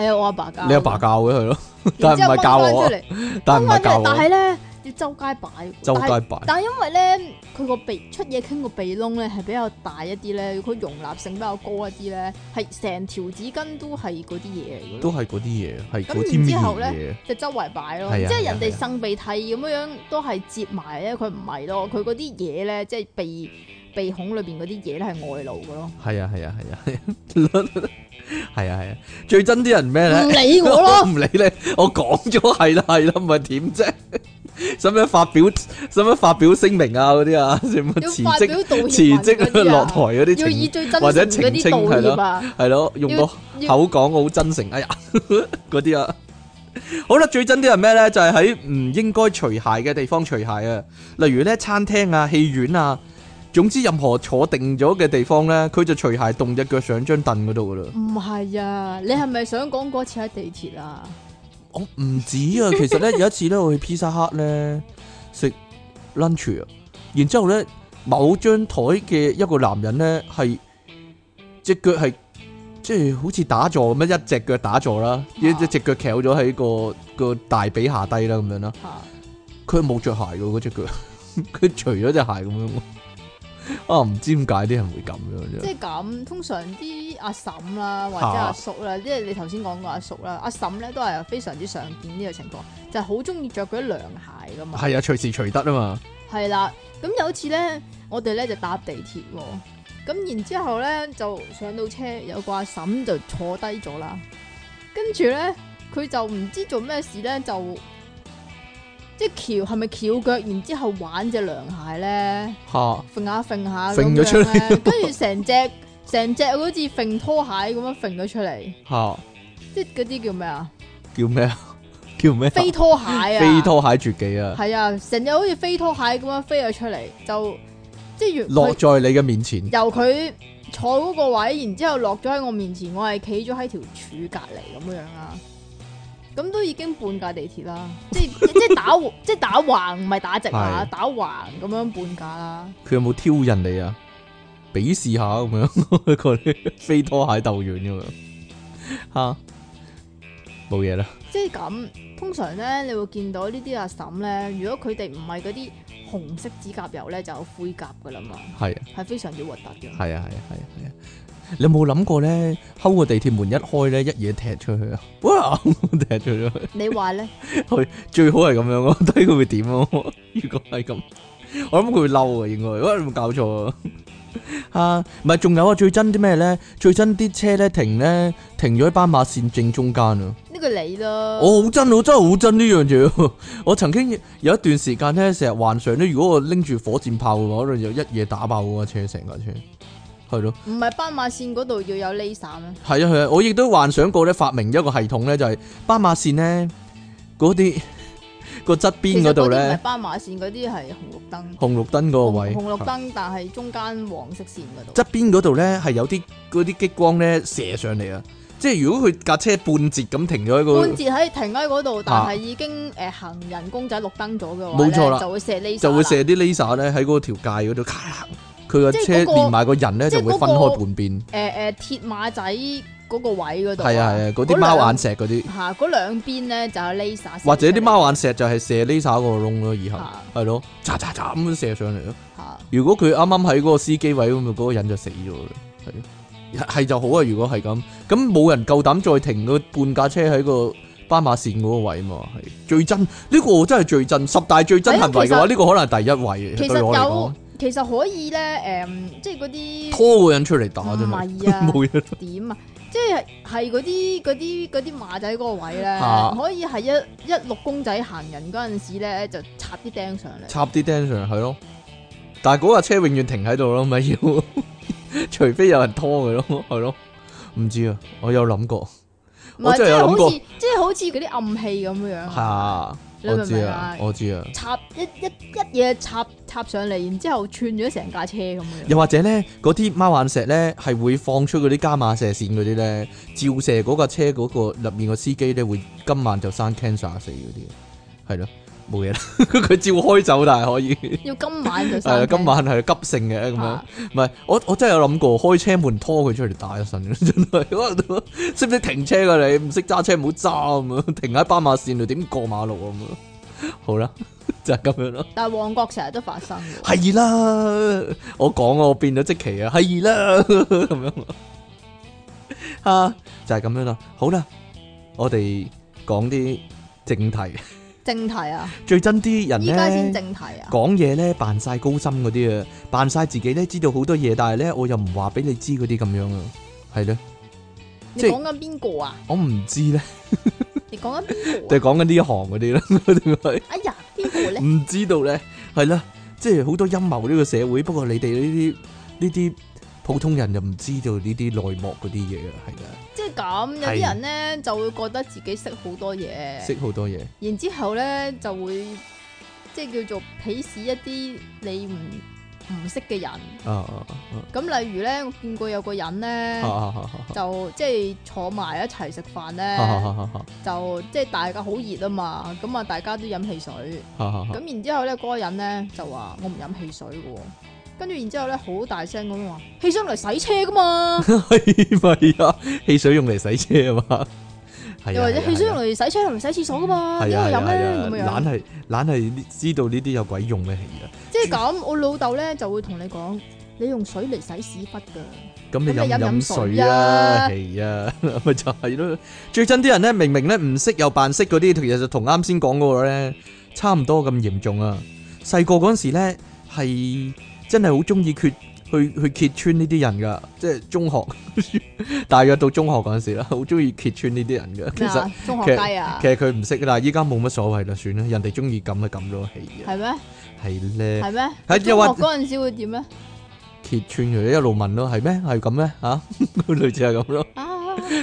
Speaker 2: 係啊，我阿爸教。
Speaker 1: 你阿爸，教嘅係咯，但係唔係教 我啊，但係
Speaker 2: 但
Speaker 1: 唔係教
Speaker 2: 但
Speaker 1: 我，
Speaker 2: 係咧要周街擺，
Speaker 1: 周
Speaker 2: 但係
Speaker 1: 街擺。
Speaker 2: 但係因為咧，佢個鼻出嘢傾個鼻窿咧係比較大一啲咧，佢容納性比較高一啲咧，係成條紙巾都係嗰啲嘢嚟嘅
Speaker 1: 都
Speaker 2: 咯，
Speaker 1: 係嗰啲嘢，係嗰
Speaker 2: 咁
Speaker 1: 啲
Speaker 2: 然之
Speaker 1: 咩
Speaker 2: 後
Speaker 1: 嘢？
Speaker 2: 就周圍擺咯。
Speaker 1: 係啊
Speaker 2: 即
Speaker 1: 係
Speaker 2: 係
Speaker 1: 啊
Speaker 2: 人
Speaker 1: 係
Speaker 2: 哋
Speaker 1: 啊
Speaker 2: 擤鼻涕咁樣樣都係接埋咧，佢唔係咯，佢嗰啲嘢咧即係鼻鼻孔裏邊嗰啲嘢咧係外露嘅咯。
Speaker 1: 係啊係啊係啊 係啊，係啊係啊，最憎啲人咩
Speaker 2: 唔
Speaker 1: 咧？
Speaker 2: 理我
Speaker 1: 我
Speaker 2: 咯，
Speaker 1: 唔理你，我講咗係啦係啦，唔係點啫？使唔使發表使唔使發表聲明啊？嗰啲啊，使唔使
Speaker 2: 要
Speaker 1: 辭
Speaker 2: 發
Speaker 1: 職
Speaker 2: 表道歉
Speaker 1: 辭
Speaker 2: 文嗰
Speaker 1: 職
Speaker 2: 啲啊
Speaker 1: 落台嗰啲
Speaker 2: 要以
Speaker 1: 情
Speaker 2: 最真
Speaker 1: 或者
Speaker 2: 誠嗰
Speaker 1: 澄清
Speaker 2: 啲道
Speaker 1: 係咯
Speaker 2: 歉啊！
Speaker 1: 係咯，用個口
Speaker 2: 要
Speaker 1: 講好真誠，哎呀 嗰啲啊。好啦，最憎啲人咩咧？就係喺唔應該除鞋嘅地方除鞋啊，例如咧餐廳啊、戲院啊，總之任何坐定咗嘅地方咧，佢就除鞋，動只腳上張凳嗰度噶啦。
Speaker 2: 唔係啊，你係咪想講嗰次喺地鐵啊？
Speaker 1: 我唔止啊，其實咧有一次咧，我去 Pizza Hut 咧食 lunch 啊，然之後咧某張台嘅一個男人咧係只腳係即係好似打坐咁樣，一隻腳打坐啦，一一隻腳翹咗喺個個大髀下低啦咁樣啦，
Speaker 2: 嚇！
Speaker 1: 佢冇着鞋嘅嗰只腳， 佢除咗隻鞋咁樣喎。啊，唔知點解啲人會咁樣
Speaker 2: 即
Speaker 1: 啫。
Speaker 2: 係咁，通常啲阿嬸啦，或者阿叔啦，即係你頭先講過阿叔啦，阿嬸咧都係非常之常見呢個情況，就係好中意着嗰啲涼鞋噶嘛。
Speaker 1: 係啊，隨時除得啊嘛。
Speaker 2: 係啦，咁有一次咧，我哋咧就搭地鐵喎，咁然之後咧就上到車，有個阿嬸就坐低咗啦，跟住咧佢就唔知做咩事咧，就即係翹係咪翹腳，然之後玩只涼鞋咧？
Speaker 1: 嚇、
Speaker 2: 揈下揈下咁
Speaker 1: 揈咗出嚟
Speaker 2: 樣咧，跟住成隻成隻好似揈拖鞋咁樣揈咗出嚟，
Speaker 1: 嚇、
Speaker 2: 即係嗰啲叫咩啊？
Speaker 1: 叫咩啊？叫咩啊？
Speaker 2: 飛拖鞋啊！
Speaker 1: 飛拖鞋絕技啊！
Speaker 2: 係啊，成隻好似飛拖鞋咁樣飛咗出嚟，就即係原
Speaker 1: 落
Speaker 2: 佢
Speaker 1: 在你嘅面前，
Speaker 2: 由佢坐嗰個位，然之後落咗喺我面前，我係企咗喺條柱隔離咁樣啦。咁都已經半架地 鐵啦，即係即係打即係打橫唔係打直啊
Speaker 1: 係，
Speaker 2: 打橫咁樣半架啦。
Speaker 1: 佢有冇挑釁 你啊？鄙視下咁樣，嗰啲飛拖鞋鬥遠咁樣， 吓，冇嘢啦。
Speaker 2: 即係咁，通常咧你會見到呢啲阿嬸咧，如果佢哋唔係嗰啲紅色指甲油咧，就有灰甲噶啦嘛，
Speaker 1: 係啊，
Speaker 2: 係非常之核突嘅。
Speaker 1: 係啊，係啊，係啊，係啊。你有冇諗過咧？睺個地鐵門一開咧，一嘢踢出去啊！ 哇，踢出咗去。
Speaker 2: 你話咧，
Speaker 1: 最好係咁樣咯， 睇佢會點咯。如果係咁，我諗佢會嬲啊，應該。喂，你冇搞錯啊！ 啊，唔係，仲有啊，最憎啲咩咧？最憎啲車咧停咧停咗喺斑馬線正中間啊！
Speaker 2: 呢個你啦，
Speaker 1: 我哦好憎，我真係好憎呢樣嘢。 我曾經有一段時間咧，成日幻想咧，如果我拎住火箭炮嘅話，可能就一夜打爆嗰架車，成架車。係咯，
Speaker 2: 唔係斑馬線嗰度要有 laser 咩？
Speaker 1: 係啊，係啊，我亦都幻想過咧，發明一個系統咧，就係、斑馬線咧嗰啲 個側
Speaker 2: 其
Speaker 1: 邊
Speaker 2: 實
Speaker 1: 嗰度
Speaker 2: 啲唔
Speaker 1: 咧
Speaker 2: 係。斑馬線，嗰啲係紅綠燈。
Speaker 1: 紅綠燈嗰個位，
Speaker 2: 紅紅
Speaker 1: 嚇
Speaker 2: 綠燈，但係中間黃色線嗰度。
Speaker 1: 側邊嗰度咧係有啲嗰啲激光咧射上嚟啊！即係如果佢架車半截咁停咗喺個，啊
Speaker 2: 半截喺停喺嗰度，但係已經誒行人公仔綠燈咗嘅話
Speaker 1: 冇錯啦
Speaker 2: 咧，就會射 laser
Speaker 1: 就會
Speaker 2: 啦。
Speaker 1: 射啲 laser 咧喺嗰條界嗰度，咔佢架
Speaker 2: 即係
Speaker 1: 車
Speaker 2: 嗰個
Speaker 1: 連埋個人咧
Speaker 2: 即
Speaker 1: 就
Speaker 2: 係
Speaker 1: 會分
Speaker 2: 嗰
Speaker 1: 開
Speaker 2: 個
Speaker 1: 半邊。
Speaker 2: 誒誒鐵馬仔嗰個位嗰度。
Speaker 1: 係啊係啊，嗰啲貓眼
Speaker 2: 嗰
Speaker 1: 石嗰啲，
Speaker 2: 兩。嚇！嗰兩邊咧就有 laser。
Speaker 1: 或者啲。貓眼石就係射 laser 嗰個窿咯，以後
Speaker 2: 嚇
Speaker 1: 係咯，喳喳喳咁樣射上嚟咯。
Speaker 2: 嚇！
Speaker 1: 如果佢啱啱喺嗰個司機位咁，嗰個人就死咗啦，係咯，係就好啊。如果係咁，咁冇人夠膽再停個半架車喺個斑馬線嗰個位嘛，係最真呢、個我真係最真，十大最真行為嘅
Speaker 2: 係
Speaker 1: 話，
Speaker 2: 啊
Speaker 1: 呢個可能係第一位
Speaker 2: 其
Speaker 1: 對我
Speaker 2: 實
Speaker 1: 嚟
Speaker 2: 有
Speaker 1: 講，，
Speaker 2: 其實可以咧，誒、即係嗰啲
Speaker 1: 拖個人出嚟打真
Speaker 2: 唔
Speaker 1: 係
Speaker 2: 係 啊
Speaker 1: 冇嘢啦，
Speaker 2: 點啊，即係係嗰啲嗰啲嗰啲馬仔嗰個位咧，
Speaker 1: 嚇
Speaker 2: 可以係一一碌公仔行人嗰陣時咧，就插啲釘上嚟。
Speaker 1: 插啲釘上去係咯。但係嗰架車永遠停喺度咯，咪要， 除非有人拖佢咯，係咯。唔知啊，我有諗過
Speaker 2: 唔
Speaker 1: 我
Speaker 2: 係即
Speaker 1: 真係有
Speaker 2: 係
Speaker 1: 諗過
Speaker 2: 好似即係好似嗰啲暗器咁樣
Speaker 1: 嚇、
Speaker 2: 樣，哦你
Speaker 1: 我
Speaker 2: 明唔
Speaker 1: 知
Speaker 2: 明
Speaker 1: 啊
Speaker 2: 啊，
Speaker 1: 我知啊。
Speaker 2: 插一一一嘢插插上嚟，然之後串咗成架車咁樣。
Speaker 1: 又或者咧，嗰啲貓眼石咧係會放出嗰啲伽馬射線嗰啲咧，照射嗰架車嗰、個入面個司機咧，會今晚就生 cancer 死嗰啲，係咯，冇嘢啦。 佢照開走，但係可以
Speaker 2: 要今 晚就
Speaker 1: 係啊，
Speaker 2: 生
Speaker 1: 今晚係急性嘅咁樣。唔係，我我真係有諗過開車門拖佢出嚟打一身， 真係哇識唔識停車㗎你？唔識揸車唔好揸咁樣，停 喺斑馬線度點過馬路咁樣。 好啦，就係、咁樣咯。
Speaker 2: 但係旺角成日都發生嘅喎。
Speaker 1: 係啦，我講我變咗即期啊，係啦 咁樣啊，就係、咁樣啦。好啦，我哋講啲正題，
Speaker 2: 正題啊，
Speaker 1: 最憎啲人
Speaker 2: 依家先
Speaker 1: 咧
Speaker 2: 正題啊，
Speaker 1: 講嘢咧扮晒高深嗰啲啊，扮晒自己咧知道好多嘢，但係咧我又唔話俾你知嗰啲咁樣啊，係咧，
Speaker 2: 你
Speaker 1: 即係
Speaker 2: 講緊邊 個啊？
Speaker 1: 我唔知咧，
Speaker 2: 你講緊邊個
Speaker 1: 就
Speaker 2: 啊？
Speaker 1: 係講緊呢一行嗰啲啦，定係
Speaker 2: 哎呀，邊個咧？
Speaker 1: 唔知道咧，係啦，即係好多陰謀呢個社會。不過你哋呢啲呢啲普通人就唔知道呢啲內幕嗰啲嘢啊，係啦，
Speaker 2: 即係咁，有
Speaker 1: 係
Speaker 2: 啲人咧就會覺得自己識好多嘢，
Speaker 1: 識好多嘢，
Speaker 2: 然之後咧就會即係叫做鄙視一啲你唔唔識嘅人。
Speaker 1: 啊啊
Speaker 2: 咁例如咧，我見過有個人
Speaker 1: 啊
Speaker 2: 咧
Speaker 1: 啊，啊啊
Speaker 2: 就即係坐埋一齊食飯
Speaker 1: 啊啊
Speaker 2: 咧，
Speaker 1: 啊啊
Speaker 2: 就即係大家好熱啊嘛，咁啊大家都飲汽水。
Speaker 1: 啊啊
Speaker 2: 咁然之後咧，嗰個人咧就話我唔飲汽水嘅喎。跟住然之後咧，好大聲咁話汽水用嚟洗車噶嘛，
Speaker 1: 啊係咪啊？汽水用嚟洗車啊嘛，係啊
Speaker 2: 又或
Speaker 1: 係
Speaker 2: 者
Speaker 1: 啊
Speaker 2: 汽水
Speaker 1: 係啊
Speaker 2: 用嚟洗車用嚟洗廁所噶嘛，
Speaker 1: 係
Speaker 2: 邊
Speaker 1: 啊係
Speaker 2: 個飲
Speaker 1: 啊
Speaker 2: 咧
Speaker 1: 係啊，
Speaker 2: 咁樣？
Speaker 1: 懶係懶係知道呢啲有鬼用嘅係啊！
Speaker 2: 即係咁，我老豆咧就會同你講，你用水嚟洗屎忽㗎，
Speaker 1: 咁你
Speaker 2: 咁你
Speaker 1: 飲唔
Speaker 2: 飲
Speaker 1: 飲
Speaker 2: 飲
Speaker 1: 水
Speaker 2: 水
Speaker 1: 啊？
Speaker 2: 啊
Speaker 1: 係啊， 咪就係咯。最憎啲人咧，明明咧唔識又扮識嗰啲，其實就同啱先講嗰個咧差唔多咁嚴重啊！細個嗰陣時咧係真係好中意揭去去揭穿呢啲人噶，即係中學 大約到中學嗰陣時啦，好中意揭穿呢啲人噶。其
Speaker 2: 咩
Speaker 1: 實
Speaker 2: 啊中學雞啊
Speaker 1: 其，實佢唔識，但係依家冇乜所謂啦，算啦，人哋中意咁就咁咯，係啊，
Speaker 2: 係咩？
Speaker 1: 係咧。
Speaker 2: 係咩？
Speaker 1: 係
Speaker 2: 中
Speaker 1: 又或
Speaker 2: 學嗰陣時會點咧？
Speaker 1: 揭穿佢一路問咯，係咩？係咁咩？嚇、 類似係咁咯。
Speaker 2: 啊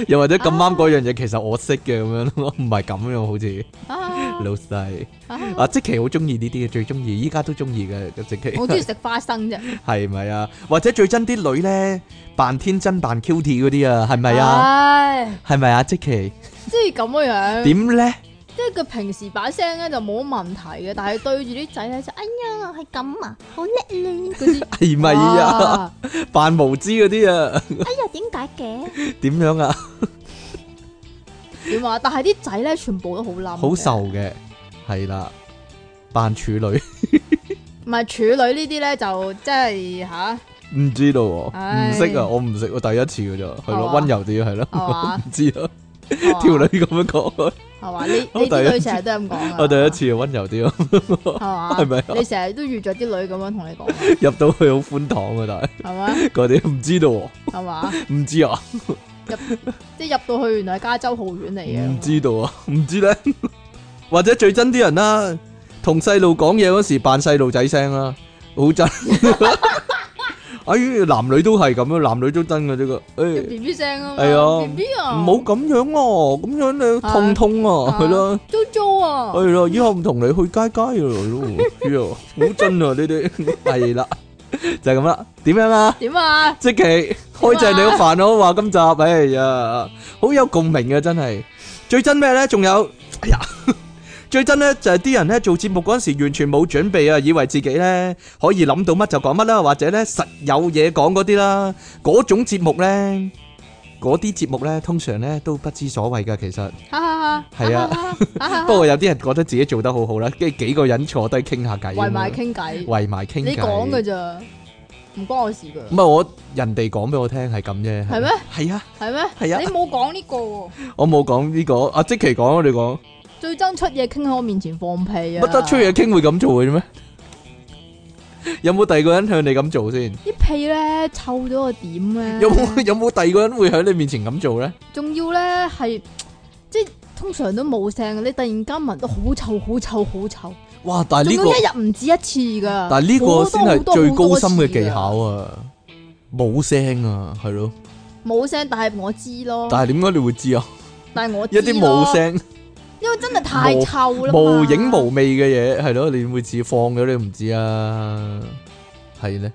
Speaker 1: 又或者咁啱嗰樣嘢，其實我識嘅咁樣咯，唔係咁樣好似
Speaker 2: 啊
Speaker 1: 老細
Speaker 2: 啊！
Speaker 1: 啊，即其好中意呢啲嘅，最中意，依家都中意嘅嘅即其
Speaker 2: 我中意食花生啫，
Speaker 1: 係咪啊？或者最憎啲女咧扮天真扮 Q T 嗰啲啊，係咪啊？
Speaker 2: 唉，
Speaker 1: 係咪啊？即其
Speaker 2: 即係咁嘅樣。
Speaker 1: 點咧？
Speaker 2: 即係佢平時把聲咧就冇乜問題嘅，但係對住啲仔咧就哎呀係咁啊，好叻咧嗰啲。
Speaker 1: 係咪啊啊？扮無知嗰啲啊，
Speaker 2: 哇！哎呀點解嘅？
Speaker 1: 點樣啊？
Speaker 2: 點啊？但係啲仔咧全部都好冧，
Speaker 1: 好瘦，嘅，係啦，扮處女，
Speaker 2: 唔係處女呢啲咧就真係吓
Speaker 1: 唔知道喎，唔
Speaker 2: 唉哦
Speaker 1: 識啊，我唔識，我第一次嘅咋，係
Speaker 2: 係
Speaker 1: 咯，
Speaker 2: 嘛
Speaker 1: 温柔啲係咯，
Speaker 2: 係嘛
Speaker 1: 唔知啊， 條
Speaker 2: 條
Speaker 1: 女咁樣講，
Speaker 2: 係嘛？你
Speaker 1: 我
Speaker 2: 你
Speaker 1: 第一
Speaker 2: 啲女成日都係咁講啊
Speaker 1: 我第一次啊温柔啲啊，
Speaker 2: 係嘛？
Speaker 1: 係咪啊
Speaker 2: 你成日都遇着啲女咁樣同你講啊，
Speaker 1: 入到去好寬敞啊，但係
Speaker 2: 係 咪？
Speaker 1: 嗰啲唔知道喎，
Speaker 2: 係嘛？
Speaker 1: 唔知啊，
Speaker 2: 即係入到去原來係加州豪園嚟嘅，
Speaker 1: 唔知道啊，唔知咧， 或者最憎啲人啦，同細路講嘢嗰時扮細路仔聲啦，好 憎。哎，男女都係咁樣，男女都憎嘅呢個，誒。
Speaker 2: B B 聲啊嘛，
Speaker 1: 係啊
Speaker 2: B B 啊，
Speaker 1: 唔好咁樣哦，咁樣你痛痛啊，
Speaker 2: 啊
Speaker 1: 係咯，
Speaker 2: 糟糟啊，
Speaker 1: 係咯，以後唔同你去街街咯，哎呀，好真啊呢啲， 係啦，就係咁啦，點樣啊？
Speaker 2: 點啊？
Speaker 1: 即其開正你好煩惱話今集，哎呀，好有共鳴嘅真係，最憎咩咧？仲有，哎呀， 最憎咧就係啲人咧做節目嗰陣時完全冇準備啊，以為自己咧可以諗到乜就講乜啦，或者咧實有嘢講嗰啲啦，嗰種節目咧，嗰啲節目咧通常咧都不知所謂噶，其實。
Speaker 2: 哈哈哈，
Speaker 1: 係啊
Speaker 2: 啊，哈哈
Speaker 1: 不過有啲人覺得自己做得好好啦，跟住幾個人坐低傾下偈咁樣，
Speaker 2: 圍埋傾偈，
Speaker 1: 啊圍埋傾偈。嗯
Speaker 2: 你講嘅咋，唔關我事噶，
Speaker 1: 唔係我人哋講俾我聽係咁啫。
Speaker 2: 係咩？
Speaker 1: 係啊，
Speaker 2: 係咩？
Speaker 1: 係啊
Speaker 2: 你冇講呢個喎，
Speaker 1: 我冇講呢個，阿即奇講啊，你講
Speaker 2: 最憎出嘢傾喺我面前放屁啊！
Speaker 1: 乜得出嘢傾會咁做嘅啫咩？有冇第二個人向你咁做先？
Speaker 2: 啲屁咧臭咗個點咧，
Speaker 1: 有冇有冇第二個人會喺你面前咁做咧？
Speaker 2: 仲要咧係即係通常都冇聲，你突然間聞到好臭、好臭、好臭，
Speaker 1: 哇！但係啊呢
Speaker 2: 仲
Speaker 1: 個
Speaker 2: 要一日唔止一次噶。
Speaker 1: 但係呢個
Speaker 2: 好多
Speaker 1: 先係最高深嘅技，
Speaker 2: 好多好多次
Speaker 1: 巧啊！冇聲啊，係咯。
Speaker 2: 㗎冇聲，但係我知咯，
Speaker 1: 但係點解你會知啊？
Speaker 2: 但係我
Speaker 1: 一
Speaker 2: 知
Speaker 1: 啲冇
Speaker 2: 咯，
Speaker 1: 聲。
Speaker 2: 因為真係太
Speaker 1: 無
Speaker 2: 臭啦嘛，
Speaker 1: 无影無味嘅嘢係咯，你會自己放咗你都唔知啊，係咧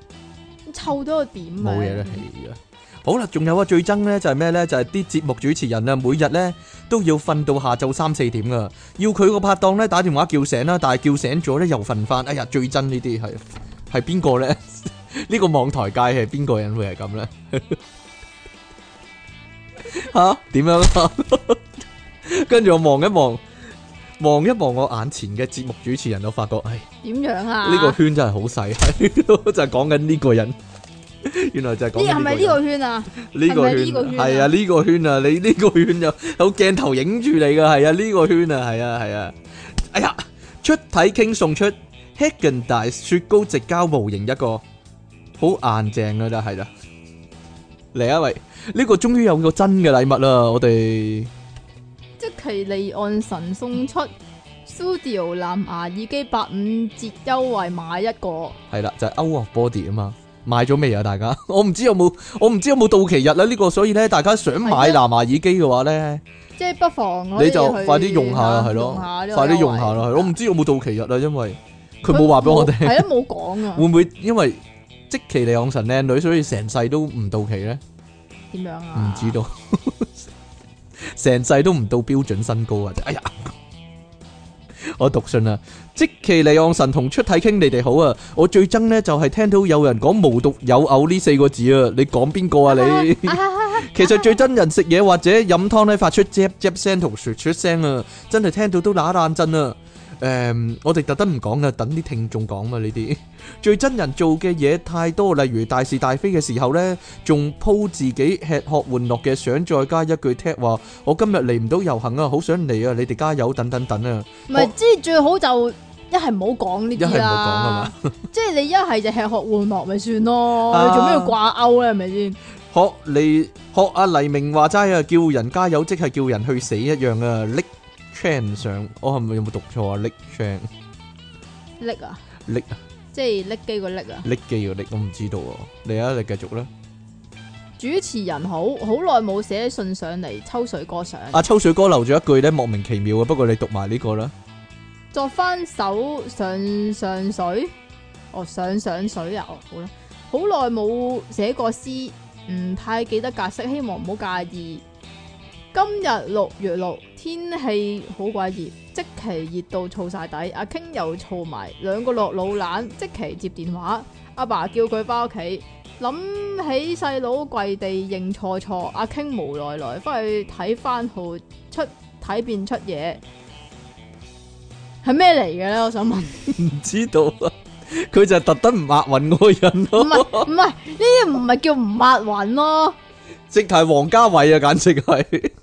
Speaker 2: 臭到個點啊
Speaker 1: 冇嘢啦，係啊。好啦，仲有啊，最憎咧就係咩咧？就係啲節目主持人啊，每日咧都要瞓到下晝三四點噶，要佢個拍檔咧打電話叫醒啦，但係叫醒咗咧又瞓翻，哎呀，最憎呢啲係係邊個咧？ 呢個網台界係邊個人會係咁咧？ 吓點樣啊？ 跟住我望一望，望一望我眼前嘅節目主持人，我發覺，唉。
Speaker 2: 點樣啊？
Speaker 1: 呢個圈真係好細，係 咯就係講緊呢個人。原來就係講
Speaker 2: 呢係
Speaker 1: 緊
Speaker 2: 咪呢個圈啊？
Speaker 1: 呢個
Speaker 2: 係咪呢個圈
Speaker 1: 圈，
Speaker 2: 啊
Speaker 1: 係啊呢個圈啊，你呢個圈有有鏡頭影住你噶，係啊呢個圈啊，係啊係啊。哎呀，出體傾送出 Hagen 大雪糕直膠模型一個，好硬正噶啦，係啦。嚟啊喂，呢個終於有個真嘅禮物啦，我哋
Speaker 2: 即其離岸神送出 Studio 藍牙耳機八五折優惠買一個，
Speaker 1: 係啦就係 Out of Body 啊嘛。買咗未啊？大家， 我唔知有冇，我唔知有冇到期日啦。呢、個所以咧，大家想買藍
Speaker 2: 係
Speaker 1: 牙耳機嘅話咧。
Speaker 2: 即係不妨可以
Speaker 1: 你就
Speaker 2: 去
Speaker 1: 快啲用下啦，
Speaker 2: 啊
Speaker 1: 係咯，
Speaker 2: 用下呢個
Speaker 1: 快啲用
Speaker 2: 優惠啊
Speaker 1: 下啦，係咯。我唔知有冇到期日啦，因為佢冇話俾我
Speaker 2: 冇
Speaker 1: 哋，
Speaker 2: 係啊冇講 啊
Speaker 1: 會，唔會因為即其利昂神靚女，所以成世都唔到期咧？
Speaker 2: 點樣啊？
Speaker 1: 唔知道， 成世都唔到標準身高啊！哎呀， 我讀信啦，即其利昂神同出體傾，你哋好啊！我最憎呢就係聽到有人講無獨有偶呢四個字啊！你講邊個啊你？其實最憎人食嘢或者飲湯咧發出啫啫聲同説出聲啊，真係聽到都乸冷震啊！誒、我哋特登唔講噶，等啲聽眾講啊嘛呢啲。 最憎人做嘅嘢太多，例如大是大非嘅時候呢，仲 po 自己吃喝玩樂嘅相，再加一句 tag 話：我今日嚟唔到遊行啊，好想嚟啊，你哋加油等等等啊！
Speaker 2: 唔係，即係最好就一係唔好講呢
Speaker 1: 一係
Speaker 2: 啲
Speaker 1: 唔好講啊
Speaker 2: 啦
Speaker 1: 嘛，
Speaker 2: 即係你一係就吃喝玩樂咪算咯，
Speaker 1: 啊
Speaker 2: 你做咩要掛鈎咧？係咪先？
Speaker 1: 學你學阿黎明話齋啊，叫人加油即係叫人去死一樣啊！Lick Chan 上，我係咪有冇讀錯啊？Lick Chan
Speaker 2: 拎啊，
Speaker 1: Lick
Speaker 2: 即係拎機個拎啊！
Speaker 1: 匿記個匿，我唔知道喎。你啊，你繼續啦。
Speaker 2: 主持人好，好耐冇寫信上嚟抽水歌上，
Speaker 1: 阿秋水哥留咗一句咧，莫名其妙嘅。不過你讀埋呢個啦。
Speaker 2: 作翻首上上水，哦上上水啊，哦好啦，好耐冇寫過詩，唔太記得格式，希望唔好介意。今日六月六，天氣好鬼熱，即期熱到燥晒底，阿 King 又燥埋，兩個落老懶，即期接電話，阿爸叫佢翻屋企，諗起細佬跪地認錯錯，阿 King 無奈來翻去睇翻號出睇便出嘢，係咩嚟嘅咧？我想問，唔
Speaker 1: 唔知道啊，佢就係特登唔押韻嗰個人 咯，
Speaker 2: 係唔係呢啲唔係叫唔抹雲咯，
Speaker 1: 直頭係王家衛啊，簡直係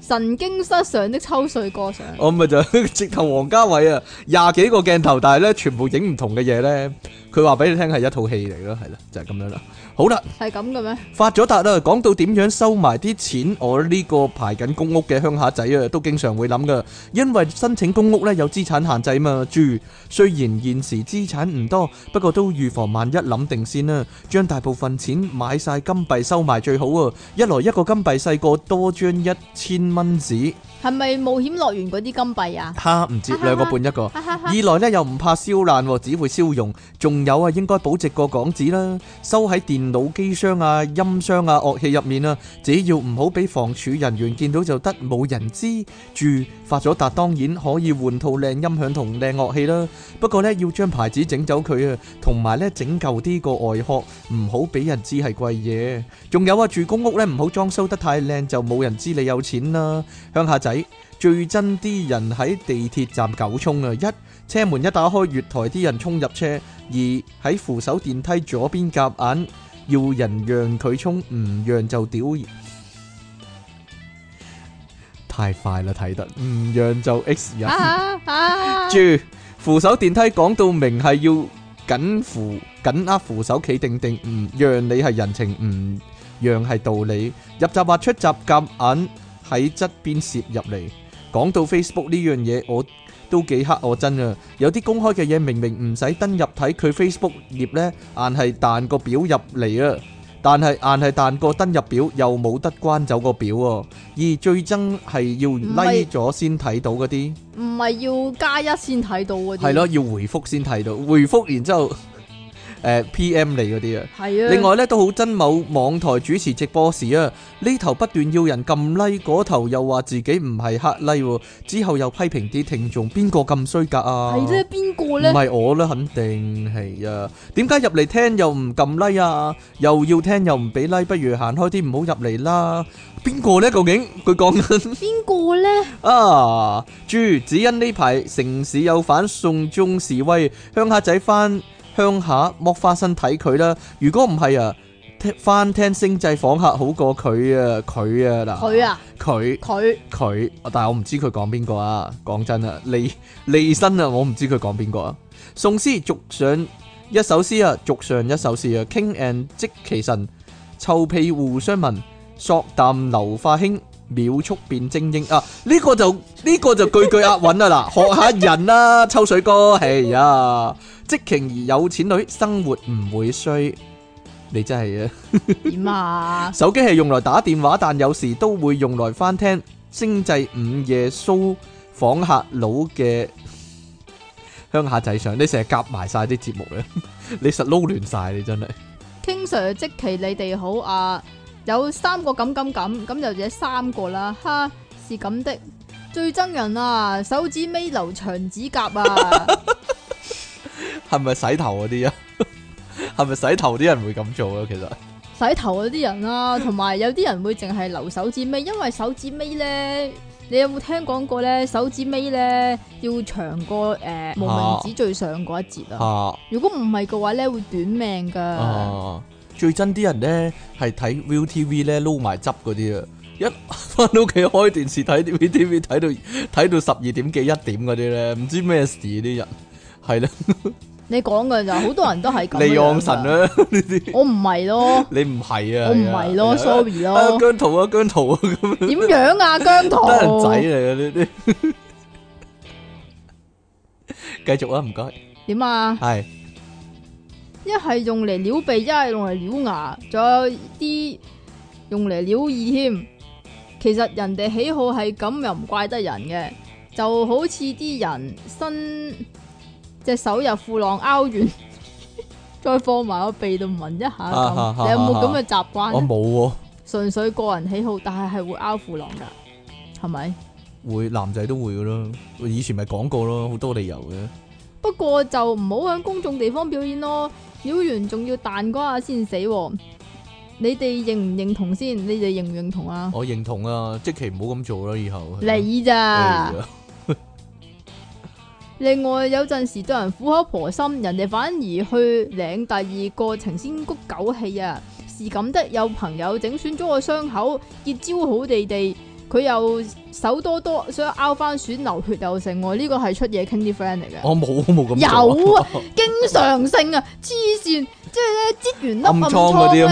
Speaker 2: 神經失常的抽水歌上，
Speaker 1: 我咪就直頭王家衛啊，廿幾個鏡頭，但係咧全部影唔同嘅嘢咧，佢話俾你聽係一套戲嚟咯，係啦，就係 咁樣啦。好啦，
Speaker 2: 係咁嘅咩？
Speaker 1: 發咗達啦，講到點樣收埋啲錢，我呢個排緊公屋嘅鄉下仔啊，都經常會諗噶，因為申請公屋呢有資產限制嘛。住雖然現時資產唔多，不過都預防萬一諗定先啦，將大部分錢買晒金幣收埋最好啊。一來一個金幣細過多張一千蚊紙，
Speaker 2: 係咪冒險樂園嗰啲金幣啊？
Speaker 1: 哈唔知兩個半一個。
Speaker 2: 哈 哈哈！
Speaker 1: 二來呢又唔怕燒爛喎，只會燒融。仲有啊，應該保值過港紙啦，收喺電腦機箱啊、音箱啊、樂器入面啊，只要唔好俾房署人員見到就得，冇人知。住發咗達當然可以換套靚音響同靚樂器啦，不過呢，要將牌子整走佢啊，同埋呢整舊啲個外殼，唔好俾人知係貴嘢。仲有啊，住公屋呢，唔好裝修得太靚，就冇人知你有錢啦。鄉下仔最憎啲人喺地鐵站狗衝啊！一車門一打開，月台啲人衝入車；二喺扶手電梯左邊夾硬要人讓佢衝，唔讓就屌。太快啦，睇得唔讓就 X 人。
Speaker 2: 哈哈！
Speaker 1: 住扶手電梯講到明係要緊扶緊握扶手企定定，唔讓你係人情，唔讓係道理。入閘或出閘夾硬喺側邊攝入嚟。講到 Facebook 呢樣嘢，我都幾黑我真啊！有啲公開嘅嘢明明唔使登入睇，佢 Facebook 頁呢硬係彈個表入嚟啊！但係硬係彈個登入表，又冇得關走個表喎。而最憎係要
Speaker 2: 唔係
Speaker 1: like 咗先睇到嗰啲。
Speaker 2: 唔係要加一先睇到嗰啲，
Speaker 1: 係咯，，要回覆先睇到，回覆然之後 誒 PM 你嗰啲啊。
Speaker 2: 係啊。
Speaker 1: 另外咧都好憎某網台主持直播時啊，呢頭不斷要人撳 like，嗰頭又話自己唔係黑 like，喎之後又批評啲聽眾邊個咁衰格啊？
Speaker 2: 係咧，邊個
Speaker 1: 唔
Speaker 2: 咧？
Speaker 1: 係我啦，肯定係啊。點解入嚟聽又唔撳 like 啊？又要聽又唔俾 like，不如行開啲唔好入嚟啦。邊個呢？究竟佢講緊？
Speaker 2: 邊個咧？
Speaker 1: 啊！朱只因呢排城市有反送中示威，鄉下仔翻鄉下剝花生睇佢啦。如果唔係啊，聽翻聽星際訪客好過佢啊，佢啊嗱，
Speaker 2: 佢啊，
Speaker 1: 佢
Speaker 2: 佢
Speaker 1: 佢，但係我唔知佢講邊個啊！講真啊，利利申啊，我唔知佢講邊個啊！宋詩續上一首詩啊，續上一首詩啊，King and 即其神，臭屁互相聞，索淡流化興，秒速變精英啊！呢、個就呢、個就句句押韻啊嗱，學 下人啦、抽水哥，哎呀，即瓊而有錢女，生活唔會衰，你真係啊！
Speaker 2: 點啊？
Speaker 1: 手機係用來打電話，但有時都會用來翻聽星際午夜 show 訪客佬嘅鄉下仔上。你成日夾埋晒啲節目嘅， 你實撈亂晒你真係。
Speaker 2: King Sir 即其你哋好啊！有三個咁咁咁，咁就這三個啦，哈，是咁的。最憎人啊，手指尾留長指甲啊，
Speaker 1: 係咪洗頭嗰啲啊？ 係咪洗頭啲人會咁做啊？其實
Speaker 2: 洗頭嗰啲人 啊，同埋有啲人會淨係留手指尾，因為手指尾咧，你有冇聽講過咧？手指尾咧要長過誒、呃、無名指最上嗰一截啊！
Speaker 1: 啊
Speaker 2: 如果唔係嘅話咧，會短命噶。
Speaker 1: 啊，最憎啲人咧係睇 ViuTV 咧撈埋汁嗰啲啊！一 翻到屋企開電視睇 ViuTV 睇到睇到十二點幾一點嗰啲咧，唔知咩事啲人係啦。
Speaker 2: 你講嘅就好多人都係咁樣㗎。
Speaker 1: 利昂神啊 啦，呢啲
Speaker 2: 我唔係咯，
Speaker 1: 你唔係啊，
Speaker 2: 我唔係 咯
Speaker 1: 係啊
Speaker 2: ，sorry
Speaker 1: 啊
Speaker 2: 咯。
Speaker 1: 姜濤啊，姜濤啊，咁
Speaker 2: 點樣啊，姜
Speaker 1: 得人仔啊
Speaker 2: 濤？
Speaker 1: 嚟 嘅呢啲。繼續啊，唔該，
Speaker 2: 點啊？
Speaker 1: 係
Speaker 2: 一係用嚟撩鼻，一係用嚟撩牙，仲有啲用嚟撩耳添。其實人哋喜好係咁，又唔怪得人嘅。就好似啲人伸隻手入褲浪拗完， 再放埋個鼻度聞一下
Speaker 1: 啊啊
Speaker 2: 咁。
Speaker 1: 啊
Speaker 2: 你有冇咁嘅習
Speaker 1: 我
Speaker 2: 慣？
Speaker 1: 冇
Speaker 2: 純粹個人喜好，但係係會拗褲浪㗎，係咪？
Speaker 1: 喎，會男仔都會噶咯，以前咪講過咯，好多理由嘅。
Speaker 2: 不過就唔好喺公眾地方表演咯，表完仲要彈嗰下先死、喎。你哋認唔認同先？你哋認唔認同啊？
Speaker 1: 我認同啊，即期唔好咁做啦，以後
Speaker 2: 你咋
Speaker 1: 係？啊
Speaker 2: 另外有陣時對人苦口婆心，人哋反而去領第二個情仙谷狗氣啊！是咁的，有朋友整損咗個傷口，結焦好地地，佢又手多多想拗翻損流血又成喎，呢個係出嘢傾啲 friend 嚟嘅。
Speaker 1: 我冇冇 咁做
Speaker 2: 有啊，經常性啊，黐線，即係咧擠完粒暗
Speaker 1: 暗瘡嗰啲
Speaker 2: 瘡咧，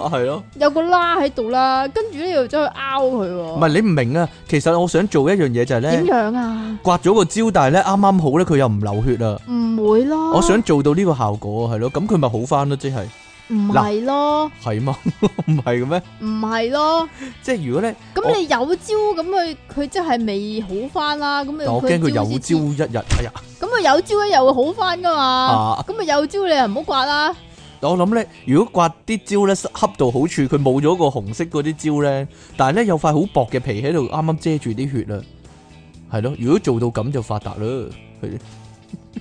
Speaker 1: 啊，係咯。
Speaker 2: 有個啦喺度啦，跟住咧又走去拗佢
Speaker 1: 唔
Speaker 2: 喎，
Speaker 1: 係你唔明啊，其實我想做一樣嘢就係
Speaker 2: 點
Speaker 1: 咧，
Speaker 2: 樣啊？
Speaker 1: 刮咗個招，但係咧啱啱好咧佢又唔流血啊。
Speaker 2: 唔會咯，
Speaker 1: 我想做到呢個效果啊，係咯，咁佢咪好翻咯，即係
Speaker 2: 唔係咯，
Speaker 1: 係嗎？ 唔係嘅咩？
Speaker 2: 唔係咯。
Speaker 1: 即係如果咧，
Speaker 2: 咁你有招咁佢佢即係未好翻啦，咁
Speaker 1: 但我
Speaker 2: 哎佢
Speaker 1: 驚佢有
Speaker 2: 先
Speaker 1: 朝
Speaker 2: 知，
Speaker 1: 一日，哎呀，
Speaker 2: 咁佢有招咧又會好翻噶嘛？
Speaker 1: 啊！
Speaker 2: 咁啊有招你又唔好刮啦，
Speaker 1: 我諗咧，如果刮啲蕉咧恰到好處，佢冇咗個紅色嗰啲蕉咧，但係咧有塊好薄嘅皮喺度，啱啱遮住啲血啦，係咯。如果做到咁就發達啦，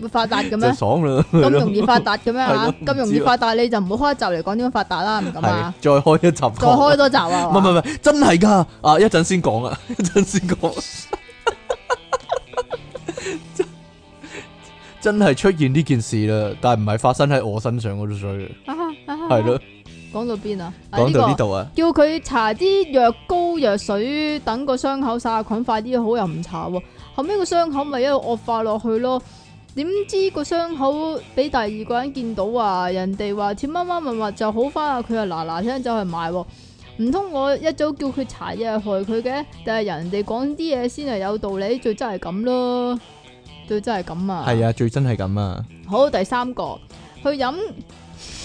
Speaker 2: 會發達嘅
Speaker 1: 就
Speaker 2: 咩？
Speaker 1: 爽啦，
Speaker 2: 咁
Speaker 1: 係
Speaker 2: 容易
Speaker 1: 咯，
Speaker 2: 發達嘅咩
Speaker 1: 係
Speaker 2: 吓？
Speaker 1: 咯
Speaker 2: 咁容易發達你就唔好開一集嚟講點樣發達啦，唔咁
Speaker 1: 係
Speaker 2: 啊！
Speaker 1: 再開一集講，
Speaker 2: 再開多 集
Speaker 1: 唔
Speaker 2: 啊！
Speaker 1: 係唔係唔係，真係噶啊！一陣先講啊，一 陣先講， 真真係出現呢件事啦，但係唔係發生喺我身上嗰度衰，
Speaker 2: 啊
Speaker 1: 係
Speaker 2: 係
Speaker 1: 咯，，
Speaker 2: 講到邊啊？啊
Speaker 1: 講到呢
Speaker 2: 個
Speaker 1: 度啊，
Speaker 2: 叫佢搽啲藥膏藥水，等個傷口殺菌快啲好，又唔搽喎。後尾個傷口咪一路惡化落去咯。點知個傷口俾第二個人見到啊！人哋話甜乜乜密密就好翻啊，佢又嗱嗱聲走去買喎。唔通我一早叫佢搽嘢害佢嘅，但係人哋講啲嘢先係有道理，最真係咁咯，最真係咁啊！
Speaker 1: 係啊，最真係咁啊，
Speaker 2: 好，第三個去飲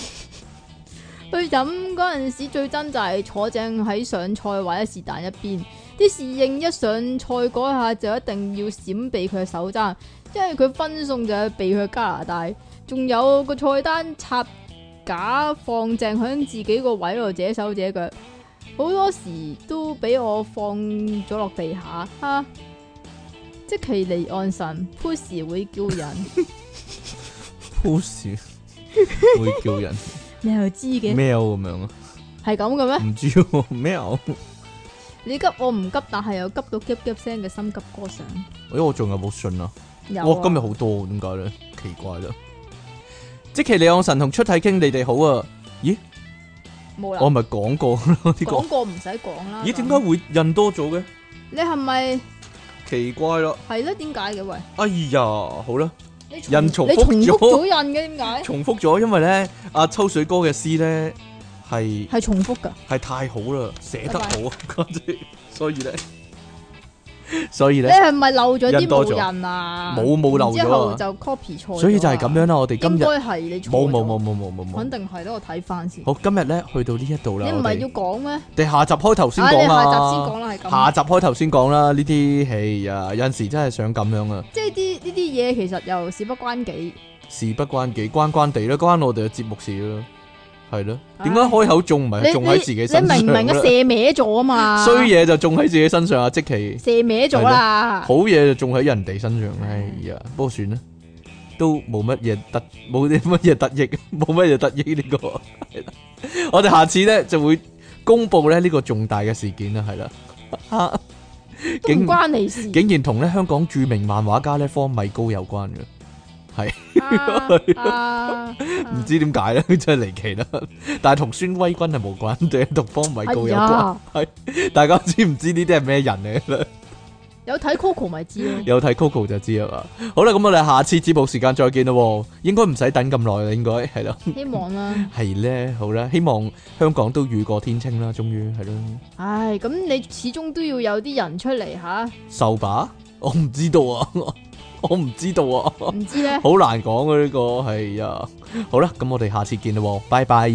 Speaker 2: 去飲嗰陣時最憎就係坐正喺上菜或者是但一邊，啲侍應一上菜嗰下就一定要閃避佢嘅手踭，因為佢分送就係避去加拿大，仲有個菜單插架放正響自己個位度，自手自腳，好多時都俾我放咗落地下哈。即其離岸神 p u s h 會叫人，
Speaker 1: 好少 會叫 人
Speaker 2: 你又知嘅。
Speaker 1: 喵咁樣啊，
Speaker 2: 系咁嘅咩？
Speaker 1: 唔知喎 喵，
Speaker 2: 你急我唔急，但系又急到急急聲嘅心急歌上。
Speaker 1: 哎我仲有冇信啊？
Speaker 2: 有啊
Speaker 1: 我今日好多，點解咧？奇怪啦！即其李昂神同出體傾，你哋好啊！
Speaker 2: 冇啦，
Speaker 1: 我咪講過咯呢個。
Speaker 2: 啊講過唔使講啦。
Speaker 1: 咦？點解會印多咗嘅？
Speaker 2: 你係咪
Speaker 1: 奇怪啦！
Speaker 2: 係咧？點解嘅喂？
Speaker 1: 哎呀，好啦，
Speaker 2: 你
Speaker 1: 印重
Speaker 2: 你
Speaker 1: 複咗
Speaker 2: 重複咗印嘅點解？
Speaker 1: 重複咗，因為咧阿秋水哥嘅詩咧係
Speaker 2: 係重複噶，
Speaker 1: 係太好啦，寫得
Speaker 2: 拜拜
Speaker 1: 好啊，簡直所以 咧，所以
Speaker 2: 你
Speaker 1: 咧
Speaker 2: 係咪漏咗啲
Speaker 1: 印多咗
Speaker 2: 冇印啊？
Speaker 1: 冇冇漏
Speaker 2: 然之
Speaker 1: 咗
Speaker 2: 後
Speaker 1: 啊，
Speaker 2: 就 copy 錯咗啊。
Speaker 1: 所以就係咁樣啦。我哋今
Speaker 2: 應
Speaker 1: 日
Speaker 2: 該係你錯咗
Speaker 1: 冇冇冇，冇冇冇
Speaker 2: 肯
Speaker 1: 冇，
Speaker 2: 定係啦。我睇翻先。
Speaker 1: 好今日咧去到呢一度啦，
Speaker 2: 你
Speaker 1: 我
Speaker 2: 唔係要
Speaker 1: 哋
Speaker 2: 講咩？
Speaker 1: 我哋下集開頭先
Speaker 2: 啊，你
Speaker 1: 講
Speaker 2: 下集
Speaker 1: 啦
Speaker 2: 先講。啦，係咁。
Speaker 1: 下集開頭先講啦，呢啲係啊，有陣時真係想咁樣啊，
Speaker 2: 即係啲呢啲嘢其實又事不關己。
Speaker 1: 事不關己，關關地啦，關我哋嘅節目事啦，係咯。
Speaker 2: 唉
Speaker 1: 點解開口中唔
Speaker 2: 你
Speaker 1: 係中喺自己
Speaker 2: 你
Speaker 1: 身
Speaker 2: 你
Speaker 1: 上
Speaker 2: 明唔明啊？
Speaker 1: 咧
Speaker 2: 射歪 咗啊嘛。
Speaker 1: 衰嘢就中喺自己身上啊，即其
Speaker 2: 射歪咗啦
Speaker 1: 好。嘢就中喺人哋身上。哎呀，不過算啦，都冇乜嘢得，冇啲 乜嘢得益，冇乜嘢得益呢、個。 係啦我哋下次咧就會公佈咧呢個重大嘅事件啦，係 啦。
Speaker 2: 都唔關你事。
Speaker 1: 竟然同咧香港著名漫畫家咧方米高有關嘅，
Speaker 2: 啊 啊
Speaker 1: 唔知點解咧， 真係離奇啦！但係同孫威軍係冇關， 定係同方米
Speaker 2: 哎
Speaker 1: 高有關。大家知唔知呢啲係咩人嚟咧？
Speaker 2: 有睇 Coco 咪知咯。
Speaker 1: 有睇 Coco 就知啊嘛。好啦，咁我哋下次節目時間再見咯喎，應該唔使等咁耐啦，應該 係咯，
Speaker 2: 希望啦。
Speaker 1: 係咧，好啦，希望香港都雨過天青啦，終於係咯，
Speaker 2: 唉，咁你始終都要有啲人出嚟 吓，
Speaker 1: 受把我唔知道啊， 我唔知道啊，
Speaker 2: 唔知咧。
Speaker 1: 好難講啊呢個係啊。好啦，咁我哋下次見咯喎，拜拜。